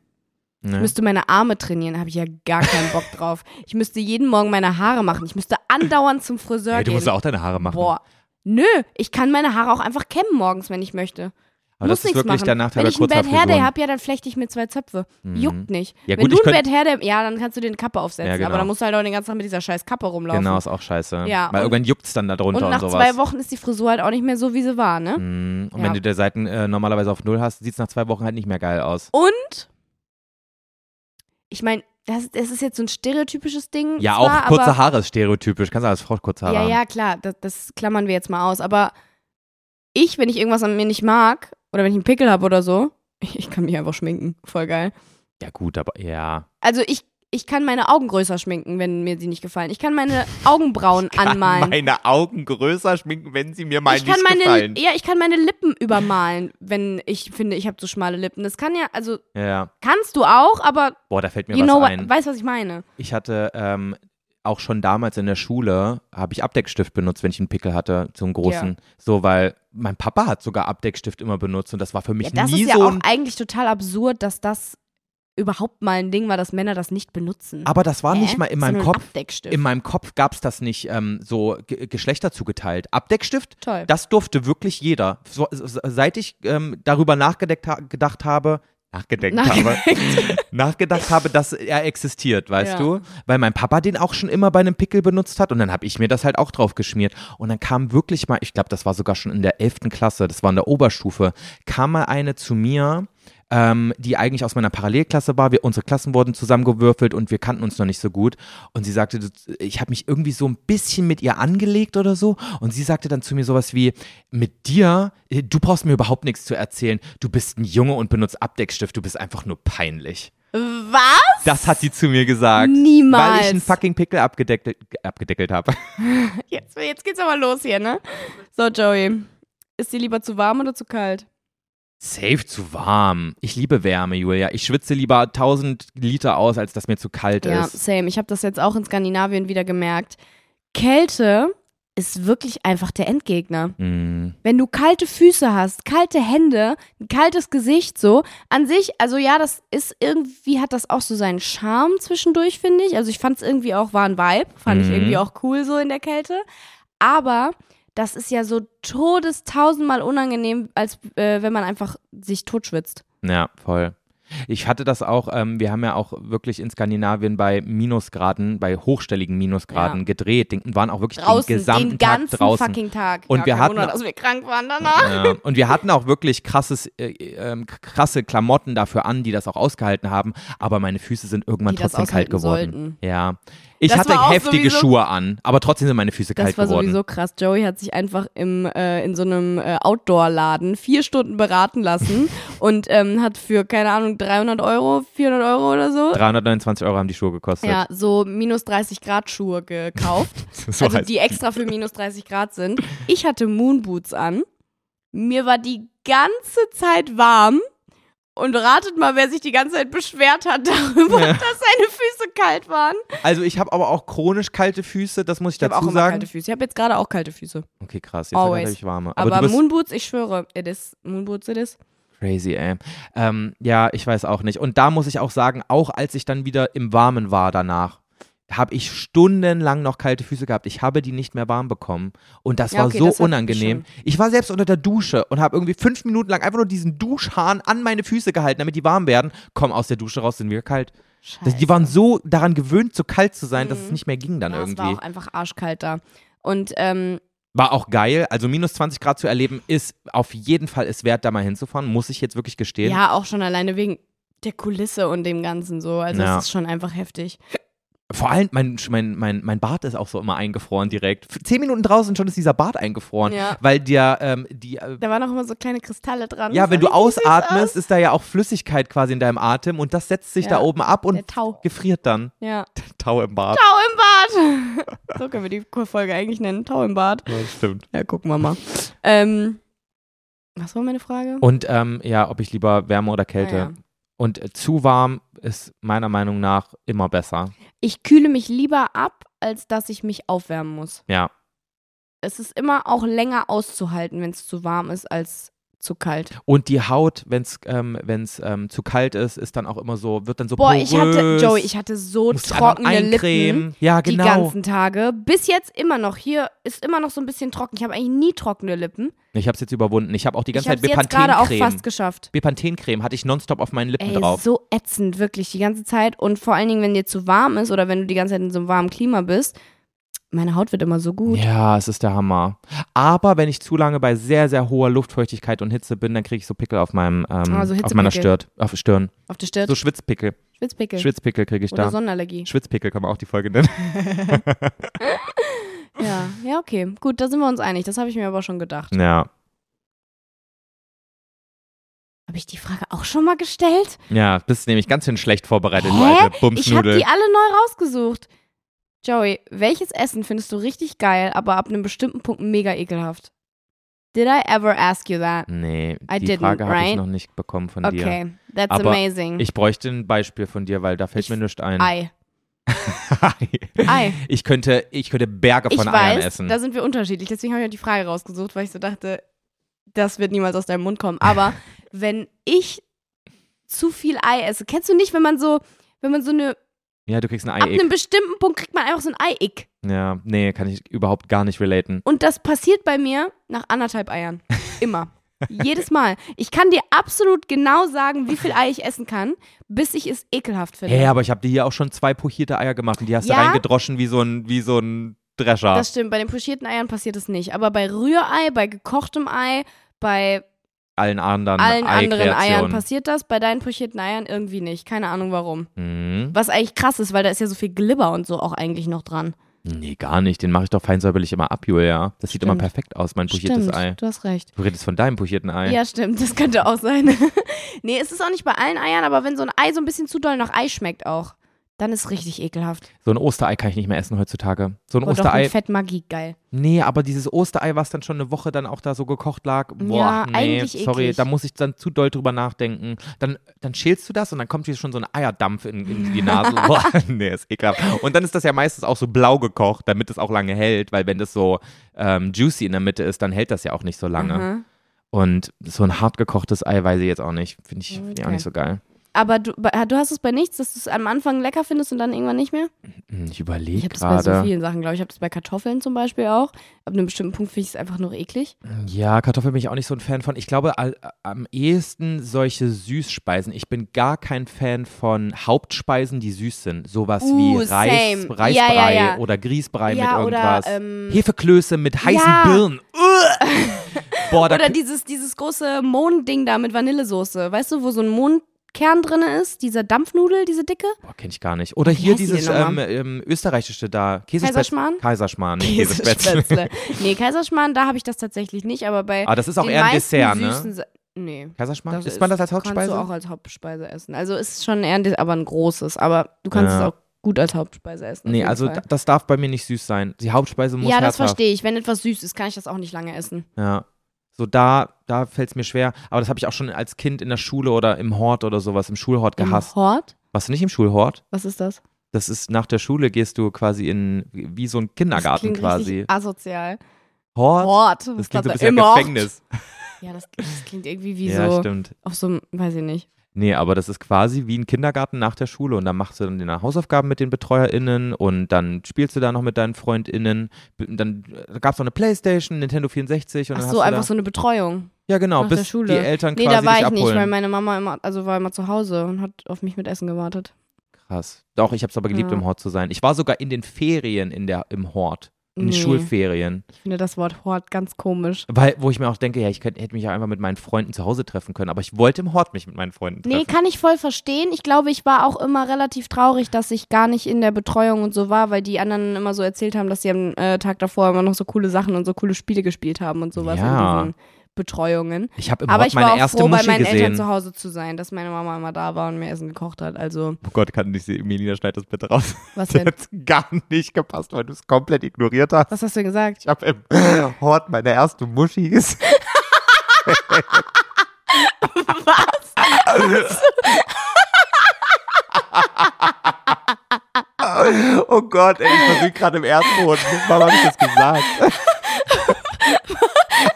[SPEAKER 1] Ich
[SPEAKER 2] Ne?
[SPEAKER 1] müsste meine Arme trainieren, habe ich ja gar keinen Bock drauf. Ich müsste jeden Morgen meine Haare machen. Ich müsste andauernd zum Friseur
[SPEAKER 2] Hey, du
[SPEAKER 1] gehen.
[SPEAKER 2] musst auch deine Haare machen. ne?
[SPEAKER 1] Boah. Nö, ich kann meine Haare auch einfach kämmen morgens, wenn ich möchte.
[SPEAKER 2] Aber
[SPEAKER 1] muss
[SPEAKER 2] das ist
[SPEAKER 1] nichts
[SPEAKER 2] wirklich
[SPEAKER 1] machen.
[SPEAKER 2] der Nachteil
[SPEAKER 1] wenn
[SPEAKER 2] bei
[SPEAKER 1] ich einen Bad
[SPEAKER 2] Kurzhaarfrisuren.
[SPEAKER 1] Hair Day habe, ja, dann flechte ich mir zwei Zöpfe.
[SPEAKER 2] Mhm.
[SPEAKER 1] Juckt nicht.
[SPEAKER 2] Ja,
[SPEAKER 1] wenn
[SPEAKER 2] gut,
[SPEAKER 1] du
[SPEAKER 2] ich
[SPEAKER 1] ein
[SPEAKER 2] könnt-
[SPEAKER 1] Bad Hair Day, ja, dann kannst du den Kappe aufsetzen.
[SPEAKER 2] Ja, genau.
[SPEAKER 1] Aber dann musst du halt auch den ganzen Tag mit dieser scheiß Kappe rumlaufen.
[SPEAKER 2] Genau, ist auch scheiße.
[SPEAKER 1] Ja,
[SPEAKER 2] Weil
[SPEAKER 1] und-
[SPEAKER 2] irgendwann juckt es dann da drunter
[SPEAKER 1] Und
[SPEAKER 2] und,
[SPEAKER 1] nach
[SPEAKER 2] sowas.
[SPEAKER 1] zwei Wochen ist die Frisur halt auch nicht mehr so, wie sie war, ne?
[SPEAKER 2] Mhm. Und
[SPEAKER 1] Ja.
[SPEAKER 2] wenn du die Seiten äh, normalerweise auf Null hast, sieht es nach zwei Wochen halt nicht mehr geil aus.
[SPEAKER 1] Und ich meine, das, das ist jetzt so ein stereotypisches Ding.
[SPEAKER 2] Ja,
[SPEAKER 1] zwar,
[SPEAKER 2] auch kurze
[SPEAKER 1] aber,
[SPEAKER 2] Haare ist stereotypisch. Kannst du als Frau kurze Haare
[SPEAKER 1] Ja,
[SPEAKER 2] haben.
[SPEAKER 1] ja, klar, das, das klammern wir jetzt mal aus. Aber ich, wenn ich irgendwas an mir nicht mag oder wenn ich einen Pickel habe oder so, ich, ich kann mich einfach schminken. Voll geil.
[SPEAKER 2] ja, gut, aber ja.
[SPEAKER 1] Also ich, ich kann meine Augen größer schminken, wenn mir die nicht gefallen. Ich kann meine Augenbrauen anmalen.
[SPEAKER 2] meine Augen größer schminken, wenn sie mir mal
[SPEAKER 1] ich kann meine, ja, ich kann meine Lippen übermalen, wenn ich finde, ich habe zu schmale Lippen. Das kann ja, also
[SPEAKER 2] Ja, ja.
[SPEAKER 1] kannst du auch, aber
[SPEAKER 2] Boah, da fällt mir
[SPEAKER 1] you
[SPEAKER 2] was
[SPEAKER 1] know, what-
[SPEAKER 2] ein.
[SPEAKER 1] weißt was ich meine?
[SPEAKER 2] Ich hatte ähm, auch schon damals in der Schule, habe ich Abdeckstift benutzt, wenn ich einen Pickel hatte, so einen großen. So, weil mein Papa hat sogar Abdeckstift immer benutzt und das war für mich
[SPEAKER 1] Ja, das
[SPEAKER 2] nie
[SPEAKER 1] ist ja
[SPEAKER 2] so
[SPEAKER 1] auch
[SPEAKER 2] ein
[SPEAKER 1] eigentlich total absurd, dass das überhaupt mal ein Ding war, dass Männer das nicht benutzen.
[SPEAKER 2] Aber das war nicht
[SPEAKER 1] Hä?
[SPEAKER 2] mal in
[SPEAKER 1] Das ist
[SPEAKER 2] meinem
[SPEAKER 1] nur ein
[SPEAKER 2] Kopf.
[SPEAKER 1] Abdeckstift.
[SPEAKER 2] In meinem Kopf gab es das nicht ähm, so ge Geschlechter zugeteilt. Abdeckstift,
[SPEAKER 1] Toll.
[SPEAKER 2] das durfte wirklich jeder. So, so- seit ich ähm, darüber nachgedacht ha gedacht habe, nachgedenkt habe, nachgedacht habe, dass er existiert, weißt
[SPEAKER 1] Ja.
[SPEAKER 2] du? Weil mein Papa den auch schon immer bei einem Pickel benutzt hat und dann habe ich mir das halt auch drauf geschmiert. Und dann kam wirklich mal, ich glaube, das war sogar schon in der 11. Klasse, das war in der Oberstufe, kam mal eine zu mir, ähm, die eigentlich aus meiner Parallelklasse war. Wir, unsere Klassen wurden zusammengewürfelt und wir kannten uns noch nicht so gut. Und sie sagte, du- ich habe mich irgendwie so ein bisschen mit ihr angelegt oder so. Und sie sagte dann zu mir sowas wie, mit dir, äh, du brauchst mir überhaupt nichts zu erzählen. Du bist ein Junge und benutzt Abdeckstift. Du bist einfach nur peinlich.
[SPEAKER 1] Was?
[SPEAKER 2] Das hat sie zu mir gesagt.
[SPEAKER 1] Niemals.
[SPEAKER 2] Weil ich einen fucking Pickel abgedeckelt, abgedeckelt habe.
[SPEAKER 1] Jetzt, jetzt geht's aber los hier, ne? So, Joey. Ist dir lieber zu warm oder zu kalt?
[SPEAKER 2] Safe zu warm. Ich liebe Wärme, Julia. Ich schwitze lieber 1000 Liter aus, als dass mir zu kalt
[SPEAKER 1] Ja,
[SPEAKER 2] ist.
[SPEAKER 1] same. Ich habe das jetzt auch in Skandinavien wieder gemerkt. Kälte ist wirklich einfach der Endgegner.
[SPEAKER 2] Mm.
[SPEAKER 1] Wenn du kalte Füße hast, kalte Hände, ein kaltes Gesicht so, an sich, also ja, das ist irgendwie, hat das auch so seinen Charme zwischendurch, finde ich. Also ich fand es irgendwie auch, war ein Vibe, fand ich
[SPEAKER 2] Mhm.
[SPEAKER 1] irgendwie auch cool so in der Kälte. Aber das ist ja so todestausendmal unangenehm, als äh, wenn man einfach sich totschwitzt.
[SPEAKER 2] Ja, voll. Ich hatte das auch, ähm, wir haben ja auch wirklich in Skandinavien bei Minusgraden, bei hochstelligen Minusgraden
[SPEAKER 1] Ja.
[SPEAKER 2] gedreht, den, waren auch wirklich
[SPEAKER 1] Draußen,
[SPEAKER 2] den gesamten
[SPEAKER 1] ganzen
[SPEAKER 2] Tag draußen.
[SPEAKER 1] fucking Tag.
[SPEAKER 2] Und
[SPEAKER 1] ja,
[SPEAKER 2] wir
[SPEAKER 1] kein
[SPEAKER 2] hatten-
[SPEAKER 1] Wunder, dass wir krank waren danach.
[SPEAKER 2] Ja, und wir hatten auch wirklich krasses, äh, ähm, k- krasse Klamotten dafür an, die das auch ausgehalten haben, aber meine Füße sind irgendwann
[SPEAKER 1] Die das
[SPEAKER 2] trotzdem kalt
[SPEAKER 1] aushalten
[SPEAKER 2] geworden.
[SPEAKER 1] sollten.
[SPEAKER 2] Ja. Ich
[SPEAKER 1] Das war
[SPEAKER 2] hatte
[SPEAKER 1] auch
[SPEAKER 2] heftige
[SPEAKER 1] sowieso-
[SPEAKER 2] Schuhe an, aber trotzdem sind meine Füße
[SPEAKER 1] Das
[SPEAKER 2] kalt
[SPEAKER 1] war
[SPEAKER 2] geworden.
[SPEAKER 1] sowieso krass. Joey hat sich einfach im, äh, in so einem äh, Outdoor-Laden vier Stunden beraten lassen und ähm, hat für, keine Ahnung, 300 Euro, 400 Euro oder so,
[SPEAKER 2] 329 Euro haben die Schuhe gekostet.
[SPEAKER 1] ja, so minus 30 Grad Schuhe gekauft.
[SPEAKER 2] So halt.
[SPEAKER 1] also
[SPEAKER 2] heißt-
[SPEAKER 1] die extra für minus 30 Grad sind. Ich hatte Moonboots an. Mir war die ganze Zeit warm. Und ratet mal, wer sich die ganze Zeit beschwert hat darüber, dass seine Füße kalt waren.
[SPEAKER 2] Also ich habe aber auch chronisch kalte Füße, das muss ich,
[SPEAKER 1] Ich habe auch
[SPEAKER 2] dazu
[SPEAKER 1] immer
[SPEAKER 2] sagen.
[SPEAKER 1] kalte Füße. Ich habe jetzt gerade auch kalte Füße.
[SPEAKER 2] Okay, krass. Jetzt
[SPEAKER 1] Always.
[SPEAKER 2] habe ich warme. Aber,
[SPEAKER 1] Aber,
[SPEAKER 2] du bist
[SPEAKER 1] Moonboots, ich schwöre, it is. Moonboots, it is.
[SPEAKER 2] crazy, ey. Ähm, ja, ich weiß auch nicht. Und da muss ich auch sagen, auch als ich dann wieder im Warmen war danach, habe ich stundenlang noch kalte Füße gehabt. Ich habe die nicht mehr warm bekommen. Und das
[SPEAKER 1] Ja,
[SPEAKER 2] war
[SPEAKER 1] okay,
[SPEAKER 2] so
[SPEAKER 1] das hatte ich
[SPEAKER 2] unangenehm. Ich war selbst unter der Dusche und habe irgendwie fünf Minuten lang einfach nur diesen Duschhahn an meine Füße gehalten, damit die warm werden. Komm aus der Dusche raus, sind wir kalt. Das, die waren so daran gewöhnt, so kalt zu sein, dass es nicht mehr ging dann
[SPEAKER 1] Mhm. ja,
[SPEAKER 2] irgendwie.
[SPEAKER 1] Es war auch einfach arschkalt da. Und ähm,
[SPEAKER 2] War auch geil. Also minus 20 Grad zu erleben, ist auf jeden Fall es wert, da mal hinzufahren. Muss ich jetzt wirklich gestehen.
[SPEAKER 1] ja, auch schon alleine wegen der Kulisse und dem Ganzen so. Also
[SPEAKER 2] Ja.
[SPEAKER 1] es ist schon einfach heftig.
[SPEAKER 2] Vor allem, mein, mein, mein, mein Bart ist auch so immer eingefroren direkt. F- Zehn Minuten draußen schon ist dieser Bart eingefroren.
[SPEAKER 1] Ja.
[SPEAKER 2] Weil dir ähm, die. Äh,
[SPEAKER 1] Da waren auch immer so kleine Kristalle dran.
[SPEAKER 2] ja,
[SPEAKER 1] Das
[SPEAKER 2] wenn
[SPEAKER 1] sah
[SPEAKER 2] du
[SPEAKER 1] richtig süß aus.
[SPEAKER 2] ausatmest, ist da ja auch Flüssigkeit quasi in deinem Atem und das setzt sich
[SPEAKER 1] Ja.
[SPEAKER 2] da oben ab und
[SPEAKER 1] Der Tau.
[SPEAKER 2] gefriert dann.
[SPEAKER 1] Ja.
[SPEAKER 2] Tau im Bart.
[SPEAKER 1] Tau im Bad. So können wir die Folge eigentlich nennen. Tau im Bad.
[SPEAKER 2] Ja, stimmt.
[SPEAKER 1] Ja, gucken wir mal. Ähm, was war meine Frage?
[SPEAKER 2] Und ähm, ja, ob ich lieber Wärme oder Kälte.
[SPEAKER 1] Ah, ja.
[SPEAKER 2] Und äh, zu warm ist meiner Meinung nach immer besser.
[SPEAKER 1] Ich kühle mich lieber ab, als dass ich mich aufwärmen muss.
[SPEAKER 2] Ja.
[SPEAKER 1] Es ist immer auch länger auszuhalten, wenn es zu warm ist, als zu kalt.
[SPEAKER 2] Und die Haut, wenn es ähm, wenn's, ähm, zu kalt ist, ist dann auch immer so, wird dann so
[SPEAKER 1] Boah,
[SPEAKER 2] porös.
[SPEAKER 1] ich hatte, Joey, ich hatte so
[SPEAKER 2] musst dich einfach
[SPEAKER 1] trockene Lippen.
[SPEAKER 2] eincremen. Ja,
[SPEAKER 1] Die
[SPEAKER 2] genau.
[SPEAKER 1] ganzen Tage. Bis jetzt immer noch. Hier ist immer noch so ein bisschen trocken. Ich habe eigentlich nie trockene Lippen.
[SPEAKER 2] ich habe es jetzt überwunden. Ich habe auch die ganze
[SPEAKER 1] ich habe
[SPEAKER 2] Zeit
[SPEAKER 1] jetzt gerade auch
[SPEAKER 2] Bepanthen-Creme.
[SPEAKER 1] fast geschafft.
[SPEAKER 2] Bepanthen-Creme hatte ich nonstop auf meinen Lippen
[SPEAKER 1] Ey,
[SPEAKER 2] drauf.
[SPEAKER 1] so ätzend, wirklich, die ganze Zeit. Und vor allen Dingen, wenn dir zu warm ist oder wenn du die ganze Zeit in so einem warmen Klima bist, meine Haut wird immer so gut.
[SPEAKER 2] Ja, es ist der Hammer. Aber wenn ich zu lange bei sehr, sehr hoher Luftfeuchtigkeit und Hitze bin, dann kriege ich so Pickel auf meinem, ähm,
[SPEAKER 1] Ah, so
[SPEAKER 2] auf meiner
[SPEAKER 1] Hitzepickel.
[SPEAKER 2] Stirn. Auf Stirn.
[SPEAKER 1] Auf der Stirn,
[SPEAKER 2] So Schwitzpickel.
[SPEAKER 1] Schwitzpickel
[SPEAKER 2] Schwitzpickel kriege ich
[SPEAKER 1] oder
[SPEAKER 2] da.
[SPEAKER 1] Sonnenallergie.
[SPEAKER 2] Schwitzpickel kann man auch die Folge nennen.
[SPEAKER 1] Ja, ja, okay. Gut, da sind wir uns einig. Das habe ich mir aber schon gedacht.
[SPEAKER 2] Ja.
[SPEAKER 1] Habe ich die Frage auch schon mal gestellt?
[SPEAKER 2] Ja, bist nämlich ganz schön schlecht vorbereitet,
[SPEAKER 1] Hä?
[SPEAKER 2] Leute.
[SPEAKER 1] Ich habe
[SPEAKER 2] Bumsnudel.
[SPEAKER 1] die alle neu rausgesucht. Joey, welches Essen findest du richtig geil, aber ab einem bestimmten Punkt mega ekelhaft? Did I ever ask you that?
[SPEAKER 2] Nee,
[SPEAKER 1] I
[SPEAKER 2] die
[SPEAKER 1] didn't,
[SPEAKER 2] Frage habe ich
[SPEAKER 1] right?
[SPEAKER 2] noch nicht bekommen von dir.
[SPEAKER 1] Okay, that's
[SPEAKER 2] Hm, Aber
[SPEAKER 1] amazing.
[SPEAKER 2] Ich bräuchte ein Beispiel von dir, weil da fällt
[SPEAKER 1] Ich-
[SPEAKER 2] mir nichts ein.
[SPEAKER 1] Ei. Ei.
[SPEAKER 2] Ich könnte, ich könnte Berge von
[SPEAKER 1] ich
[SPEAKER 2] Eiern
[SPEAKER 1] weiß,
[SPEAKER 2] essen.
[SPEAKER 1] Da sind wir unterschiedlich. Deswegen habe ich auch die Frage rausgesucht, weil ich so dachte, das wird niemals aus deinem Mund kommen. Aber wenn ich zu viel Ei esse, kennst du nicht, wenn man so, wenn man so eine,
[SPEAKER 2] ja, du kriegst ein
[SPEAKER 1] ab einem
[SPEAKER 2] Ei.
[SPEAKER 1] bestimmten Punkt kriegt man einfach so ein Ei-Ick.
[SPEAKER 2] Ja, nee, kann ich überhaupt gar nicht relaten.
[SPEAKER 1] Und das passiert bei mir nach anderthalb Eiern. Immer. Jedes Mal. Ich kann dir absolut genau sagen, wie viel Ei ich essen kann, bis ich es ekelhaft finde.
[SPEAKER 2] Hey, aber ich habe dir hier auch schon zwei pochierte Eier gemacht und die hast du
[SPEAKER 1] Ja?
[SPEAKER 2] reingedroschen wie so ein, wie so ein Drescher.
[SPEAKER 1] Das stimmt, bei den pochierten Eiern passiert es nicht. Aber bei Rührei, bei gekochtem Ei, bei
[SPEAKER 2] allen anderen
[SPEAKER 1] allen anderen Eiern
[SPEAKER 2] Eikreationen.
[SPEAKER 1] passiert das, bei deinen pochierten Eiern irgendwie nicht. Keine Ahnung warum.
[SPEAKER 2] Mhm.
[SPEAKER 1] Was eigentlich krass ist, weil da ist ja so viel Glibber und so auch eigentlich noch dran.
[SPEAKER 2] Nee, gar nicht. Den mache ich doch feinsäuberlich immer ab, Julia. Das sieht immer
[SPEAKER 1] Stimmt.
[SPEAKER 2] perfekt aus, mein pochiertes
[SPEAKER 1] Stimmt,
[SPEAKER 2] Ei.
[SPEAKER 1] du hast recht.
[SPEAKER 2] Du redest von deinem pochierten Ei.
[SPEAKER 1] Ja, stimmt, das könnte auch sein. nee, es ist auch nicht bei allen Eiern, aber wenn so ein Ei so ein bisschen zu doll nach Ei schmeckt auch, dann ist richtig ekelhaft.
[SPEAKER 2] So ein Osterei kann ich nicht mehr essen heutzutage. So ein
[SPEAKER 1] Und Oh, doch
[SPEAKER 2] Osterei.
[SPEAKER 1] mit Fettmagie, geil.
[SPEAKER 2] Nee, aber dieses Osterei, was dann schon eine Woche dann auch da so gekocht lag, boah,
[SPEAKER 1] Ja,
[SPEAKER 2] nee,
[SPEAKER 1] eigentlich
[SPEAKER 2] sorry,
[SPEAKER 1] eklig.
[SPEAKER 2] da muss ich dann zu doll drüber nachdenken. Dann, dann schälst du das und dann kommt hier schon so ein Eierdampf in, in die Nase. boah, nee, ist ekelhaft. Und dann ist das ja meistens auch so blau gekocht, damit es auch lange hält, weil wenn das so ähm, juicy in der Mitte ist, dann hält das ja auch nicht so lange.
[SPEAKER 1] Aha.
[SPEAKER 2] Und so ein hart gekochtes Ei weiß ich jetzt auch nicht, finde ich, find ich auch
[SPEAKER 1] Okay.
[SPEAKER 2] nicht so geil.
[SPEAKER 1] Aber du, ba- du hast es bei nichts, dass du es am Anfang lecker findest und dann irgendwann nicht mehr?
[SPEAKER 2] Hm, Ich
[SPEAKER 1] Ich
[SPEAKER 2] überlege
[SPEAKER 1] habe das bei so
[SPEAKER 2] gerade.
[SPEAKER 1] vielen Sachen, glaube ich. Ich habe das bei Kartoffeln zum Beispiel auch. Ab einem bestimmten Punkt finde ich es einfach nur eklig.
[SPEAKER 2] ja, Kartoffeln bin ich auch nicht so ein Fan von. Ich glaube, al- am ehesten solche Süßspeisen. Ich bin gar kein Fan von Hauptspeisen, die süß sind. Sowas
[SPEAKER 1] Uh,
[SPEAKER 2] wie Reis,
[SPEAKER 1] same.
[SPEAKER 2] Reisbrei
[SPEAKER 1] Ja, ja, ja.
[SPEAKER 2] oder Grießbrei
[SPEAKER 1] Ja,
[SPEAKER 2] mit
[SPEAKER 1] oder,
[SPEAKER 2] irgendwas.
[SPEAKER 1] ähm,
[SPEAKER 2] Hefeklöße mit heißen
[SPEAKER 1] ja.
[SPEAKER 2] Birnen. Uah. Boah, da
[SPEAKER 1] Oder dieses, dieses große Mohnding da mit Vanillesoße. Weißt du, wo so ein Mohnkern drin ist? Dieser Dampfnudel, diese dicke?
[SPEAKER 2] Boah, kenn ich gar nicht. Oder hier
[SPEAKER 1] heißt die
[SPEAKER 2] dieses
[SPEAKER 1] denn
[SPEAKER 2] ähm,
[SPEAKER 1] nochmal?
[SPEAKER 2] ähm, österreichische da. Käsespätzle.
[SPEAKER 1] Kaiserschmarrn?
[SPEAKER 2] Kaiserschmarrn, nicht Käsespätzle.
[SPEAKER 1] Käsespätzle. nee, Kaiserschmarrn, da habe ich das tatsächlich nicht, aber bei
[SPEAKER 2] Aber das Also ist auch
[SPEAKER 1] den
[SPEAKER 2] eher ein
[SPEAKER 1] meisten
[SPEAKER 2] Dessert, ne?
[SPEAKER 1] süßen Sa- Nee.
[SPEAKER 2] Kaiserschmarrn?
[SPEAKER 1] Das
[SPEAKER 2] Isst man das als
[SPEAKER 1] Kannst
[SPEAKER 2] Hauptspeise?
[SPEAKER 1] du auch als Hauptspeise essen. Also ist schon eher ein Dessert, aber ein großes. Aber du kannst
[SPEAKER 2] Ja.
[SPEAKER 1] es auch gut als Hauptspeise essen. auf
[SPEAKER 2] nee,
[SPEAKER 1] jeden
[SPEAKER 2] also
[SPEAKER 1] Fall.
[SPEAKER 2] d- das darf bei mir nicht süß sein. Die Hauptspeise muss
[SPEAKER 1] Ja, das
[SPEAKER 2] herzhaft.
[SPEAKER 1] verstehe ich. Wenn etwas süß ist, kann ich das auch nicht lange essen.
[SPEAKER 2] Ja. So da, da fällt es mir schwer. Aber das habe ich auch schon als Kind in der Schule oder im Hort oder sowas, im Schulhort gehasst.
[SPEAKER 1] Im Hort?
[SPEAKER 2] Warst du nicht im Schulhort?
[SPEAKER 1] Was ist das?
[SPEAKER 2] Das ist nach der Schule gehst du quasi in wie so ein
[SPEAKER 1] Das
[SPEAKER 2] Kindergarten
[SPEAKER 1] klingt
[SPEAKER 2] quasi.
[SPEAKER 1] richtig asozial.
[SPEAKER 2] Hort?
[SPEAKER 1] Hort.
[SPEAKER 2] Das
[SPEAKER 1] Was
[SPEAKER 2] klingt so
[SPEAKER 1] glaubt ihr?
[SPEAKER 2] ein bisschen
[SPEAKER 1] Im
[SPEAKER 2] nach
[SPEAKER 1] Hort?
[SPEAKER 2] Gefängnis.
[SPEAKER 1] Ja, das, das klingt irgendwie wie
[SPEAKER 2] Ja,
[SPEAKER 1] so
[SPEAKER 2] stimmt.
[SPEAKER 1] auf so einem, weiß ich nicht.
[SPEAKER 2] Nee, aber das ist quasi wie ein Kindergarten nach der Schule und dann machst du dann deine Hausaufgaben mit den BetreuerInnen und dann spielst du da noch mit deinen FreundInnen. B- Dann gab es noch eine Playstation, Nintendo 64 und
[SPEAKER 1] Ach
[SPEAKER 2] dann
[SPEAKER 1] so,
[SPEAKER 2] hast du
[SPEAKER 1] einfach
[SPEAKER 2] da,
[SPEAKER 1] so eine Betreuung.
[SPEAKER 2] Ja genau,
[SPEAKER 1] nach der
[SPEAKER 2] bis
[SPEAKER 1] Schule.
[SPEAKER 2] die Eltern
[SPEAKER 1] Nee,
[SPEAKER 2] quasi
[SPEAKER 1] da war
[SPEAKER 2] dich
[SPEAKER 1] ich
[SPEAKER 2] abholen.
[SPEAKER 1] nicht, weil meine Mama immer, also war immer zu Hause und hat auf mich mit Essen gewartet.
[SPEAKER 2] Krass. Doch, ich hab's aber geliebt,
[SPEAKER 1] Ja.
[SPEAKER 2] im Hort zu sein. Ich war sogar in den Ferien in der, im Hort. In den
[SPEAKER 1] Nee.
[SPEAKER 2] Schulferien.
[SPEAKER 1] Ich finde das Wort Hort ganz komisch.
[SPEAKER 2] Weil, wo ich mir auch denke, ja, ich könnt, hätte mich ja einfach mit meinen Freunden zu Hause treffen können, aber ich wollte im Hort mich mit meinen Freunden treffen.
[SPEAKER 1] Nee, kann ich voll verstehen. Ich glaube, ich war auch immer relativ traurig, dass ich gar nicht in der Betreuung und so war, weil die anderen immer so erzählt haben, dass sie am äh, Tag davor immer noch so coole Sachen und so coole Spiele gespielt haben und sowas
[SPEAKER 2] Ja.
[SPEAKER 1] in diesen Betreuungen.
[SPEAKER 2] ich habe im
[SPEAKER 1] Aber
[SPEAKER 2] Hort
[SPEAKER 1] ich
[SPEAKER 2] meine
[SPEAKER 1] war auch
[SPEAKER 2] erste
[SPEAKER 1] froh, bei
[SPEAKER 2] Muschi
[SPEAKER 1] meinen
[SPEAKER 2] gesehen.
[SPEAKER 1] Eltern zu Hause zu sein, dass meine Mama immer da war und mir Essen gekocht hat. Also,
[SPEAKER 2] Oh Gott, kann nicht Melina schneid das bitte raus.
[SPEAKER 1] was
[SPEAKER 2] Das
[SPEAKER 1] denn?
[SPEAKER 2] hat gar nicht gepasst, weil du es komplett ignoriert hast.
[SPEAKER 1] Was hast du denn gesagt?
[SPEAKER 2] Ich habe im Hort meine erste Muschi gesehen. Was? oh Gott, ey, ich versuche gerade im Erdboden. Warum habe ich das gesagt?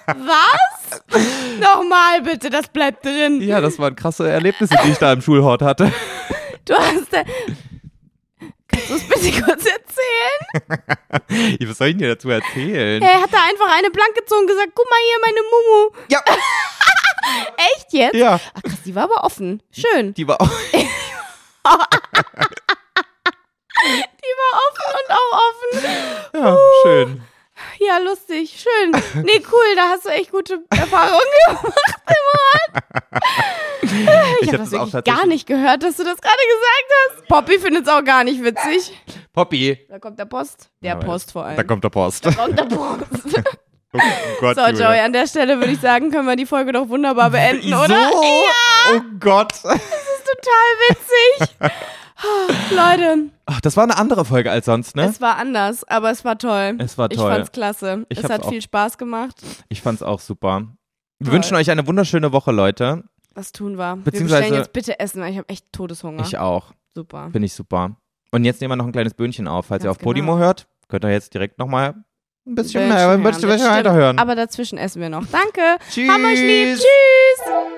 [SPEAKER 1] Was? Nochmal bitte, das bleibt drin.
[SPEAKER 2] Ja, das waren krasse Erlebnisse, die ich da im Schulhort hatte.
[SPEAKER 1] Du hast. da- Kannst du es bitte kurz erzählen?
[SPEAKER 2] Was soll ich dir dazu erzählen?
[SPEAKER 1] Er hat da einfach eine blank gezogen und gesagt: guck mal hier, meine Mumu.
[SPEAKER 2] Ja,
[SPEAKER 1] Echt jetzt?
[SPEAKER 2] ja.
[SPEAKER 1] Ach krass, die war aber offen. Schön.
[SPEAKER 2] Die war auch.
[SPEAKER 1] Die war offen und auch offen.
[SPEAKER 2] Ja, schön.
[SPEAKER 1] Ja, lustig. Schön. Nee, cool, da hast du echt gute Erfahrungen gemacht im Ort. Ich,
[SPEAKER 2] Ich hab
[SPEAKER 1] habe hab das
[SPEAKER 2] das auch
[SPEAKER 1] wirklich
[SPEAKER 2] tatsächlich-
[SPEAKER 1] gar nicht gehört, dass du das gerade gesagt hast. Poppy findet es auch gar nicht witzig.
[SPEAKER 2] Poppy.
[SPEAKER 1] Da kommt der Post. Der
[SPEAKER 2] Ja,
[SPEAKER 1] Post vor allem.
[SPEAKER 2] Da kommt der Post.
[SPEAKER 1] kommt der Post.
[SPEAKER 2] Oh Gott,
[SPEAKER 1] So, Joey, an der Stelle würde ich sagen, können wir die Folge doch wunderbar beenden,
[SPEAKER 2] So?
[SPEAKER 1] oder?
[SPEAKER 2] Oh Gott.
[SPEAKER 1] Total witzig. Leute,
[SPEAKER 2] Ach, das war eine andere Folge als sonst, ne?
[SPEAKER 1] es war anders, aber es war toll.
[SPEAKER 2] Es war
[SPEAKER 1] Ich
[SPEAKER 2] toll.
[SPEAKER 1] fand's klasse.
[SPEAKER 2] Ich
[SPEAKER 1] es
[SPEAKER 2] hab's
[SPEAKER 1] hat
[SPEAKER 2] auch.
[SPEAKER 1] viel Spaß gemacht.
[SPEAKER 2] Ich fand's auch super. Wir
[SPEAKER 1] Toll.
[SPEAKER 2] wünschen euch eine wunderschöne Woche, Leute.
[SPEAKER 1] Was tun wir?
[SPEAKER 2] Beziehungsweise-
[SPEAKER 1] wir bestellen jetzt bitte Essen, weil ich habe echt Todeshunger.
[SPEAKER 2] Ich auch.
[SPEAKER 1] Super.
[SPEAKER 2] Finde ich super. Und jetzt nehmen wir noch ein kleines Böhnchen auf. Falls ihr
[SPEAKER 1] Ganz
[SPEAKER 2] auf Podimo
[SPEAKER 1] genau.
[SPEAKER 2] hört, könnt ihr jetzt direkt nochmal ein bisschen
[SPEAKER 1] Bildschirm
[SPEAKER 2] mehr,
[SPEAKER 1] hören,
[SPEAKER 2] ein bisschen
[SPEAKER 1] das
[SPEAKER 2] weiter
[SPEAKER 1] stimmt.
[SPEAKER 2] hören.
[SPEAKER 1] Aber dazwischen essen wir noch. Danke.
[SPEAKER 2] Tschüss.
[SPEAKER 1] Haben euch lieb. Tschüss.